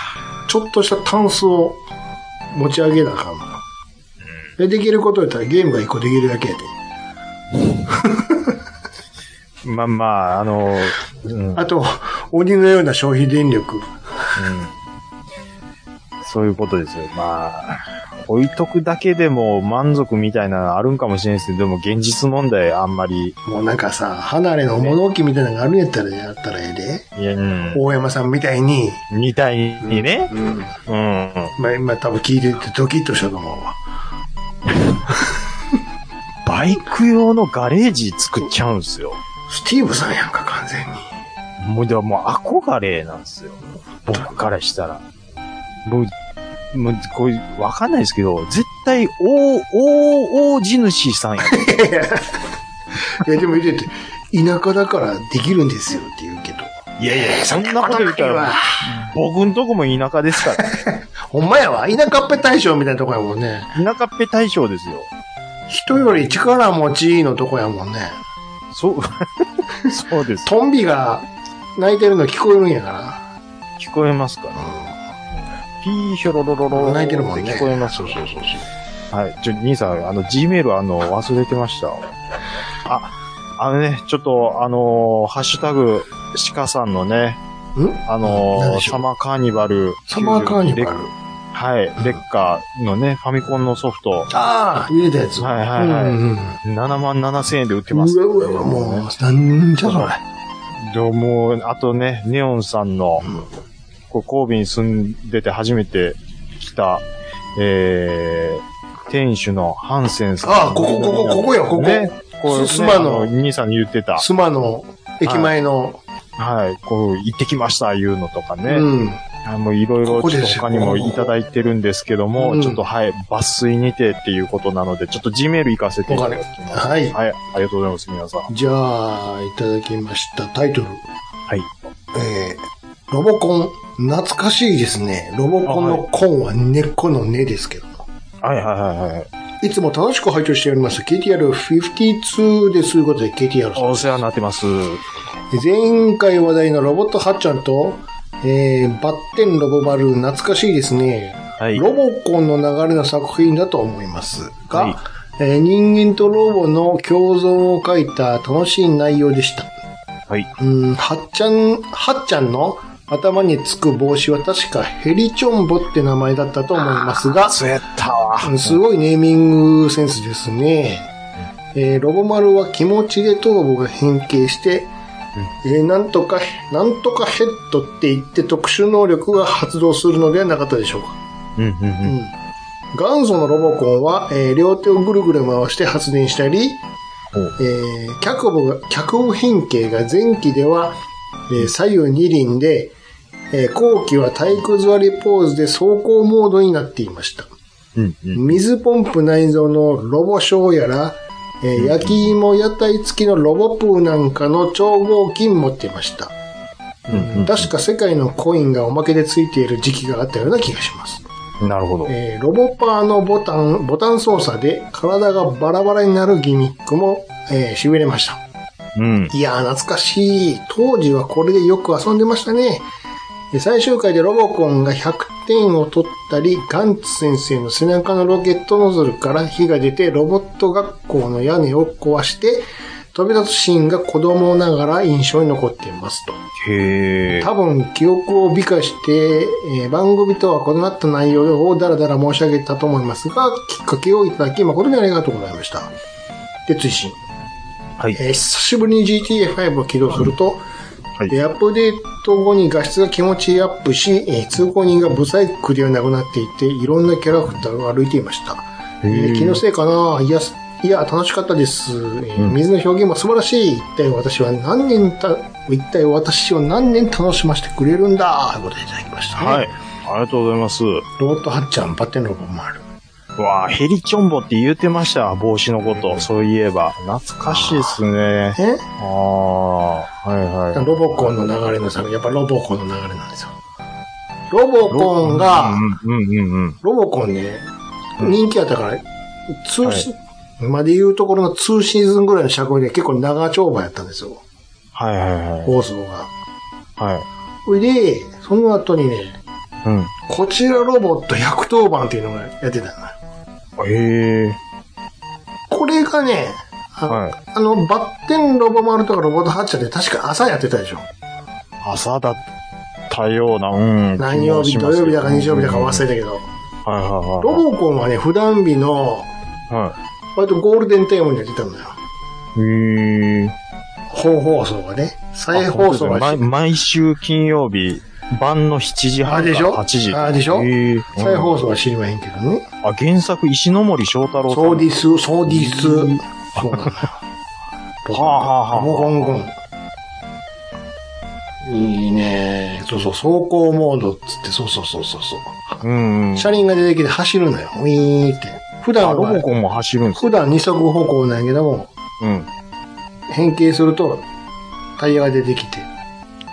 ちょっとしたタンスを持ち上げなあかんのよ。でできることやったらゲームが一個できるだけやで。まあまあ、あの、うん、あと、 鬼のような消費電力。そういうことですよ。まあ、置いとくだけでも満足みたいなのあるんかもしれないですけど、でも現実問題あんまり、もうなんかさ、離れの物置みたいなのがあるんやったらやったらええで。いや、うん、大山さんみたいに、みたいにね。うん。うん。まあ今多分聞いててドキッとしたと思うわ。バイク用のガレージ作っちゃうんですよ。スティーブさんやんか、完全に。もう、でももう憧れなんですよ。僕からしたら。もう、もう、これ、わかんないですけど、絶対、大、大、大地主さんや。いや、でも言ってて、田舎だからできるんですよって言うけど。 いやいや、そんなこと言った いわら、僕んとこも田舎ですから、ほんまやわ。田舎っぺ大将みたいなとこやもんね。田舎っぺ大将ですよ。人より力持ちのとこやもんね。そう、そう です。トンビが泣いてるの聞こえるんやか聞こえますかねら。うんピーヒョロロロロ。泣いてるもんね。聞こえます。そうそうそうはい。ちょ、兄さん、あの、G メール、あの、忘れてました。あ、あのね、ちょっと、あのーハッシュタグ、鹿さんのね、そう。んあのー何でしょうサマーカーニバル。サマーカーニバレル。はい。レッカーのね、ファミコンのソフト、ああ、入れたやつ。はいはいはいうんうん7万7千円で売ってうん、ます。うわうわうわ、もう、なんじゃそれ。でももう、あとね、ネオンさんの、こう神戸に住んでて初めて来た、えー、店主のハンセンさん。ああここここここよここね、こう、ね、すすまのあ兄さんに言ってた。須磨の駅前の、はい、こう、行ってきました、いうのとかね。うん。あもういろいろここちょでっすとよ他にもいただいてるんですけども、うんちょっとはい、抜粋にてっていうことなので、ちょっと G メール行かせていただきます。わかりましたはい、ありがとうございます、皆さん。じゃあ、いただきました。タイトル。はい。えー、ロボコン。懐かしいですね。ロボコンのコンは根っこの根ですけど。はいはいはいはい。いつも楽しく拝聴しております。KTR52 です。ということで KTR さんお世話になってます。前回話題のロボットハッチャンと、えー、バッテンロボバル懐かしいですね。はい。ロボコンの流れの作品だと思いますが、はいえー人間とロボの共存を書いた楽しい内容でした。はい。うん、はっちゃん、はっちゃんの頭につく帽子は確かヘリチョンボって名前だったと思いますが、そうやったわ。うんすごいネーミングセンスですね。えーロボ丸は気持ちで頭部が変形して、えーなんとか、なんとかヘッドって言って特殊能力が発動するのではなかったでしょうか。うんうんうん。元祖のロボコンは、えー両手をぐるぐる回して発電したり、おえー脚部が、脚部変形が前期では、えー左右二輪で、えー後期は体育座りポーズで走行モードになっていました。うんうん。水ポンプ内蔵のロボショーやら、えー焼き芋屋台付きのロボプーなんかの超合金持っていました。うん確か世界のコインがおまけで付いている時期があったような気がします。うん。なるほど。えーロボパーのボタン、ボタン操作で体がバラバラになるギミックも、えー、痺れました。うん。いやー、懐かしい。当時はこれでよく遊んでましたね。で最終回でロボコンが100点を取ったり、ガンツ先生の背中のロケットノズルから火が出て、ロボット学校の屋根を壊して、飛び立つシーンが子供ながら印象に残っていますと。へえ。多分記憶を美化して、えー番組とは異なった内容をだらだら申し上げたと思いますが、きっかけをいただき誠にありがとうございました。で、追伸。はい。えー久しぶりに GTA5 を起動すると、はいで、アップデート後に画質が気持ちアップし、えー通行人がブサイクではなくなっていて、いろんなキャラクターが歩いていました。えー気のせいかないや、すいや、楽しかったです。えー水の表現も素晴らしい。一体私は何年た、一体私を何年楽しませてくれるんだということでいただきました、はい。。ありがとうございます。ロボットハッチャン、バッテンロボもある。わあ、ヘリチョンボって言うてました、帽子のこと。そういえば。懐かしいですね。えああ、はいはい。ロボコンの流れの作品、やっぱロボコンの流れなんですよ。ロボコンが、うんうんうんうん。ロボコンね、人気やったから、通信、まで言うところの2シーズンぐらいの尺で結構長丁場やったんですよ、はいはいはい。放送が。はい。それで、その後にね、うん。こちらロボット110番っていうのがやってたのよ。ええこれがね、あの、はいあのバッテンロボ丸とかロボットハッチャーって確か朝やってたでしょ。朝だったような、うん。何曜日、気土もしますよ曜日だか日曜日だか忘れたけど。うんはいはいはい。ロボコンはね、普段日の、は割とゴールデンテーマにやってたのよ。い。へえ。本放送がね。再放送あそがうですね毎毎週金曜日、晩の7時あ半でしょから8時。あでしょへえ再放送は知りまへんけどね。あ、原作、石ノ森章太郎さん。ソーディス、ソーディス。そうなのよ。はあはあはあロボコンゴン。いいねそうそう、走行モードっつって、そうそうそうそうそう。うんうん。車輪が出てきて走るのよ。ウィーンって。普あ段ロボは、コンも走るんです普段二足歩行なんやけども、うん。変形すると、タイヤが出てきて。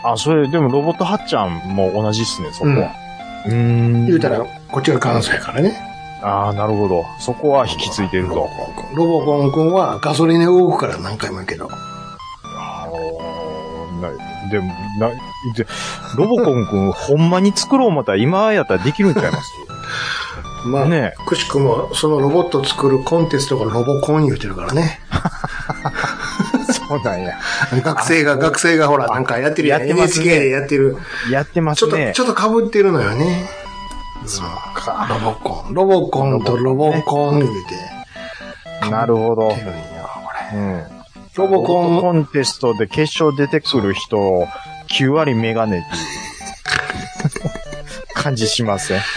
あ、それ、でもロボットハッチャンも同じっすね、そこは。うーん。言うたら、こっちが関西やからね。ああ、なるほど。そこは引き継いでるロボと。コン君ロボコン君はガソリンで動くから何回も言うけど。あーなでも、な、で、ロボコンくん、ほんまに作ろう思ったら今やったらできるんちゃいますまあ、ねくしくも、そのロボット作るコンテストがロボコン言うてるから ね。 そうなんや。学生が、学生がほら、なんかやってるやんやってますね NHK でやってる。やってまちょすっと、ね。ちょっと被ってるのよね。そうか。ロボコン。ロボコンとロボコン言うて。なるほど被っ。てるんやこれうん。ロボコンコンテストで決勝出てくる人、9割メガネっていう 感じしません。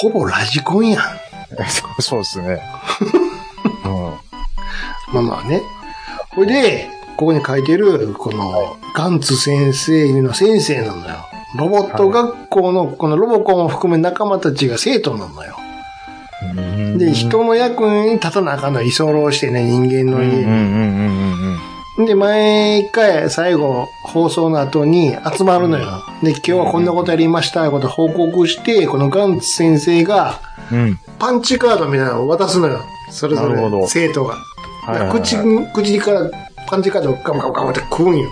ほぼラジコンやん。そうそうですね。うまあまあね。ほいで、ここに書いてる、この、ガンツ先生いうのは先生なのよ。ロボット学校の、このロボコンを含め仲間たちが生徒なのよ。ん。で、人の役に立たなあかんの居候してね、人間のうんうんう家んうんうんうん。に。で、毎回最後、放送の後に集まるのよ。で、今日はこんなことやりました、こと報告して、このガンツ先生が、うん。パンチカードみたいなのを渡すのよ。それなぞるほれ、ど生徒が。はいはいはい口に、口からパンチカードをガブガブガブって食うんよ。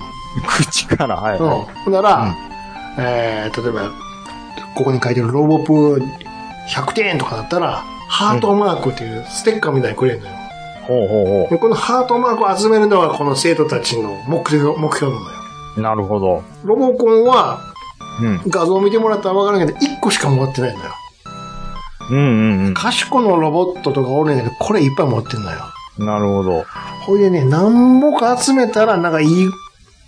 口から、はい。うん。ほんなら、えー、例えば、ここに書いてるロボプ100点とかだったら、ハートマークっていうステッカーみたいにくれるのよ。ほうほうほでこのハートマークを集めるのがこの生徒たちの目標目標なのよ。う。なるほど。ロボコンはうん。画像を見てもらったらわかるけど、1個しか持ってないのよ。うんうん賢のロボットとかおるんやけど、これいっぱい持ってんのよ。うん。なるほど。ほいでね、なんぼか集めたら、なんかいい、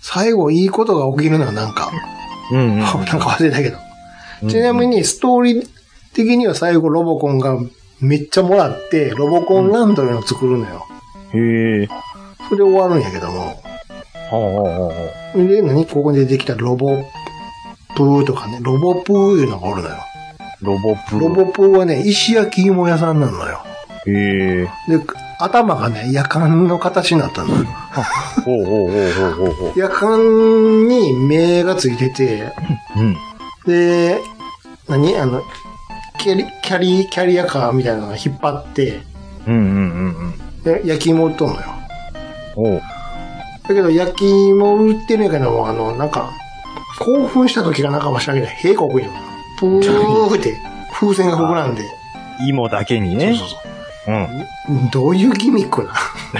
最後いいことが起きるのよ、なんか。うんうん。 なんか忘れたけど。うんちなみに、ストーリー的には最後ロボコンがめっちゃもらって、ロボコンランドいうのを作るのよ。へえ。それで終わるんやけども。ほうほうほうほう。で、何ここに出てきたロボプーとかね、ロボプーいうのがおるのよ。ロボプロ。ロボプーはね、石焼き芋屋さんなのよ。へえ。で、頭がね、夜間の形になったのよ。ほうほうほうほうほうほう。夜間に目がついてて、うん。で、何あの、キャリ、キャリ、キャリアカーみたいなのが引っ張って、うんうんうんうん。で焼き芋売っとんのよ。おう。だけど、焼き芋売ってるんやけども、あの、なんか、興奮した時がなんかもしらんけど、屁こくよ。プーって、風船が膨らんで。芋だけにね。そうそううん。そう。どういうギミックな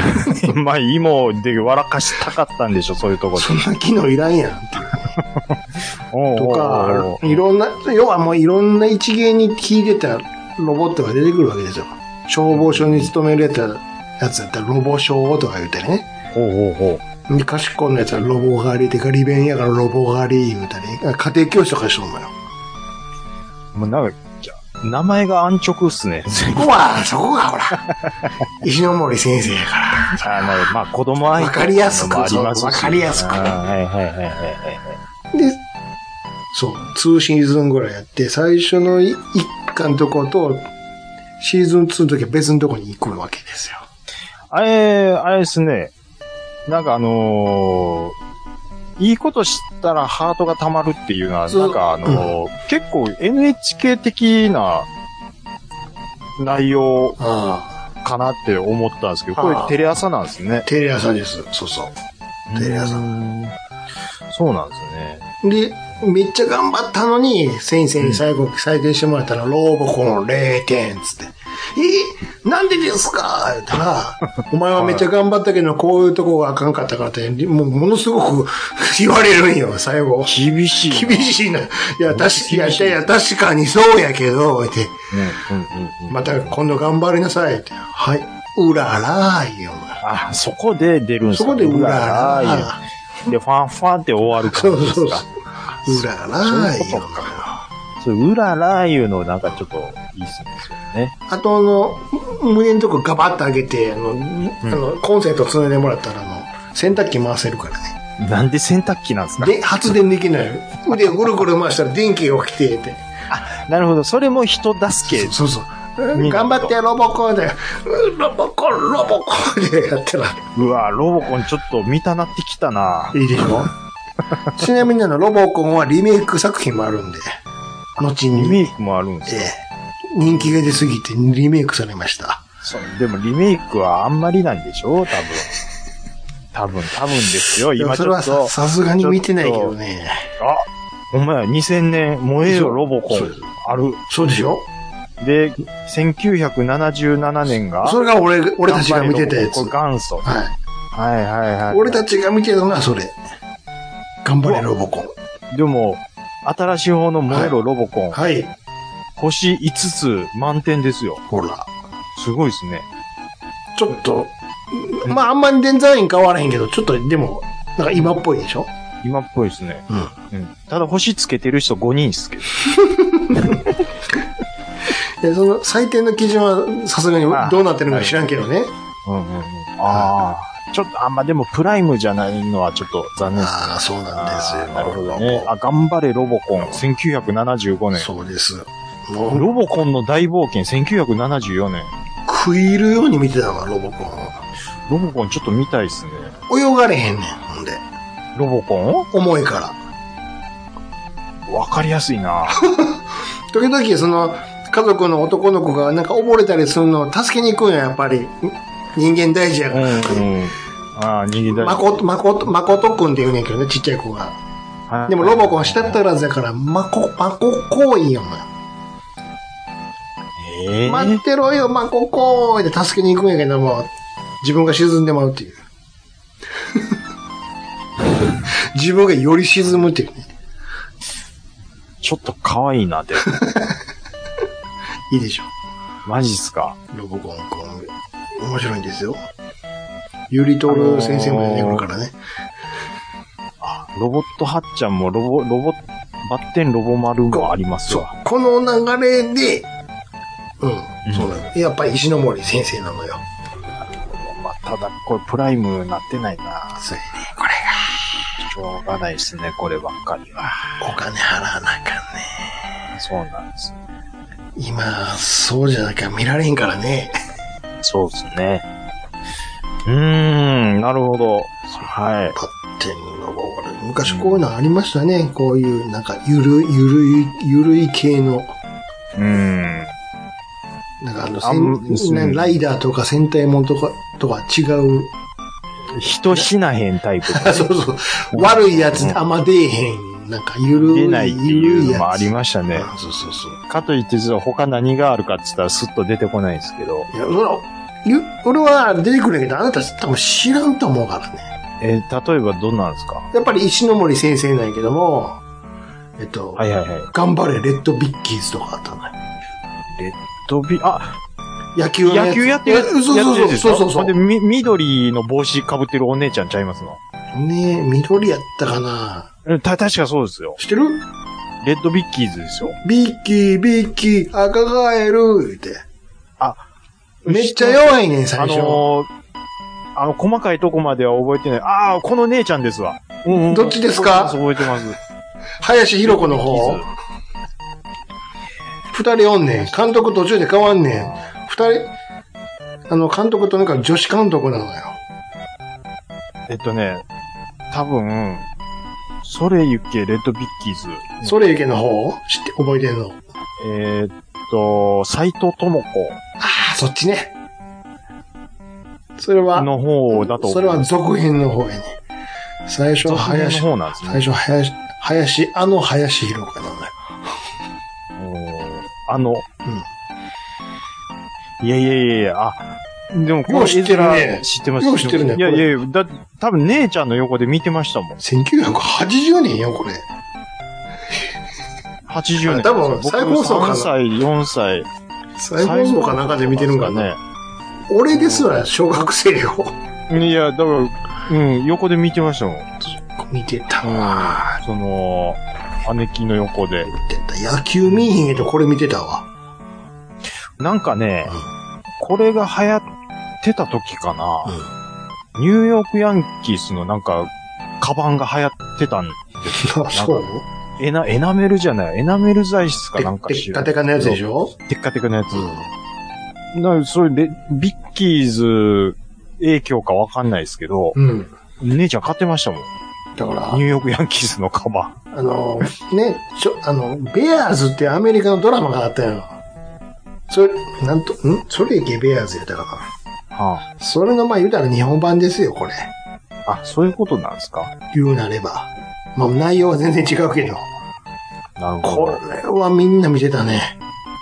まあ、芋で笑かしたかったんでしょ、そういうとこそんな機能いらんやんっていう。ろ。とか、うんいろんな、要はもういろんな一芸に聞いてたロボットが出てくるわけですよ。消防署に勤めるやつやつだったらロボ消防とか言うてね。ほうほうほう。で、賢いのやつはロボ狩りでガリ弁やからロボ狩り、言うたり、家庭教師とかしとんのよ。もうなんか、じゃ名前が安直っす ね。そこは、そこがほら、石ノ森先生やから。あの、まあ、子供愛わかりやすくもありますしわかりやすくあーはいはいはいはいで、そう、2シーズンぐらいやって、最初の1巻のとこと、シーズン2の時は別のとこに行くわけですよ。はい。あれ、あれですね。なんかあのーいいことしたらハートが溜まるっていうのは、そうなんかあのー結構 NHK 的な内容あかなって思ったんですけど、これはあテレ朝なんですねあ。。テレ朝です。そうそう。テレ朝うんそうなんですね。で、めっちゃ頑張ったのに、先生に最後採点してもらったら、ローボコン0点っつって。えなんでですか言ったら、お前はめっちゃ頑張ったけど、こういうとこがあかんかったからって、もうものすごく 言われるんよ、最後。厳しい。厳しいな。いや、確かいやいや、確かにそうやけど、って。うんうんうんうんまた今度頑張りなさいって。はい。うららーいよ、お前あ、そこで出るんですそかこでうらうらららーいで、ファンファンって終わるー。そ感うじでそすうそか。う。うららーいよ。そううららーいうのなんかちょっといいっすね。あと、あの、胸のとこガバッと上げて、あの、あのコンセントつないでもらったら、あの、洗濯機回せるからね。なんで洗濯機なんですかで、発電できない。腕をぐるぐる回したら電気が起きて、って。なるほど。それも人助け。そうそう。見ないと頑張って、ロボコンで、うんロボコン、ロボコンでやってら、うわロボコンちょっと見たなってきたないいでしょ ちなみにあの、ロボコンはリメイク作品もあるんで、後リに、メイクもあるんですえよ。え人気が出すぎてリメイクされました。そうでもリメイクはあんまりなんでしょ多分。多分、多分ですよ。いや今ちそれょはっとさ。さすがに見てないけどね。あ、ほんまや、2000年、燃えよロボコンそうです、ある。そうでしょで、1977年が、それが俺、俺たちが見てたやつ。これは元祖。はいい。はいはい。俺たちが見てたのはそれ。頑張れ、ロボコン。でも、新しい方の燃えろロボコン、はい。星5つ満点ですよ。ほら。すごいですね。ちょっと、まああんまりデザイン変わらへんけど、ちょっとでも、なんか今っぽいでしょ今っぽいですね。うん。うん。ただ星つけてる人5人っすけど。で、その採点の基準はさすがにどうなってるのか知らんけどね。うんうんうん。ああ。ちょっと、あんまでもプライムじゃないのはちょっと残念ですね。ああ、そうなんですあよ。ーなるほどね。あ、頑張れロボコン、1975年。そうです。もう、ロボコンの大冒険、1974年。食い入るように見てたわ、ロボコン。ロボコンちょっと見たいっすね。泳がれへんねん、ほんで。ロボコ重いから。ンわかりやすいな時々、その、家族の男の子がなんか溺れたりするのを助けに行くんや、やっぱり。人間大事やうかんうら。ん。ああ、逃げ出まこと、まこと、まことくんって言うねんけどね、ちっちゃい子が。でもロボコンしたったらずやから、まこ、まここいやもん。ええ待ってろよ、まここーいで助けに行くんやけども、自分が沈んでまうって いう。自分がより沈むっていうね。ちょっと可愛いな、でも。いいでしょ。マジっすか。ロボコン、こう面白いんですよ。ゆりとる先生も出てくるからね。ロボットはっちゃんもロボ、ロボ、バッテンロボ丸もありますそうわ。。この流れで、うん、そうなの。やっぱり石ノ森先生なのよ。まあ、ただ、これプライムなってないな。ついね、しょうがないですね、こればっかりは。これ、お金払わなあかんね。そうなんです。今、そうじゃなきゃ見られへんからね。そうですね。うーん、なるほど。はい。パッテンのボール。昔こういうのありましたね。こういう、なんか、ゆる、ゆるい、ゆるい系の。うーん。なんかあの、あん戦うんライダーとか戦隊もんとか、とは違う。人死なへんタイプ。あ そうそう。悪いやつあんま出えへん。なんか、ゆるい。出ないっていうのもありましたゆるいねやつ。あそうそうそう。かといって、他何があるかって言ったらスッと出てこないんですけど。いや、そら、ゆ俺は出てくるんやけど、あなた多分知らんと思うからね。えー例えばどんなんですかやっぱり石ノ森先生なんやけども、えっと、はいはいはい。頑張れ、レッドビッキーズとかあったのよ。飛び、あ、野球のやつ野球やってる、そうやってるでしょそうそうそうそほうんで、み、緑の帽子被ってるお姉ちゃんちゃいますの。ねえ、緑やったかなうんた、確かそうですよ。知ってるレッドビッキーズですよ。ビッキー、ビッキー、赤ガエル、言うて。あ、めっちゃ弱いねん、最あ初。のーあの、細かいとこまでは覚えてない。ああ、この姉ちゃんですわ。うん、うん。どっちですか覚えてます。林博子の方。二人おんねん。監督途中で変わんねん。二人、あの、監督となんか女子監督なのよ。えっとね、多分、それゆけレッドビッキーズ。それゆけの方知って、覚えてんの。えーっと、斎藤智子ああ、そっちね。それは、の方だと思う。それは続編の方やね。最初は続編の林、方なんですね。最初は林、林、あの林博子なのよ。おーあの、いやいやいやいや、あ、でもよう知ってるね絵面知ってますよう知ってるねいやこいれやいや、だ、多分姉ちゃんの横で見てましたもん。 1980年よ、これ。 80年。多分僕再放送かな3歳、4歳。最高層かなんかで見てるんかね。。俺ですら小学生をいや、だから、うん、横で見てましたもん。見てたわ。うん。その、姉貴の横で。見てた。野球見えへんけど、これ見てたわ。なんかね、うんこれが流行ってた時かな、ニューヨークヤンキースのなんか、カバンが流行ってたん、あ そうエナ、エナメルじゃない、エナメル材質かなんかてして縦金のやつでしょテッカテカのやつ。うなそれで、ビッキーズ影響かわかんないですけど、ん。うん。姉ちゃん買ってましたもん。だからニュ、ーヨークヤンキースのカバン。あの、ね、ちょ、あの、ベアーズってアメリカのドラマがあったよ。それ、なんと、んそれいけベアーズやったかはな。それの、まあ言うたら日本版ですよ、これ。あ、あ、そういうことなんですか言うなれば。まあ内容は全然違うけど。なるほこど。れはみんな見てたね。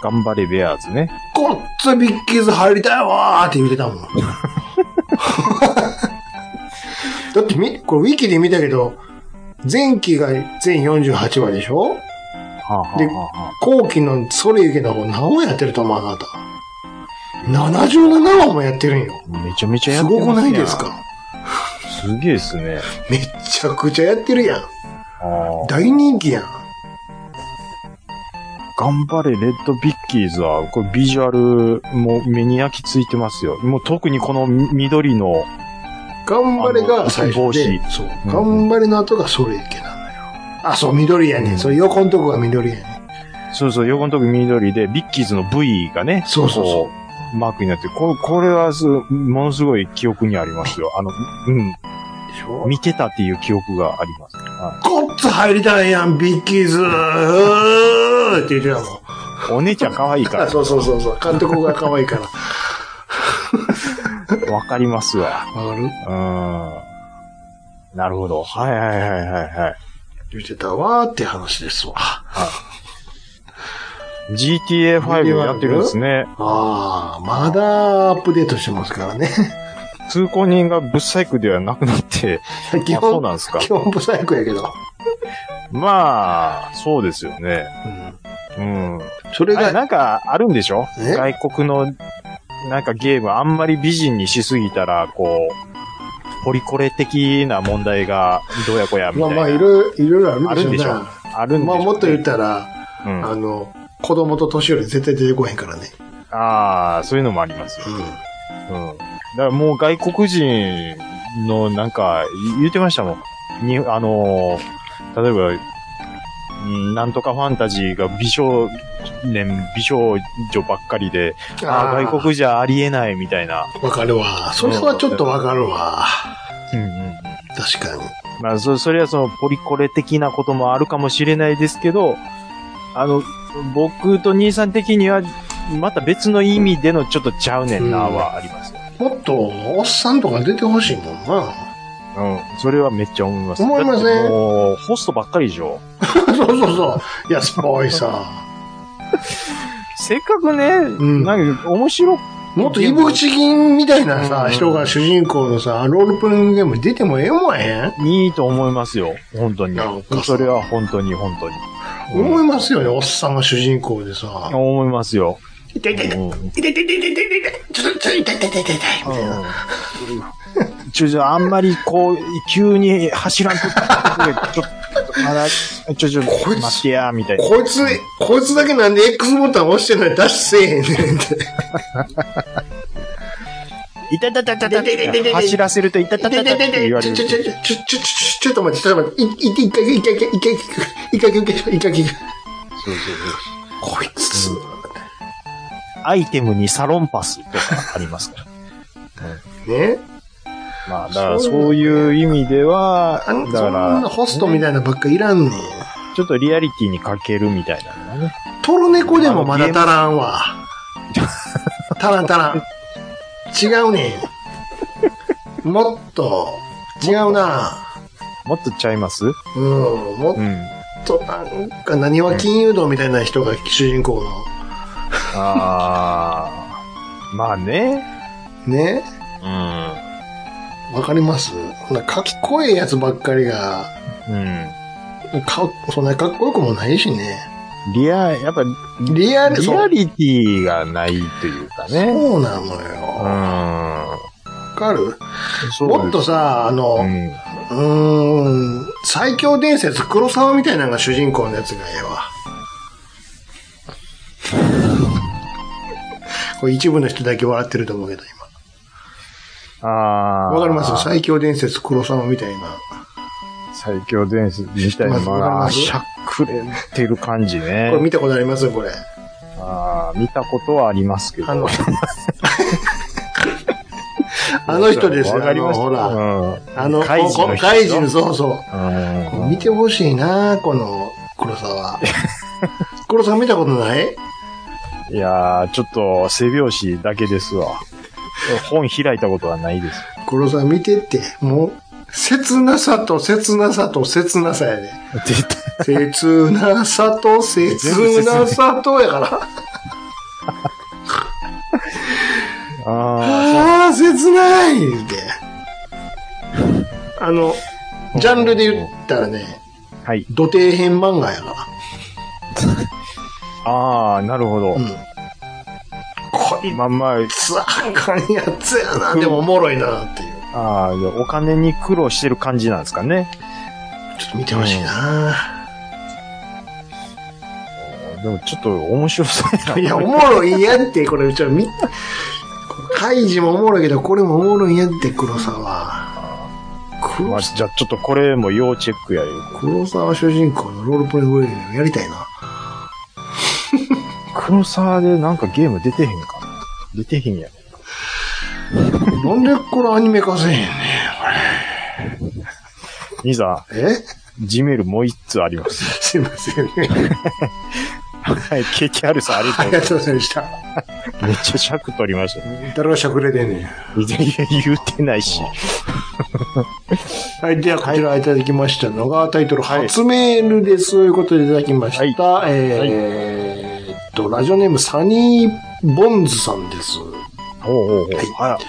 頑張れベアーズね。こっつビッキーズ入りたいわーって言っ てたもん。だってみ、これウィキで見たけど、前期が全48話でしょはあ、はあはあは後期のそれゆけの方何話やってると思うあなた。77話もやってるんよ。あ、めちゃめちゃやすってますごねくないですかすげえですね。めっちゃくちゃやってるやん。あー大人気やん。頑張れ、レッドビッキーズは、これビジュアル、もう目に焼き付いてますよ。もう特にこの緑の、頑張れが最初あでの、帽子そう。うん頑張れの後がそれゆけなのよ。あ、そう、緑やねん。そう、横のとこが緑やねん。そうそう、横のとこ緑で、ビッキーズの V がね、そうそうそうこうマークになって、ここれはす、ものすごい記憶にありますよ。あの、うでしょん、見てたっていう記憶があります。はこっつ入りたいやん、ビッキーズーって言ってたもん。い、お姉ちゃん可愛い かあそうそうそうそう。監督が可愛いから。ら、わかりますわ。わかるうーん。なるほど。はいはいはいはいはい。言ってたわーって話ですわ。 GTA5 やってるんですね。ああ、まだアップデートしてますからね。通行人がブッサイクではなくなって、基あそう本、なんですか基。本不細工やけど。まあ、そうですよね。うん。うん。それあれが、なんかあるんでしょえ外国の、なんかゲームあんまり美人にしすぎたら、こう、ポリコレ的な問題がどうやこうやみまたあいな。まあ、いろいろ、いろいろああるるんんででししょうょな。あるんでしょまあ、もっと言っら。たら、うん、あの、子供と年寄り絶対出てこへんからね。ああ、そういうのもありますよ。うん。だからもう外国人のなんか、い言ってましたもん。に、あのー例えば、うんなんとかファンタジーが美少年、美少女ばっかりで、うん。ああ、ー外国じゃありえないみたいな。わかるわ。それはちょっとわかるわ。うんうん。確かに。まあ、そ、それはそのポリコレ的なこともあるかもしれないですけど、あの、僕と兄さん的には、また別の意味でのちょっとちゃうねんなはありますよ。もっと、おっさんとか出てほしいもんな。うん。それはめっちゃ思います。思いますねだってもう、ホストばっかりでしょ。そうそうそう。いや、スポイさせっかくね、んなんか面白く、ん。もっとイブチキンみたいなさ、うん人が主人公のさ、ロールプレイングゲームに出てもええもんやへん、いいと思いますよ。本当になんか。それは本当に本当に。思いますよね、おっさんが主人公でさ。思いますよ。痛い痛い痛いうん痛い痛い痛い痛い痛い痛いちょっと、ちょっと痛い痛い痛い痛い痛いみたいな。うんちょ、ちょ、あんまりこう、急に走らんと、ちょっと、まだ、ちょ、ちょ、こいつ待ってや、みたいな。こいつ、こいつだけなんで X ボタン押してないダッシュせえへんねんって。いたたたたたででででで走らせると、いたたたたたって言われちょ、るち。ょ、ちょ、ちょ、ちょ、ちょっと待って、ちょっと待って。い、い、一回、一回、一回、一回、一回、一回、一回、一回、こいつ、アイテムにサロンパスとかありますから。ね。まあ、だからそういう意味では、あんだそかんなら、ホストみたいなばっかいらんねん。ちょっとリアリティに欠けるみたいなのがね。トルネコでもまだ足らんわ。足らん足らん。違うねん。もっと、違うな。もっとちゃいますううん、もっん。と、なんか、何は金融道みたいな人が主人公の。ああ。まあね。ねうん。わかりますそんなかっこいいやつばっかりが、うん。か、そんなかっこよくもないしね。リア、やっぱ、リアル、リそアうリティがないというかね。そうなのうよ。ん。わかるそうですもっとさ、あの、うん。うーん、最強伝説、黒沢みたいなのが主人公のやつがええわ。 これ一部の人だけ笑ってると思うけど、あ今。あ。わかります最強伝説、黒沢みたいな。最強伝説みたいな知ってますのわかりが、ますしゃくれてる感じね これ。見たことありますこれ。あー見たことはありますけど。あの、あの人ですよ、わかありまの、した。ほら。うんあの、カイジの人カイジの、そうそうう。見てほしいなこの黒沢。黒沢見たことないん。いやー、ちょっと、背拍子だけですわ。本開いたことはない です。黒沢見てって、もう、切なさと切なさと切なさやで。絶対切なさと切なさとやから。あああ、切ない言うて。あの、ジャンルで言ったらね、ーはい。土底編漫画やから。ああ、なるほど。うん。こいまあまあ、つあかんやつやな。でもおもろいなっていう。ああ、お金に苦労してる感じなんですかね。ちょっと見てほしいなでもちょっと面白そうやな。い や、おもろいやって、これ、ちょ、み、カイジもおもろいけど、これもおもろいやって、黒沢。ま黒あ、じゃあちょっとこれも要チェックやよ。黒沢主人公のロールプレイングゲームやりたいな。黒沢でなんかゲーム出てへんかな出てへんやろ。なんでこれアニメ化せへんね兄さん。え ん、ジメルもう一つあります。 すいませんね。はい、KTR さんありがとあうござりいがとうございました。ます。めっちゃ尺取りましたね。誰がしゃくれてんねん。いやいや言うてないし。はい、ではこちらいただきましたのが、タイトル、初メールです。ということでいただきました。えーっと、ラジオネーム、サニー・ボンズさんです。ほうほうほう。はい。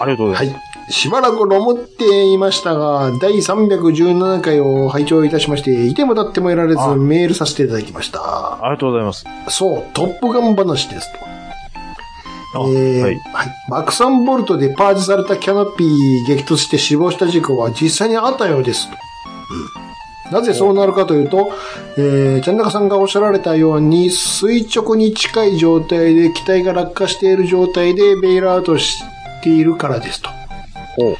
ありがとうござはいまい。しばらくロモっていましたが、第317回を拝聴いたしまして、いてもたってもいられずあメールさせていただきましす。た。ありがとうございます。そう、トップガン話ですと。あえーははいい。爆散ボルトでパージされたキャノピー激突して死亡した事故は実際にあったようですと。なぜそうなるかというと、えー、ちゃん中さんがおっしゃられたように、垂直に近い状態で機体が落下している状態でベイルアウトしているからですと。ほ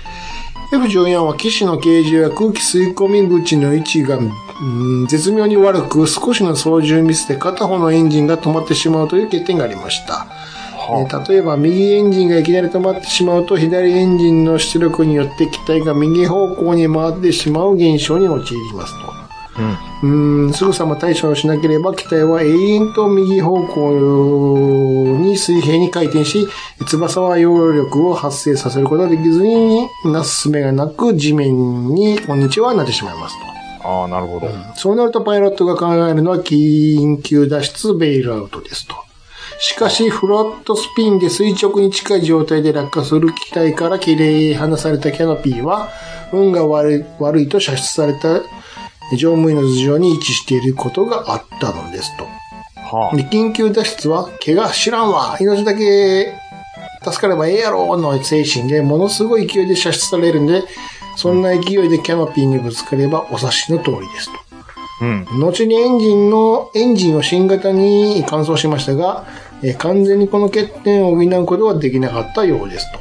う。 F14 は機種の形状や空気吸い込み口の位置が、うん絶妙に悪く、少しの操縦ミスで片方のエンジンが止まってしまうという欠点がありました。えー例えば、右エンジンがいきなり止まってしまうと、左エンジンの出力によって機体が右方向に回ってしまう現象に陥りますと。うーんすぐさま対処をしなければ機体は永遠と右方向に水平に回転し、翼は揚力を発生させることができずに、なすすめがなく地面にこんにちはになってしまいますと。ああ、なるほど。そうなるとパイロットが考えるのは緊急脱出ベイルアウトですと。しかし、フラットスピンで垂直に近い状態で落下する機体から切り離されたキャノピーは、運が悪い悪いと射出された乗務員の頭上に位置していることがあったのですと。はで緊急脱出は、怪我知らんわ命だけ助かればええやろの精神で、ものすごい勢いで射出されるんで、そんな勢いでキャノピーにぶつかればお察しの通りですと。うん。後にエンジンの、エンジンを新型に換装しましたが、えー完全にこの欠点を補うことはできなかったようですと。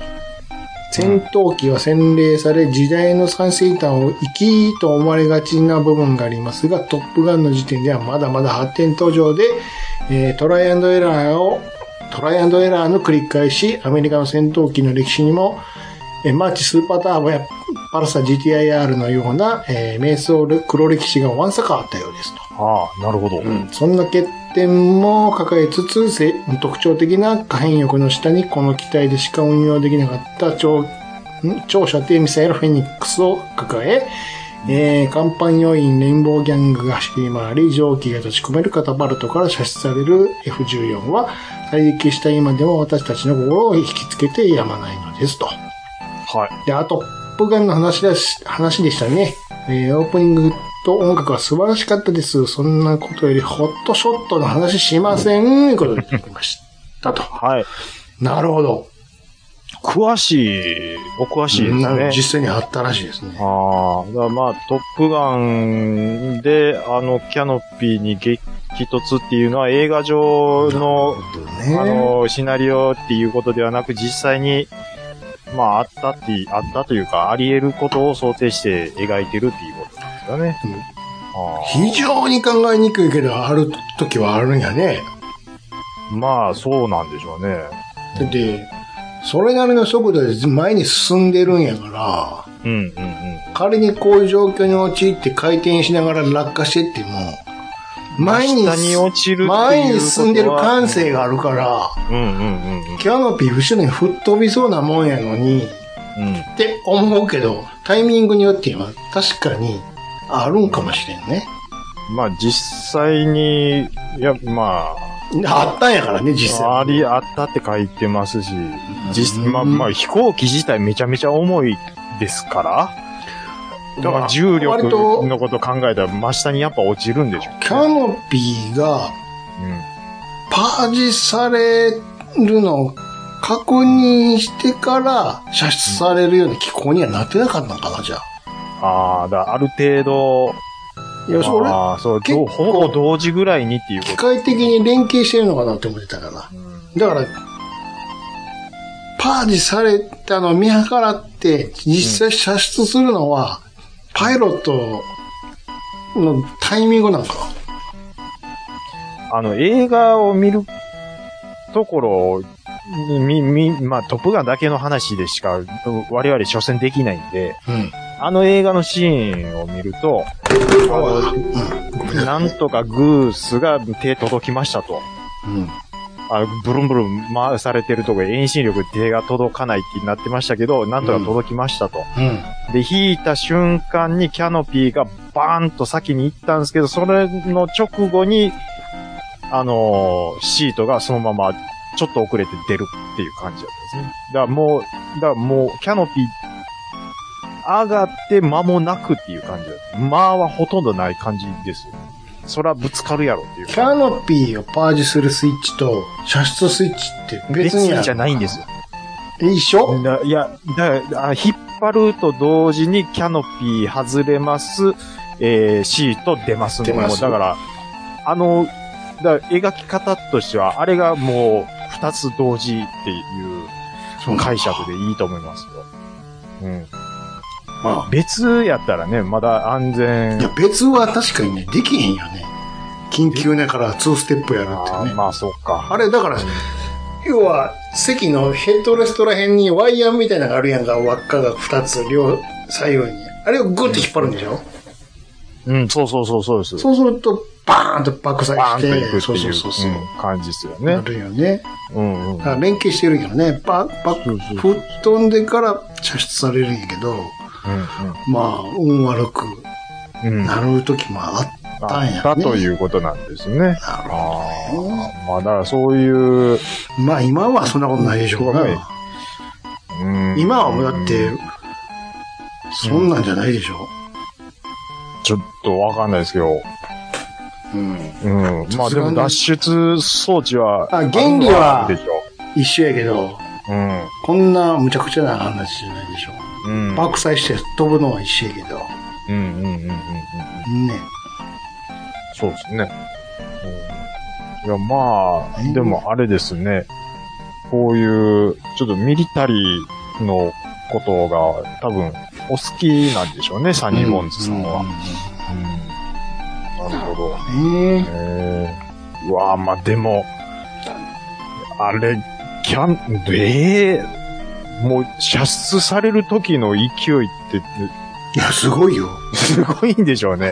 戦闘機は洗礼され、時代の最先端を生きと思われがちな部分がありますが、トップガンの時点ではまだまだ発展途上で、えートライアンドエラーを、トライアンドエラーの繰り返し、アメリカの戦闘機の歴史にも、えーマーチスーパーターボやパルサ GTIR のような、えー、迷走黒歴史がわんさかあったようですと。ああ、なるほど。そんな欠点も抱えつつ、せ特徴的な可変翼の下にこの機体でしか運用できなかった超、ん超射程ミサイルフェニックスを抱え、えー、甲板要員レインボーギャングが走り回り、蒸気が閉じ込めるカタパルトから射出される F14 は、退役した今でも私たちの心を引きつけてやまないのですと。はい。で、あと、トップガンの話だし、話でしたね。えーオープニングと音楽は素晴らしかったです。そんなことより、ホットショットの話しません。と いうことで、いただきましたと。はい。なるほど。詳しい、お詳しいですなね。実際にあったらしいですね。ああ、だからまあ、トップガンで、あの、キャノピーに激突っていうのは映画上の、ねあの、シナリオっていうことではなく、実際に、まあ、あったって、あったというか、あり得ることを想定して描いてるっていうことですよね。うんあ非常に考えにくいけど、ある時はあるんやね。ーまあ、そうなんでしょうね。だって、それなりの速度で前に進んでるんやから、うん、うん、うん。仮にこういう状況に陥って回転しながら落下してっても、前に下に落ちるっていうことは前に進んでる感性があるから、うん、うん、うん、キャノピー後ろに吹っ飛びそうなもんやのうん。に、って思うけど、タイミングによっては確かにあるんかもしれんね。まあ、実際に、いや、まあ、あったんやからね、実際。あり、あったって書いてますし、実、うんまあ、まあ、飛行機自体めちゃめちゃ重いですから、だから重力割とのこと考えたら真下にやっぱ落ちるんでしょうね、キャノピーがパージされるのを確認してから射出されるような気候にはなってなかったのかな、じゃあ。うん。ああ、だからある程度、いや、それ、ああ、そう、結構どうほぼ同時ぐらいにっていうこ機と。械的に連携してるのかなって思ってたから。だから、パージされたのを見計らって、実際射出するのは、パイロットのタイミングなんかあの、映画を見るところを、み、み、まあ、トップガンだけの話でしか、我々所詮できないんで、な。うん。あの映画のシーンを見ると、あのなんとかグースが手届きましたと。うん。あのブルンブルン回されてるところ遠心力で手が届かないってなってましたけど、なんとか届きましたと。うん。で、引いた瞬間にキャノピーがバーンと先に行ったんですけど、それの直後に、あのーシートがそのままちょっと遅れて出るっていう感じだったんですね。だからもう、だからもう、キャノピー、上がって間もなくっていう感じだった。間はほとんどない感じですよ。そらぶつかるやろっていう。キャノピーをパージするスイッチと射出スイッチって別別にあるにじゃないんですよ。一緒ないや、だから、あ引っ張ると同時にキャノピー外れます、えー、シート出ますの出ますもうだから、あの、だから描き方としては、あれがもう二つ同時っていう解釈でいいと思いますよ。うん。ま別やったらね、まだ安あ、いや全。別は確かにね、できへんよね。緊急だから2ステップやるってあねー。まあ、そうか。あれ、だから、要は、席のヘッドレストら辺にワイヤーみたいなのがあるやんか、輪っかが2つ、両、左右に。あれをグッて引っ張るんでしょ、うん、そうそうそうそうです。そうすると、バーンと爆砕バーンしとて、いくってそういそううそうそう、うん感じですよなね。るよね。うんうんだ。から連携してるんやろね。ババそうそう吹っ飛んでから射出されるんやけど、まあ、運悪くうんうん。なる時もあったんやね。だということなんですね。なるあほどね。あ、まあだからそういう、まあ今はそんなことないでしょううん、がうん今はもうだって、そんなんじゃないでしょちょっとわかんないですけど、う。うんうん。まあさすでがにも脱出装置は、あ原理はあるんでしょ一緒やけど、うん。こんな無茶苦茶な話じゃないでしょうん。爆砕して飛ぶのは一緒やけど。うんうんうんうんうんうん。ね。そうですね。うん、いや、まあ、でもあれですね。こういう、ちょっとミリタリーのことが多分お好きなんでしょうね、サニーボンズさんは。うんなるほど。うん。ねえー、うわぁ、まあ、でも、あれ、キャン、ええもう、射出される時の勢いって、いや、すご いよ。すごいんでしょうね。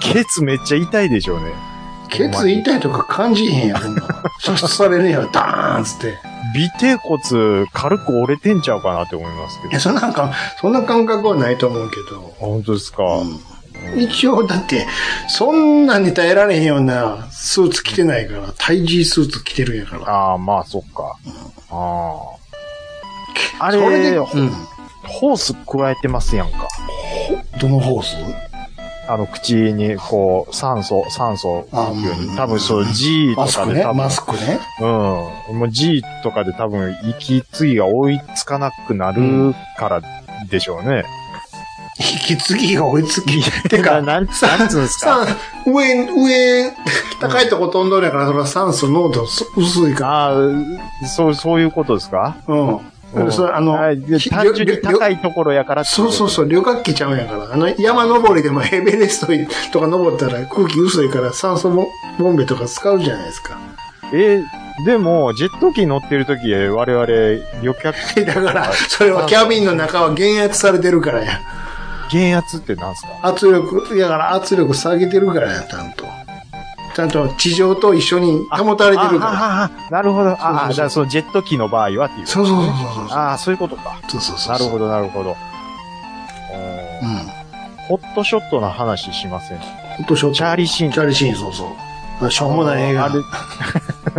ケツめっちゃ痛いでしょうね。ケツ痛いとか感じへんやん、そんな。射出されるんやろ、ダーンっつって。尾低骨軽く折れてんちゃうかなって思いますけいど。や、そんなか、そんな感覚はないと思うけど。本当ですか。一応、だって、そんなに耐えられへんようなスーツ着てないから、体重スーツ着てるんやから。ああ、まあ、そっか。ああ。あそれれ、で、うホん。ホース加えてますやんか。どのホースあの、口に、こう、酸素、酸素を吐くようあに。ー多分そう、G とマスかクでね多。分、マスクね。うん。もう G とかで多分、息継ぎが追いつかなくなるからでしょうね。引き継ぎが追いつ き。てなか、なん、なんつうんですか。酸上、上、高いとこ飛んどるんやから、それは酸素濃度す薄いか。ああ、そう、そういうことですからうん。だからそれあの、はいでひ単純に高りいょところやからりょそうそうう。そう、旅客機ちゃうんやから。あの、山登りでも エベレストとか登ったら空気薄いから酸素ボボンベとか使うじゃないですか。えー、でも、ジェット機乗ってる時、我々、旅客、だから、それはキャビンの中は減圧されてるからや。減圧ってなんですか圧力、だから圧力下げてるからや、ちゃんと。ちゃんと地上と一緒に保たれてるから。あああ、なるほど。ああ、そうそうそうじゃあそのジェット機の場合はっていう。そうそうそうそうそう。ああ、そういうことか。そうそうそう。なるほど。ど、なるほど。おうーん。ホットショットの話しません。ほんとショートチャーリーシーンチャーリーシーン、そうそう。しょうもない映画。あ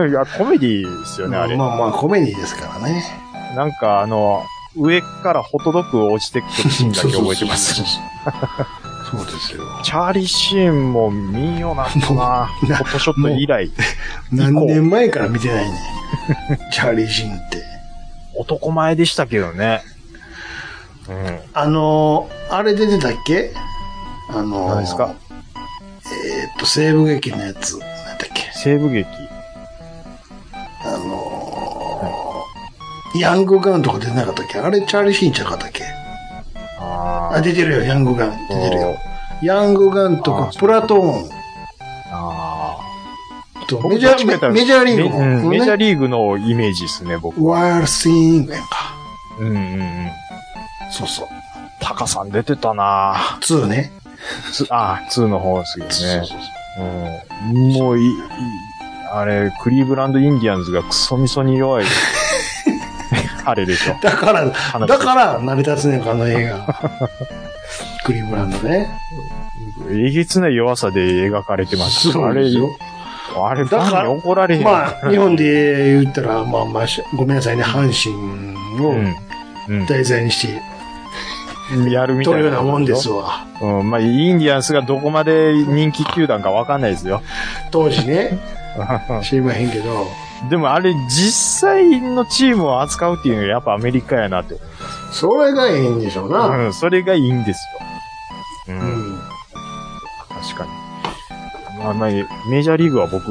れ、 いや、コメディですよね、あれ。まあまあ、コメディですからね。なんか、あの、上からホットドッグ落ちてくるシーンだけ覚えてます そう。そうそう。そうですよ。チャーリーシーンも見んように なったな。ホもうットショット以来、何年前から見てないね。 チャーリーシーンって。男前でしたけどね。うん。あのー、あれ出てたっけあのー、何ですかえーっと、西部劇のやつ。なんだっけ西部劇。あのー、ヤングガンとか出てなかったっけあれチャーリーシーンちゃなかったっけああ、ー出てるよ、ヤングガン。出てこるよう。ヤングガンとあかー、プラトーンあとあ。メジャー、メメジャーリーグメ,、うん、メジャーのね。リーグのイメージですね、僕は。ワイルスイングやんか。うんうんうん。そうそう。タカさん出てたな2ね。つああ、2の方ですけどそうね。そうそううん、もうい、いあれ、クリーブランドインディアンズがクソみそに 弱い。あれでしょ。 だから、だから、成り立つねんか、あの映画。 クリーブランドね。えげつない弱さで描かれてます。そあうれです、よ。あれ、フだからァンに怒られへん。まあ、日本で言ったら、まあまあ、しごめんなさいね、阪神うをん。う題材にして、ん。やるみたいな。撮るようなもんですわ。うん。まあ、インディアンスがどこまで人気球団かわかんないですよ。当 時ね、知りまへんけど。でもあれ、実際のチームを扱うっていうのはやっぱアメリカやなって。それがいいんでしょうな。うん、それがいいんですよ。う、うんん。確かに。まあまあ、メジャーリーグは僕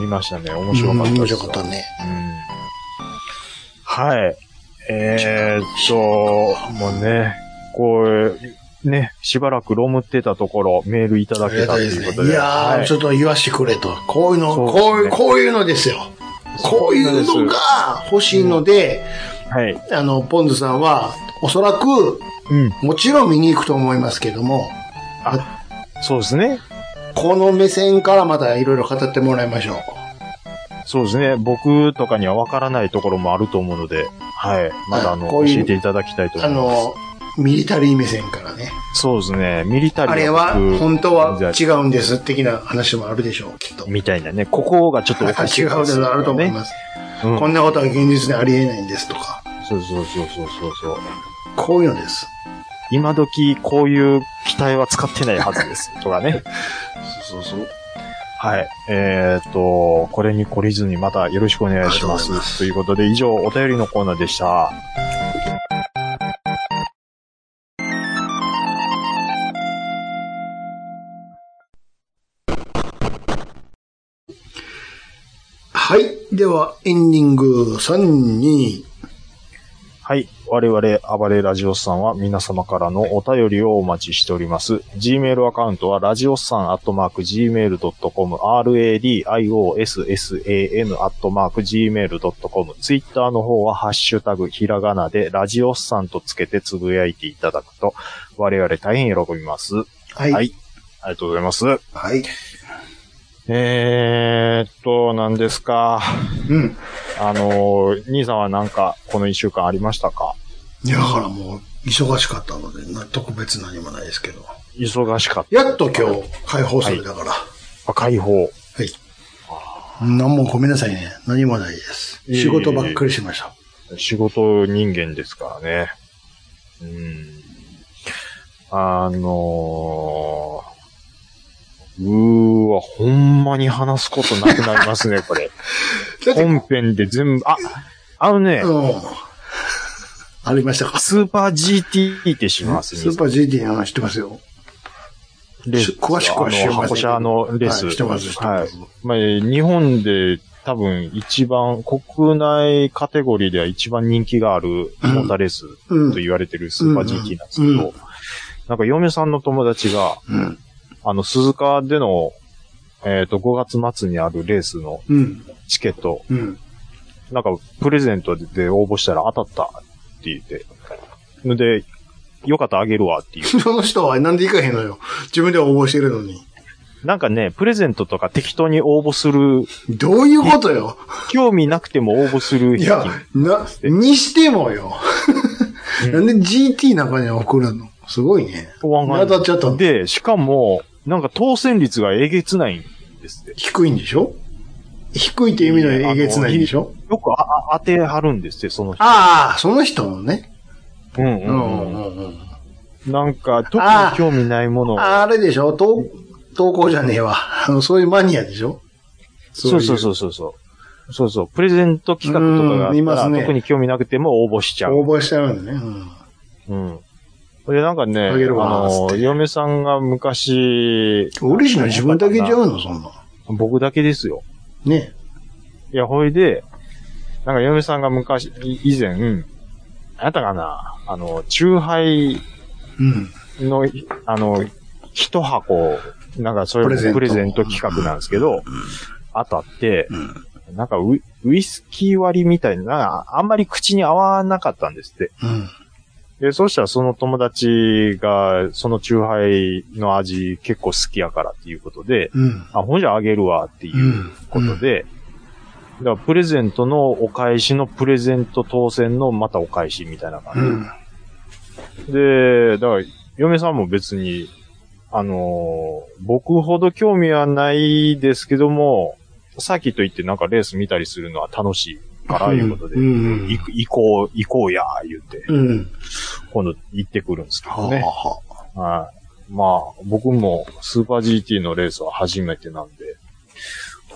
見ましたね。面白かったですよ。面白かったね。うん。はい。えー、っと、もうね、こう、ね、しばらくロムってたところ、メールいただありけがたたといいでうすことね。で。いやー、はいちょっと言わしてくれと。こういうの、そうですねこういう、こういうのですよ。こういうのが欲しいので、はい。あの、ポンズさんは、おそらく、うん。もちろん見に行くと思いますけども、あ、そうですね。この目線からまたいろいろ語ってもらいましょう。そうですね。僕とかには分からないところもあると思うので、はい。まだあの、こ教ういうえていただきたいと思あいます。の、ミリタリー目線からね。そうですね。ミリタリーあれは僕本当は違うんです的な話もあるでしょう、きっと。みたいなね。ここがちょっとおかしい違ですう のあると思いね。ます。うんこんなことは現実でありえないんですとか、そうそうそうそうそうそう。こういうのです。今時こういう機体は使ってないはずです。とかね。そうそうそう。はい。えーっと、これに懲りずにまたよろしくお願いしありがとます。うございとますいうことで、以上、お便りのコーナーでした。はい。では、エンディング3、2、はい。我々、暴れラジオスさんは皆様からのお便りをお待ちしております。Gmail アカウントは、ラジオスさんアットマーク Gmail.com、radiossan アットマーク Gmail.com、Twitter の方は、ハッシュタグ、ひらがなで、ラジオスさんとつけてつぶやいていただくと、我々大変喜びます。は。はいい。ありがとうございます。はい。えーっと、何ですか。うん。あの、兄さんはなんか、この一週間ありましたかいや、だからもう、忙しかったので、な特別何もないですけど。忙しかった。やっと今日、解放するだから。はあ解放。い。何もごめんなさいね。何もないです。いえいえいえ仕事ばっかりしました。仕事人間ですからね。うん。あのー、うーわ、ほんまに話すことなくなりますね、これ。 だって、本編で全部、あ、あのね、うん。 ありましたか。スーパー GT ってします、スーパー GT の話知ってますよ。レース詳しくは知りあの箱ませんけど車のレース。はい知ってます知ってはまいす。まあ、日本で多分一番、国内カテゴリーでは一番人気があるうんモーターレースうんと言われてるスーパー GT なんですけど、うんうんなんか嫁さんの友達が、うん。あの、鈴鹿での、えっ、と、5月末にあるレースのうん。チケット、うん。なんかプレゼントで応募したら当たったって言って、ので、よかったらあげるわっていう。その人はなんで行かへんのよ。自分で応募してるのに。なんかね、プレゼントとか適当に応募するどういうことよ。興味なくても応募するい平や均。、な、にしてもよ。なんで GT なんかに送るのすごいね。当当たっちゃったので、しかも、なんか当選率がえげつないんですって。低いんでしょ低いって意味のえげつないんでしょよくああ当てはるんですって、その人。ああ、その人のね。うんううんんううんんうん。なんか、特にあー興味ないものを。あれでしょ投、投稿じゃねえわ。あの、そういうマニアでしょそうそううそうそうそう。そうそう。プレゼント企画とかがあうんいっまたら、すね特に興味なくても応募しちいゃう。う。応募しちゃうんだね。うん。うん。で、なんかね、ああげるわの、つって嫁さんが昔、嬉しいの自分だけちゃうのそんな。僕だけですよ。ね。いや、ほいで、なんか嫁さんが昔、い以前、あなたかな、あの、中杯うん。の、いあの、一箱、なんかそうプレいゼンうトプレゼント企画なんですけど、当たって、なんかウイウイスキー割りみたいな、なんかあんまり口に合わなかったんですって。うん。で、そうしたらその友達が、その中杯の味結構好きやからっていうことで、うん。。あ、ほんじゃあげるわっていううんことで、だからプレゼントのお返しのプレゼント当選のまたお返しみたいなう感ん。じ。で、だから、嫁さんも別に、あのー僕ほど興味はないですけども、さっきと言ってなんかレース見たりするのは楽しいから、いうことで、うんうんい行こう、行こうや、言って、うん。今度行ってくるんですけはあどね。ははい。まあ、僕もスーパー GT のレースは初めてなんで、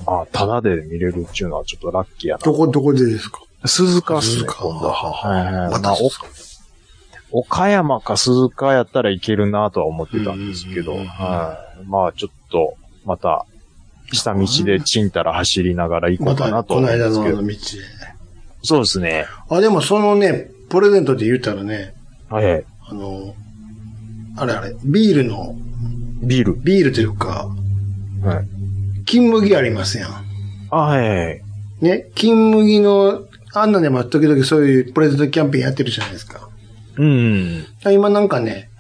まあ、ただで見れるっていうのはちょっとラッキーやあどこ、どこでですかな。鈴鹿っす鈴ね。鹿。はあはあはいはい。まあ私、ですかお岡山か鈴鹿やったらいけるなとは思ってたんですけど、うんうんうんうんはい。まあ、ちょっと、また、下道でちんたら走りながら行こまうかなた、とこ思のうん間ですのあけのど。道で。そうですね。あ、でもそのね、プレゼントで言ったらね、はい。あの、あれあれ、ビールの、ビール。ビールというか、はい。金麦ありますやん。あ、はいはい。ね、金麦の、あんなでも時々そういうプレゼントキャンペーンやってるじゃないですか。うん。今なんかね、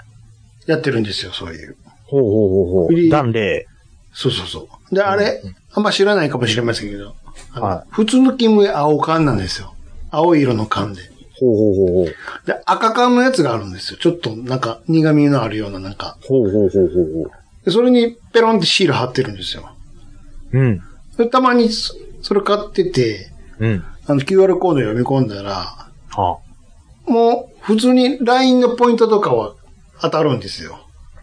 やってるんですよ、そういう。ほうほうほうほフリう。ーダンレそうそうそう。で、あれ、あんま知らないかもしれませんけど、あのは普通の金麦青缶なんですよ。青い色の缶で。イ。ほうほうほうほう。で、赤缶のやつがあるんですよ。ちょっとなんか苦味のあるようななんか。ほうほうほうほうほう。でそれにペロンってシール貼ってるんですよ。うん。でたまにそそれ買ってて、うん。あの QR コード読み込んだら、はもう普通に LINE のポイントとかは当たるんですよ。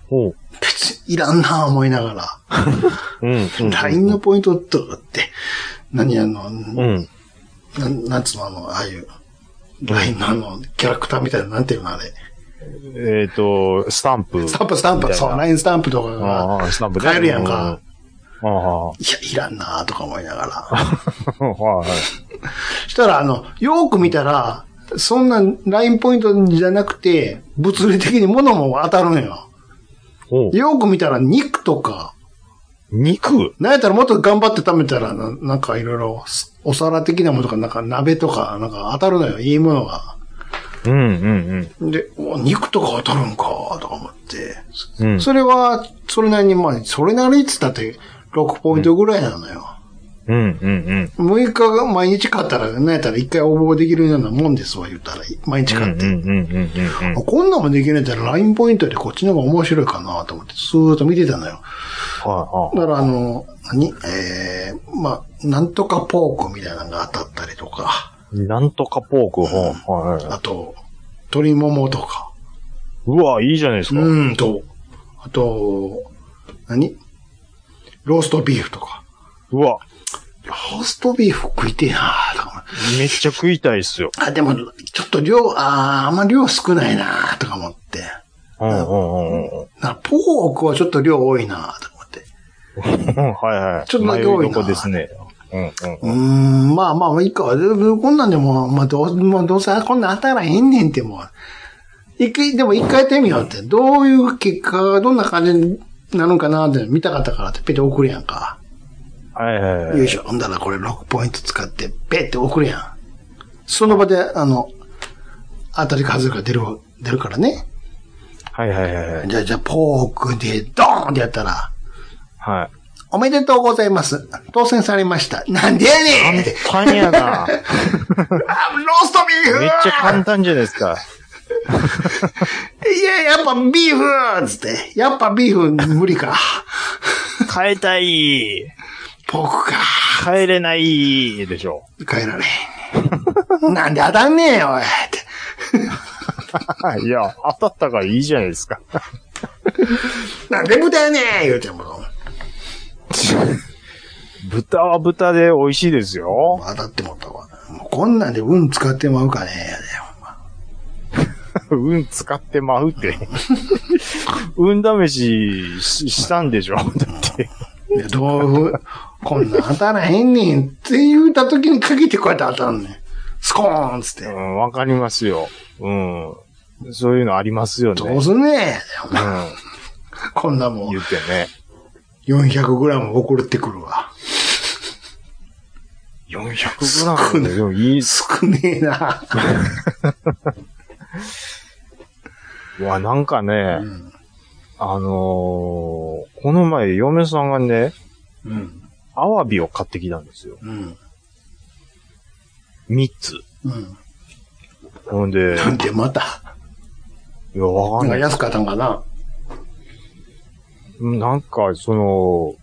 ほう。別にいらんなぁ思いながら。うん。うん LINE のポイントとかって、何あの、うん。なん、なんつうのあの、ああいう、LINE のあの、キャラクターみたいな、なんていうのあれ。えっと、スタンプ。スタンプ、スタンみプ、たいそう、な LINE スタンプとかあが、あ、スタンプね買えるやんか。。うんあいや、いらんなーとか思いながら。あ、はい。したら、あの、よーく見たら、そんな LINE ポイントじゃなくて、物理的に物も当たるのよ。おうよーく見たら肉とか、肉なんやったらもっと頑張って食べたらな、なんかいろいろ、お皿的なものとか、なんか鍋とか、なんか当たるのよ、いいものが。うんうんで、お肉とか当たるんか、とか思って。うん。うん。それは、それなりに、まあ、それなりって言ったって、6ポイントぐらいなのよ。うんうん6日が毎日買ったら、なんやったら1回応募できるようなもんですわ、言ったら。毎日うん。うん買って。うんうんうんうんあこんなんもできないんだったら LINE ポイントよりこっちの方が面白いかなと思って、スーッと見てたのよ。はだからあの、何えー、まあ、なんとかポークみたいなのが当たったりとか、いはい。なんとかポーク、ほう。はいはい。あと、鶏ももとか、うわ、いいじゃないですうか。ーんと、あと、何ローストビーフとか。うわ、ローストビーフ食いてえなとか思ってめっちゃ食いたいっすよ。あ、でも、ちょっと量、あーあんま量少ないなとか思って。うんうんうんうん。なポークはちょっと量多いなとか思って。うんはいはい。ちょっと迷だけい多いなどこですね。うんうん。うーん、まあまあまあ、いいか。でこんなんでも、まあどう、もうどうせこんなん当たらへんねんってもう。一回、でも一回やってみようって。どういう結果がどんな感じになるんかなって見たかったからってペッて送るやんか。はいはいはい。よいしょ。ほんだらこれ6ポイント使って、ペッて送るやん。その場で、あの、当たりか外れか出る、出るからね。はいはいはいはい。じゃあ、じゃあ、ポークでドーンってやったら、はい。おめでとうございます。当選されました。なんでやねんって。簡単や な。あ、ローストビーフめっちゃ簡単じゃないですか。いや、やっぱビーフつって。やっぱビーフ無理か。変えたい。ポークか。変えれないでしょ。帰られ へん。なんで当たんねえよ、おい。っていや、当たったからいいじゃないですか。 なんで豚やねえ言うてもう。豚は豚で美味しいです よ。当たってもったわ。もうこんなんで運使ってまうかねえやで。運使ってまうって。 運試しししたんでしょだ って。いや、どう、こんなん当たらへんねんって言うた時に限ってこうやって当たんねん。スコーンつってう。ん、わかりますよ。うん。そういうのありますよね。どうすんねえやうで。こんなんもん。言ってね。 400g 送ってくるわ。 400g ででもいいっす。少ねえな。うわ、なんかね、んあのーこの前、嫁さんがね、うん。アワビを買ってきたんですよ。うん。 3つ。うん。ほんで、なんでまた。いや、わなかんんかない。安かったんかな。なんか、その、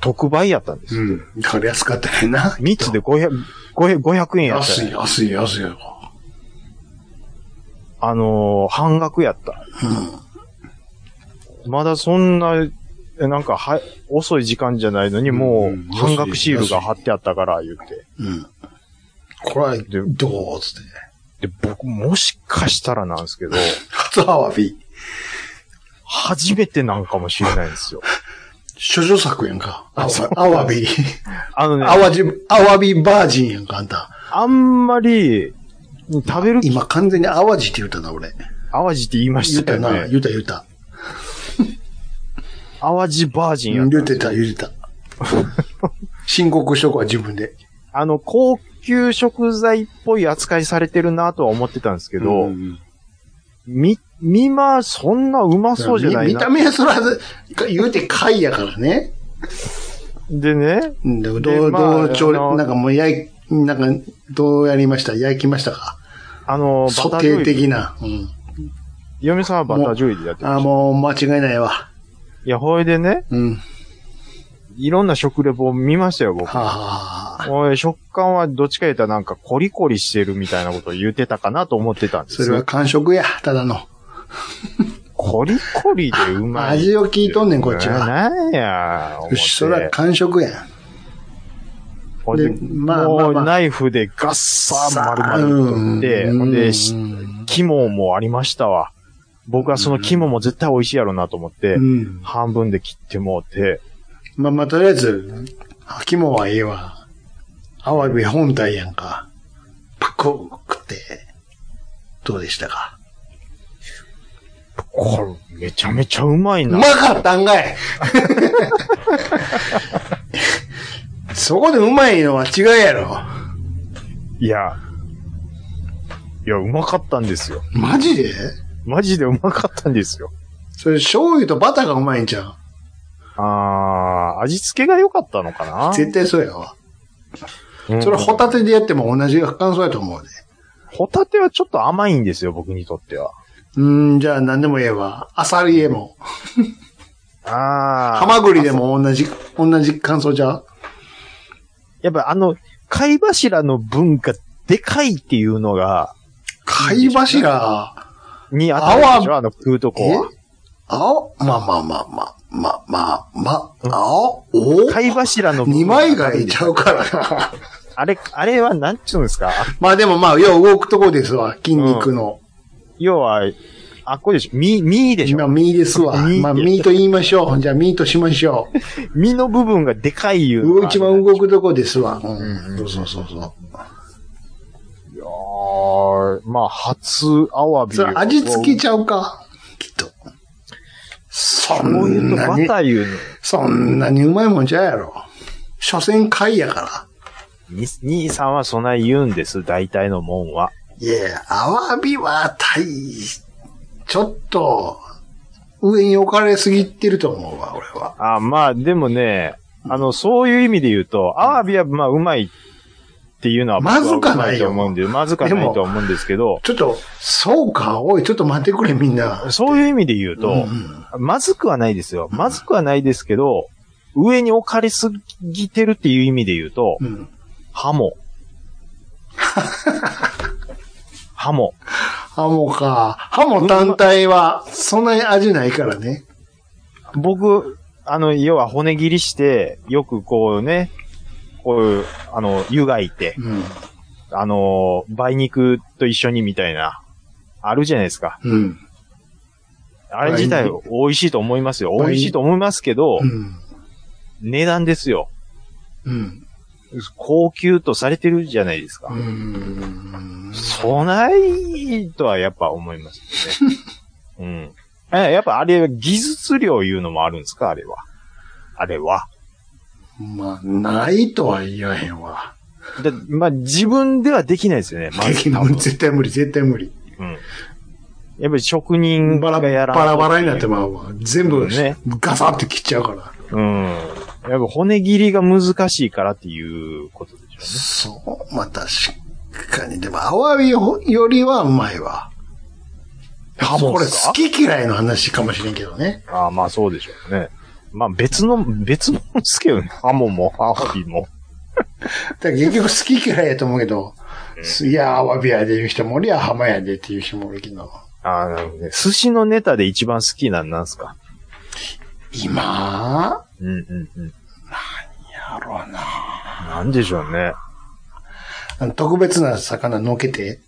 特売やったんですよ。ん。だから安かったんやな。 3つで500、500 500円やった安よ。い、安い、安いよ。あのー半額やった。まだそんな、えなんか、は、遅い時間じゃないのに、もうんう、半額シールが貼ってあったから、言って。うん。うん。これは、どうつって。で、僕、もしかしたらなんですけど、初アワビ。初めてなんかもしれないんです よ。諸女作やんか。アワアワビ。あのね、アワジ、アワビバージンやんか、あんた。あんまり、食べる、今完全にアワジって言ったな、俺。淡路って言いま言しったたよな、ね。言った言った。淡路バージンや言っったてた、言ってた。申告しとこは自分で。あの、高級食材っぽい扱いされてるなとは思ってたんですけど、うんみ、みま、そんなうまそうじゃない見見なた。目はそら、言うて貝やからね。でね、うんで、どう、でまあどう調理あのなんかもう焼い、なんか、どうやりました焼きましたかあの、ソバタージョイテー的な。うん。嫁さんはバタージョイでやってあまあ、した。もう間違いないわ。いや、ほいでね、うん。はいろんな食レポを見ましたよ、僕。あ、はあ、おい、食感はどっちか言ったらなんかコリコリしてるみたいなことを言ってたかなと思ってたんですそよれは完食や、ただの。コリコリでうまい。味を聞いとんねん、こっちは。なんや、思うってっそら、完食やん。ほんで、でまあまあもうまあナイフでガッサー丸々取って、うんほんうで、んし肝もありましたわ。僕はその肝も絶対美味しいやろうなと思ってう、ん。半分で切ってもうて、まあまあ、とりあえず、肝はええわ。アワビ本体やんか。パコ食って、どうでしたかこれめちゃめちゃうまいうな。まかったんか いそこでうまいのは違うやろ。いや、いや、うまかったんですよ。マジでマジでうまかったんですよ。それ醤油とバターがうまいんじゃん。あー、味付けが良かったのかな絶対そうやわ。うんそれホタテでやっても同じ感想やと思うで。ホタテはちょっと甘いんですよ、僕にとっては。うーん、じゃあ何でも言えば、アサリでも、あー。ハマグリでも同じ、同じ感想じゃんやっぱあの、貝柱の文化、でかいっていうのが、貝柱、に当たるでしょあの食うとこえは。青まあまあまあまあ、まあまあまあ、青お貝柱の二枚貝ちゃうか。からな。あれ、あれはなんちゅうんですかあまあでもまあ、要は動くとこですわ、筋肉の。要は、あ、これでしょ身、身でし今、ょミーです わ。ミーまあ、ミーと言いましょう。じゃあ、ミーとしましょ。身の部分がでかいいううの動が。一番動くとこですわ。うんうんん。そうそうそうそう。いやーまあ、初アワビそれを。味付けちゃうかきっと。そこういうんとなバにタ、ーいうのそんなにうまいもんちゃうやろ。所詮貝やから。に兄さんはそんな言うんです、大体のもんは。いや、アワビは大し、ちょっと、上に置かれすぎてると思うわ、俺は。あまあ、でもね、あの、そういう意味で言うと、アワビは、まあ、うまいっていうのは、まずかない僕よはうまと思うんで、まずかないと思うんですけど、ちょっと、そうか、おい、ちょっと待ってくれ、みんな。そういう意味で言ううと、んまずくはないですよ。まずくはないですけど、上に置かれすぎてるっていう意味で言うと、うん。ハ モ。ハモ。ハモか。ハモ単体は、そんなに味ないからね。僕、あの、要は骨切りして、よくこうね、こういう、あの、湯がいて、うん。あの、梅肉と一緒にみたいな、あるじゃないですか。うん。あれ自体梅美味しいと思いますよ。梅美味しいと思いますけどう、ん。値段ですよ。うん。高級とされてるじゃないですかう。ん。そないとはやっぱ思います よね。うん。えやっぱあれ、技術量いうのもあるんですかあれは。あれは。まあ、ないとは言わへんわ。だまあ、自分ではできないですよね。まできずな多い分絶対無理、絶対無理。うん。やっぱり職人バラがやらんとバラバラになってまうわ。全部、ねガサって切っちゃうから。うん。やっぱ骨切りが難しいからっていうことでしょうね。そう、まあ確かに。でも、アワビよりはうまいわ。あそうこっれ、すか好き嫌いの話かもしれんけどね。ああ、まあそうでしょうね。まあ別の、別のですけどね。ハモも、アワビも。だから結局好き嫌いやと思うけど、いや、アワビやでいう人もおりゃ、浜やでっていう人もおるけど、ああ、なるほどね。寿司のネタで一番好きなんなんすか今うんうんうん。やろうなんでしょうね。な。特別な魚のけて、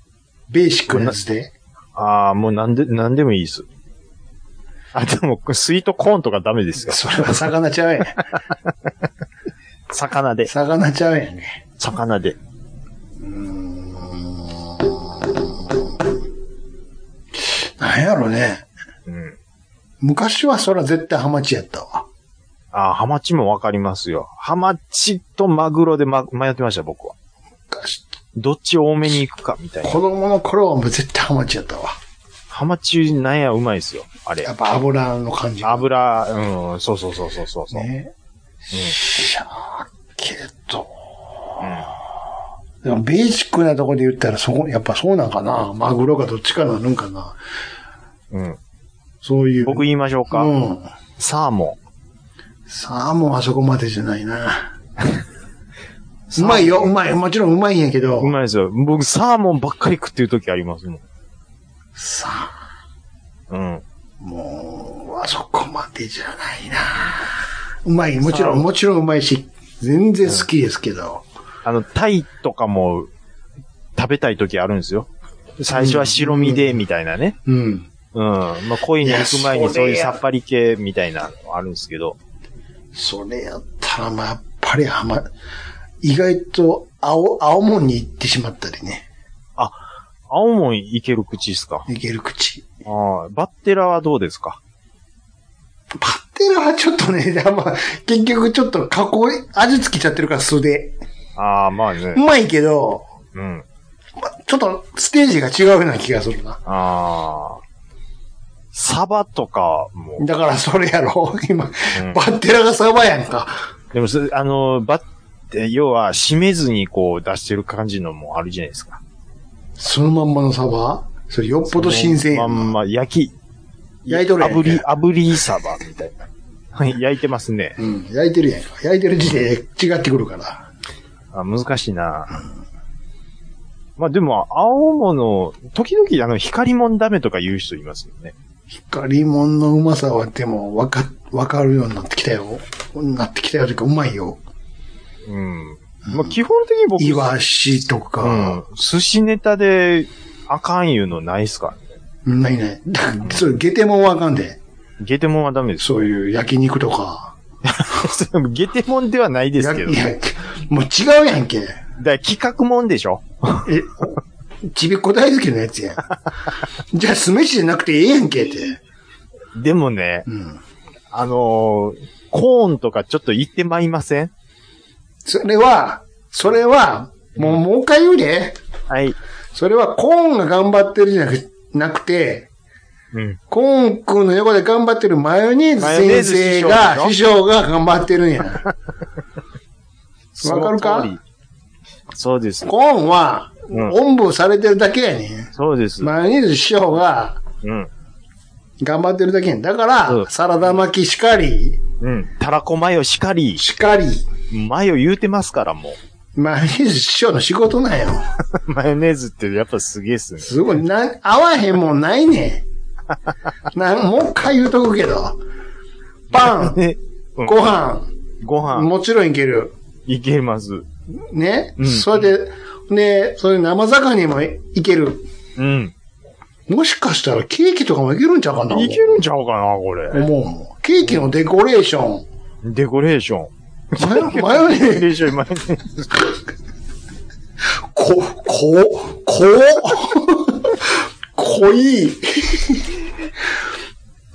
ベーシックなやつで。ああ、もうなんで、なんでもいいです。あ、でも、スイートコーンとかダメですよ。それは魚ちゃう やん。魚で。魚ちゃうやんね。魚で。なんやろね。うん。昔はそら絶対ハマチやったわ。ああ、ハマチもわかりますよ。ハマチとマグロで、ま、迷ってました、僕は。昔どっち多めに行くか、みたいな。子供の頃はもう絶対ハマチやったわ。ハマチなんやうまいですよ、あれや。っぱ油の感じ。油、うん、そうそうそうそうそうそう、ね。しゃーけど。うでもベーシックなとこで言ったらそこ、やっぱそうなんかな。マグロかどっちかなるんかな。ん。うん。そういう。僕言いましょうか。うん。サーモサーモンはそこまでじゃない な。ン。うまいよ、うまい。もちろんうまいんやけど。うまいですよ。僕、サーモンばっかり食ってる時ありますもん。さあ、うん。もう、あそこまでじゃないなうまい、もちろん、もちろんうまいし、全然好きですけど。あの、タイとかも食べたい時あるんですよ。最初は白身で、みたいなね。うん。うん。まあ、恋に行く前にそういうさっぱり系みたいなのあるんですけど。それやったら、まあ、やっぱりはま、意外と、青、青門に行ってしまったりね。青も行ける口ですかいける口。ああ、バッテラはどうですかパッテラはちょっとね、あんま、結局ちょっと加工、味つけちゃってるから素で。ああ、まあうね。まいけど、うん。ちょっとステージが違うような気がするな。ああ。サバとかも。だからそれやろ、今。 うんバッテラがサバやんか。でもそ、あの、バッて、要は、締めずにこう出してる感じのもあるじゃないですか。そのまんまのサバそれよっぽど新鮮やそのまんん。ま焼き。焼いとるやん炙り、炙りサバみたいな。はい、焼いてますね。うん、焼いてるやんか。焼いてる時点で違ってくるから。あ難しいな。まあでも、青物、時々あの、光もんダメとか言う人いますよね。光もんのうまさはでも、わか、わかるようになってきたよ。なってきたよというか、うまいよ。うん。まあ基本的に僕、イワシとうんか、、寿司ネタであかん言うのないっすかないない。だからそれ、ゲテもんはあかんで。ゲテモンはダメ です。そういう焼肉とか。ゲテモンではないですけど。いだやかいやもう違うやんけ。ら企画もんでしょえ、ちびっこ大好きのやつやん。じゃあ、酢飯じゃなくてええやんけって。でもね、うん。あのーコーンとかちょっと言ってまいりませんそれは、それは、もう、もう一回言うで。はい。それは、コーンが頑張ってるじゃなくなくて、うん。コーン君の横で頑張ってるマヨネーズマヨネー先ズ生師匠でしょが、師匠が頑張ってるんや。 わかるそのか通りそうです。コーンは、うんおんぶされてるだけやねん。そうです。マヨネーズ師匠がうん。頑張ってるだけやねん。だかうんら、サラダ巻きしかり、うん。たらこマヨしかり、しかり、マヨ言うて ますからもマヨネーズ師匠の仕事なんよ。う。マヨネーズってやっぱすげえっすね。すごい、な、合わへんもんないね ん。なん、もう一回言うとくけど。パン、ね、うんご飯、ご飯、もちろんいける。いけます。ね、うんそれで、ね、それ生魚にもいける。うん。もしかしたらケーキとかもいけるんちゃうかないいけるんちゃうかな、これ。思うもん。ケーキのデコレーション。デコレーション。マヨマヨネデコーズ、レーション、マヨネーズ。こ、こ、こ、濃い。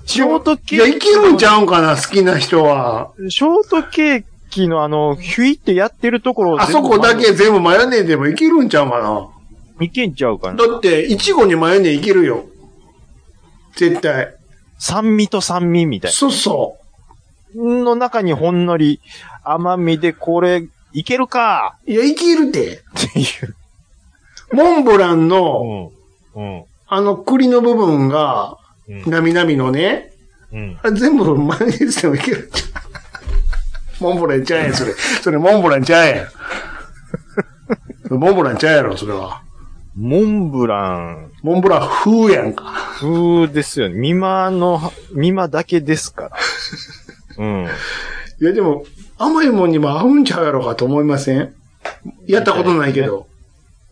ショートいケや、ーいけキるんちゃうんかな好きな人は。の。ショートケーキのあの、ヒュイってやってるところをあそこだけ全部マヨネーズでもいけるんちゃうかなけ。いけんちゃうかな。だって、いちごにマヨネーいけるよ。絶対。酸味と酸味みたいそうそな。の中にほんのり甘みでこれ、いけるかう。いや、いけるって。っていう。モンブランの、うん。うん。あの栗の部分が、うんなみなみのね、うん。あれ全部マヨネーズでもいけるんちゃう。モンブランちゃうやん、それ。それモンブランちゃうやん。それモンブランちゃうやろ、それは。モンブラン。モンブラン風やんか。風ですよね。ミマの、ミマだけです から。うん。いや、でも、甘いもんにも合うんちゃうやろかと思いませんやったことないけど。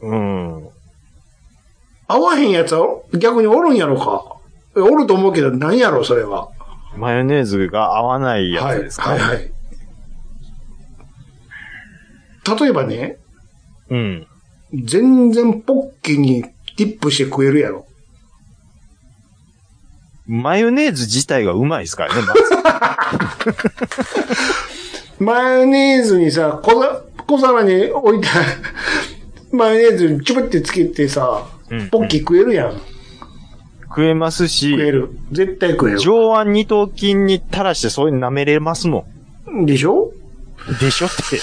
うん。合わへんやつは逆におるんやろか。えおると思うけど、何やろ、それは。マヨネーズが合わないやつですか、はい、はい、はい。例えばね、うん。全然ポッキーにディップして食えるやろ。マヨネーズ自体がうまいですから ね。まマヨネーズにさ、小ざ小皿に置いた マヨネーズにちょぶってつけてさうん、ポッキー食えるやん。ず食えますし食、える。絶対食える。上腕二頭筋に垂らしてそういうの舐めれますもでしょん。でしょって。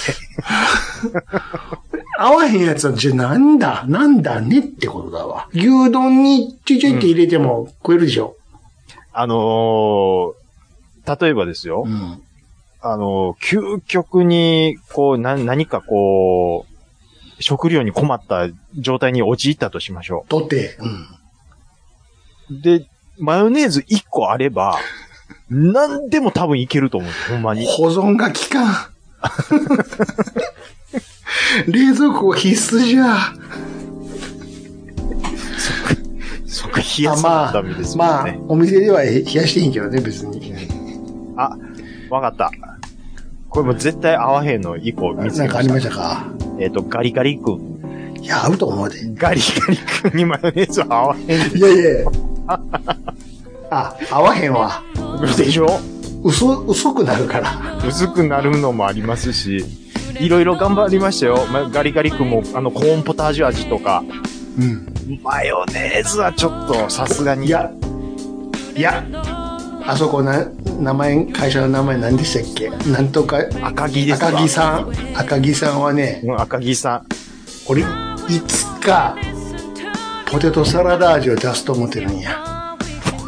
合わへんやつは、じゃあなんだ、なんだねってことだわ。牛丼にちょいちょいって入れても食えるでしょ。あのー、例えばですよ。ん。あのー、究極に、こう、な、何かこう、食料に困った状態に陥ったとしましょう。とて。うん。で、マヨネーズ1個あれば、何でも多分いけると思う。ほんまに。保存が効かん。 冷蔵庫は必須じゃ。即冷やあすまのあためですもまんあね。、お店では冷やしていいけどね、別に。あ、わかった。これもう絶対合わへんの1個見つなけんかあまりした。ましたかえっ、と、ガリガリ君。いや、合うと思うで。ガリガリ君にマヨネーズは合わへん。いやいや あ、合わへんわ。でしょ薄、薄くなるから。薄くなるのもありますし、いろいろ頑張りましたよ。まガリガリ君も、あの、コーンポタージュ味とか、うん。マヨネーズはちょっと、さすがに。いや、いや、あそこな、名前、会社の名前何でしたっけなんとか、赤木ですか赤木さん。赤木さんはね、うん、赤木さん。俺、いつか、ポテトサラダ味を出すと思ってるんや。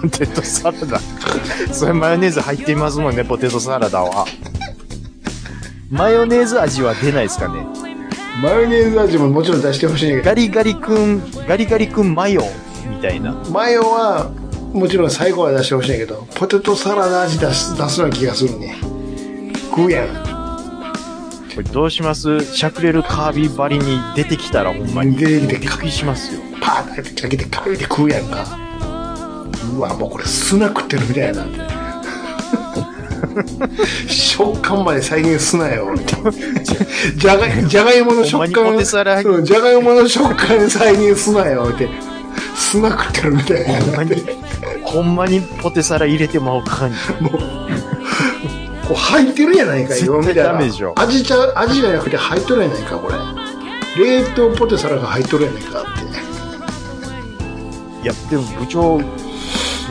ポテトサラダ。 それマヨネーズ入っていますもんね、ポテトサラダは。マヨネーズ味は出ないですかね。マヨネーズ味ももちろん出してほしいけガリガリ君、ガリガリ君マヨ、みたいな。ど、マヨは、もちろん最後は出してほしいけど、ポテトサラダ味出す、出すような気がするね。食うやん。これどうしますシャクレルカービーバリに出てきたらほんまに。出てきてびっくりしますよ。パーってかけて、かけて食うやんか。うわ、もうこれ砂食ってるみたいなんで。食感まで再現すなよ。じゃがい、じゃがいもの食ほんまに感、ポテサラうんじゃがいもの食感再現すなよって。砂食ってるみたいな。ほんまに、ほんまにポテサラ入れてまおうかに。こう入ってるやないか、絶対今見たらダメでしょ味ちゃ、味じゃなくて入っとるやないか、これ。冷凍ポテサラが入っとるやないかって。いや、でも部長、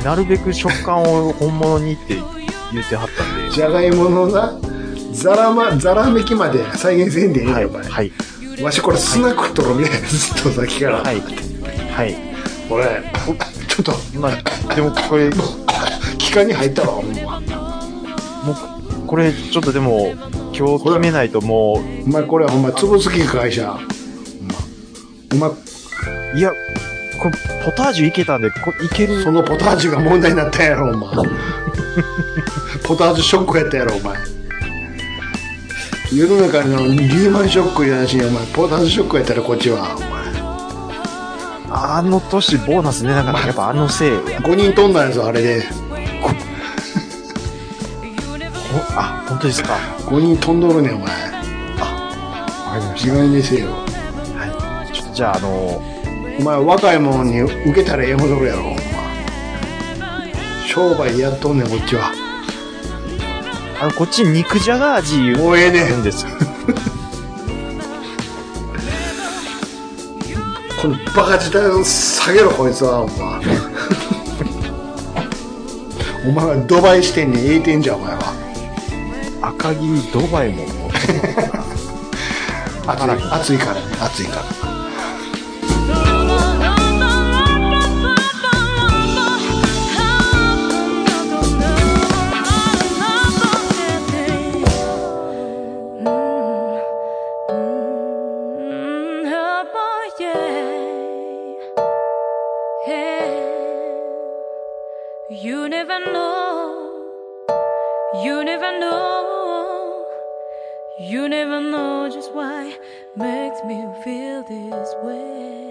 なるべく食感を本物にって言ってはったんで。じゃがいものな、ざらま、ざらめきまで再現せんでいいのはい、よ、これ。はい、わしこれスナックとろみたいなずっとさっきから、はい、はい。これちょっとまあ、でもこれ、気管に入ったわほんまもう、これ、ちょっとでも、今日決めないともお前これほんま潰すき会社お前う、いや、これ、ポタージュいけたんで、こいけるそ。のポタージュが問題になったんやろお前 ポタージュショックやったやろお前世の中のリーマンショックじゃなしにお前ポタージュショックやったらこっちはおあの年、ボーナス出なかった。やっぱあのせい。前5人飛んだんやぞあれでほあ、本当ですか。 5人飛んどるねんお前あわかりました意外にせよはい。ちょっとじゃあ、あの、お前若いもんに受けたらええほどるやろお前商売やっとんねんこっちはあの、こっち肉じゃが味言うもうええねんんですよ。このバカ自体を下げろこいつはお前 お前はドバイしてんねんええてんじゃんお前は赤木ドバイも。暑い暑いからね暑いから You never know, you never know. You never know just why makes me feel this way.